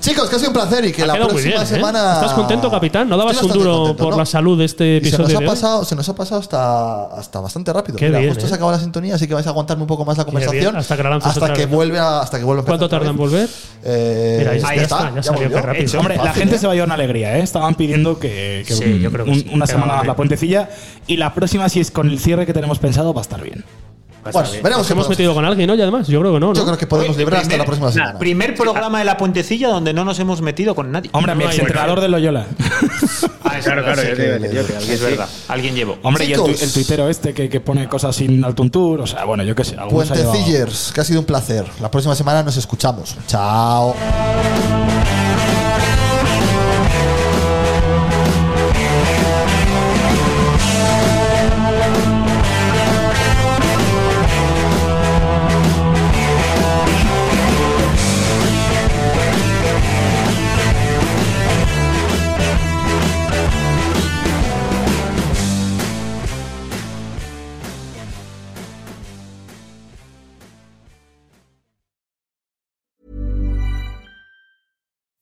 Speaker 1: Chicos, que ha sido un placer y que
Speaker 2: Ha
Speaker 1: la
Speaker 2: quedado muy
Speaker 1: próxima
Speaker 2: bien, ¿eh?
Speaker 1: semana.
Speaker 2: ¿Estás contento, capitán? ¿No dabas
Speaker 1: Estoy
Speaker 2: un
Speaker 1: bastante
Speaker 2: duro
Speaker 1: contento,
Speaker 2: por
Speaker 1: ¿no?
Speaker 2: la salud de este
Speaker 1: Y se nos,
Speaker 2: episodio
Speaker 1: ha
Speaker 2: de hoy?
Speaker 1: pasado, se nos ha pasado hasta, hasta bastante rápido.
Speaker 2: Qué
Speaker 1: Mira,
Speaker 2: bien,
Speaker 1: justo
Speaker 2: eh.
Speaker 1: se acaba la sintonía, así que vais a aguantarme un poco más la conversación.
Speaker 2: bien, hasta que la lanzas otra
Speaker 1: que
Speaker 2: vez.
Speaker 1: vuelve a, hasta que vuelve a empezar
Speaker 2: ¿Cuánto
Speaker 1: otra
Speaker 2: tarda en
Speaker 1: vez.
Speaker 2: volver?
Speaker 1: Eh,
Speaker 2: Mira, ahí
Speaker 1: ya
Speaker 2: está,
Speaker 1: está,
Speaker 2: ya
Speaker 1: ya
Speaker 2: salió,
Speaker 1: volvió.
Speaker 2: qué rápido.
Speaker 4: Hecho.
Speaker 3: Hombre, la
Speaker 1: Fácil,
Speaker 3: gente
Speaker 1: ¿eh?
Speaker 3: se va a llevar una alegría, ¿eh? Estaban pidiendo que, que
Speaker 2: Sí,
Speaker 3: un-
Speaker 2: yo creo que
Speaker 3: un-
Speaker 2: sí.
Speaker 3: una
Speaker 2: Que
Speaker 3: semana
Speaker 2: va
Speaker 3: más la
Speaker 2: bien.
Speaker 3: puentecilla y la próxima, si es con el cierre que tenemos pensado, va a estar bien.
Speaker 1: Bueno, veremos
Speaker 2: Nos
Speaker 1: qué
Speaker 2: hemos
Speaker 1: podemos-
Speaker 2: metido con alguien, ¿no? Y además, yo creo que no.
Speaker 1: Yo
Speaker 2: ¿no?
Speaker 1: creo que podemos librar hasta la próxima semana.
Speaker 4: Primer programa de la puentecilla donde no nos hemos metido con nadie.
Speaker 3: Hombre, mi
Speaker 2: hay-
Speaker 3: exentrenador de Loyola.
Speaker 4: Ah, es
Speaker 5: Claro,
Speaker 4: verdad,
Speaker 5: claro,
Speaker 4: sí,
Speaker 5: yo te iba a decir yo que alguien
Speaker 4: es
Speaker 5: sí.
Speaker 4: verdad. Alguien llevó.
Speaker 3: Hombre, y el, tu-
Speaker 1: Chicos.
Speaker 3: el tuitero este que, que pone cosas sin algún tour. O sea, bueno, yo qué sé. algunos ha llevado-
Speaker 1: Puentecillers, que ha sido un placer. La próxima semana nos escuchamos. Chao.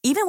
Speaker 8: Even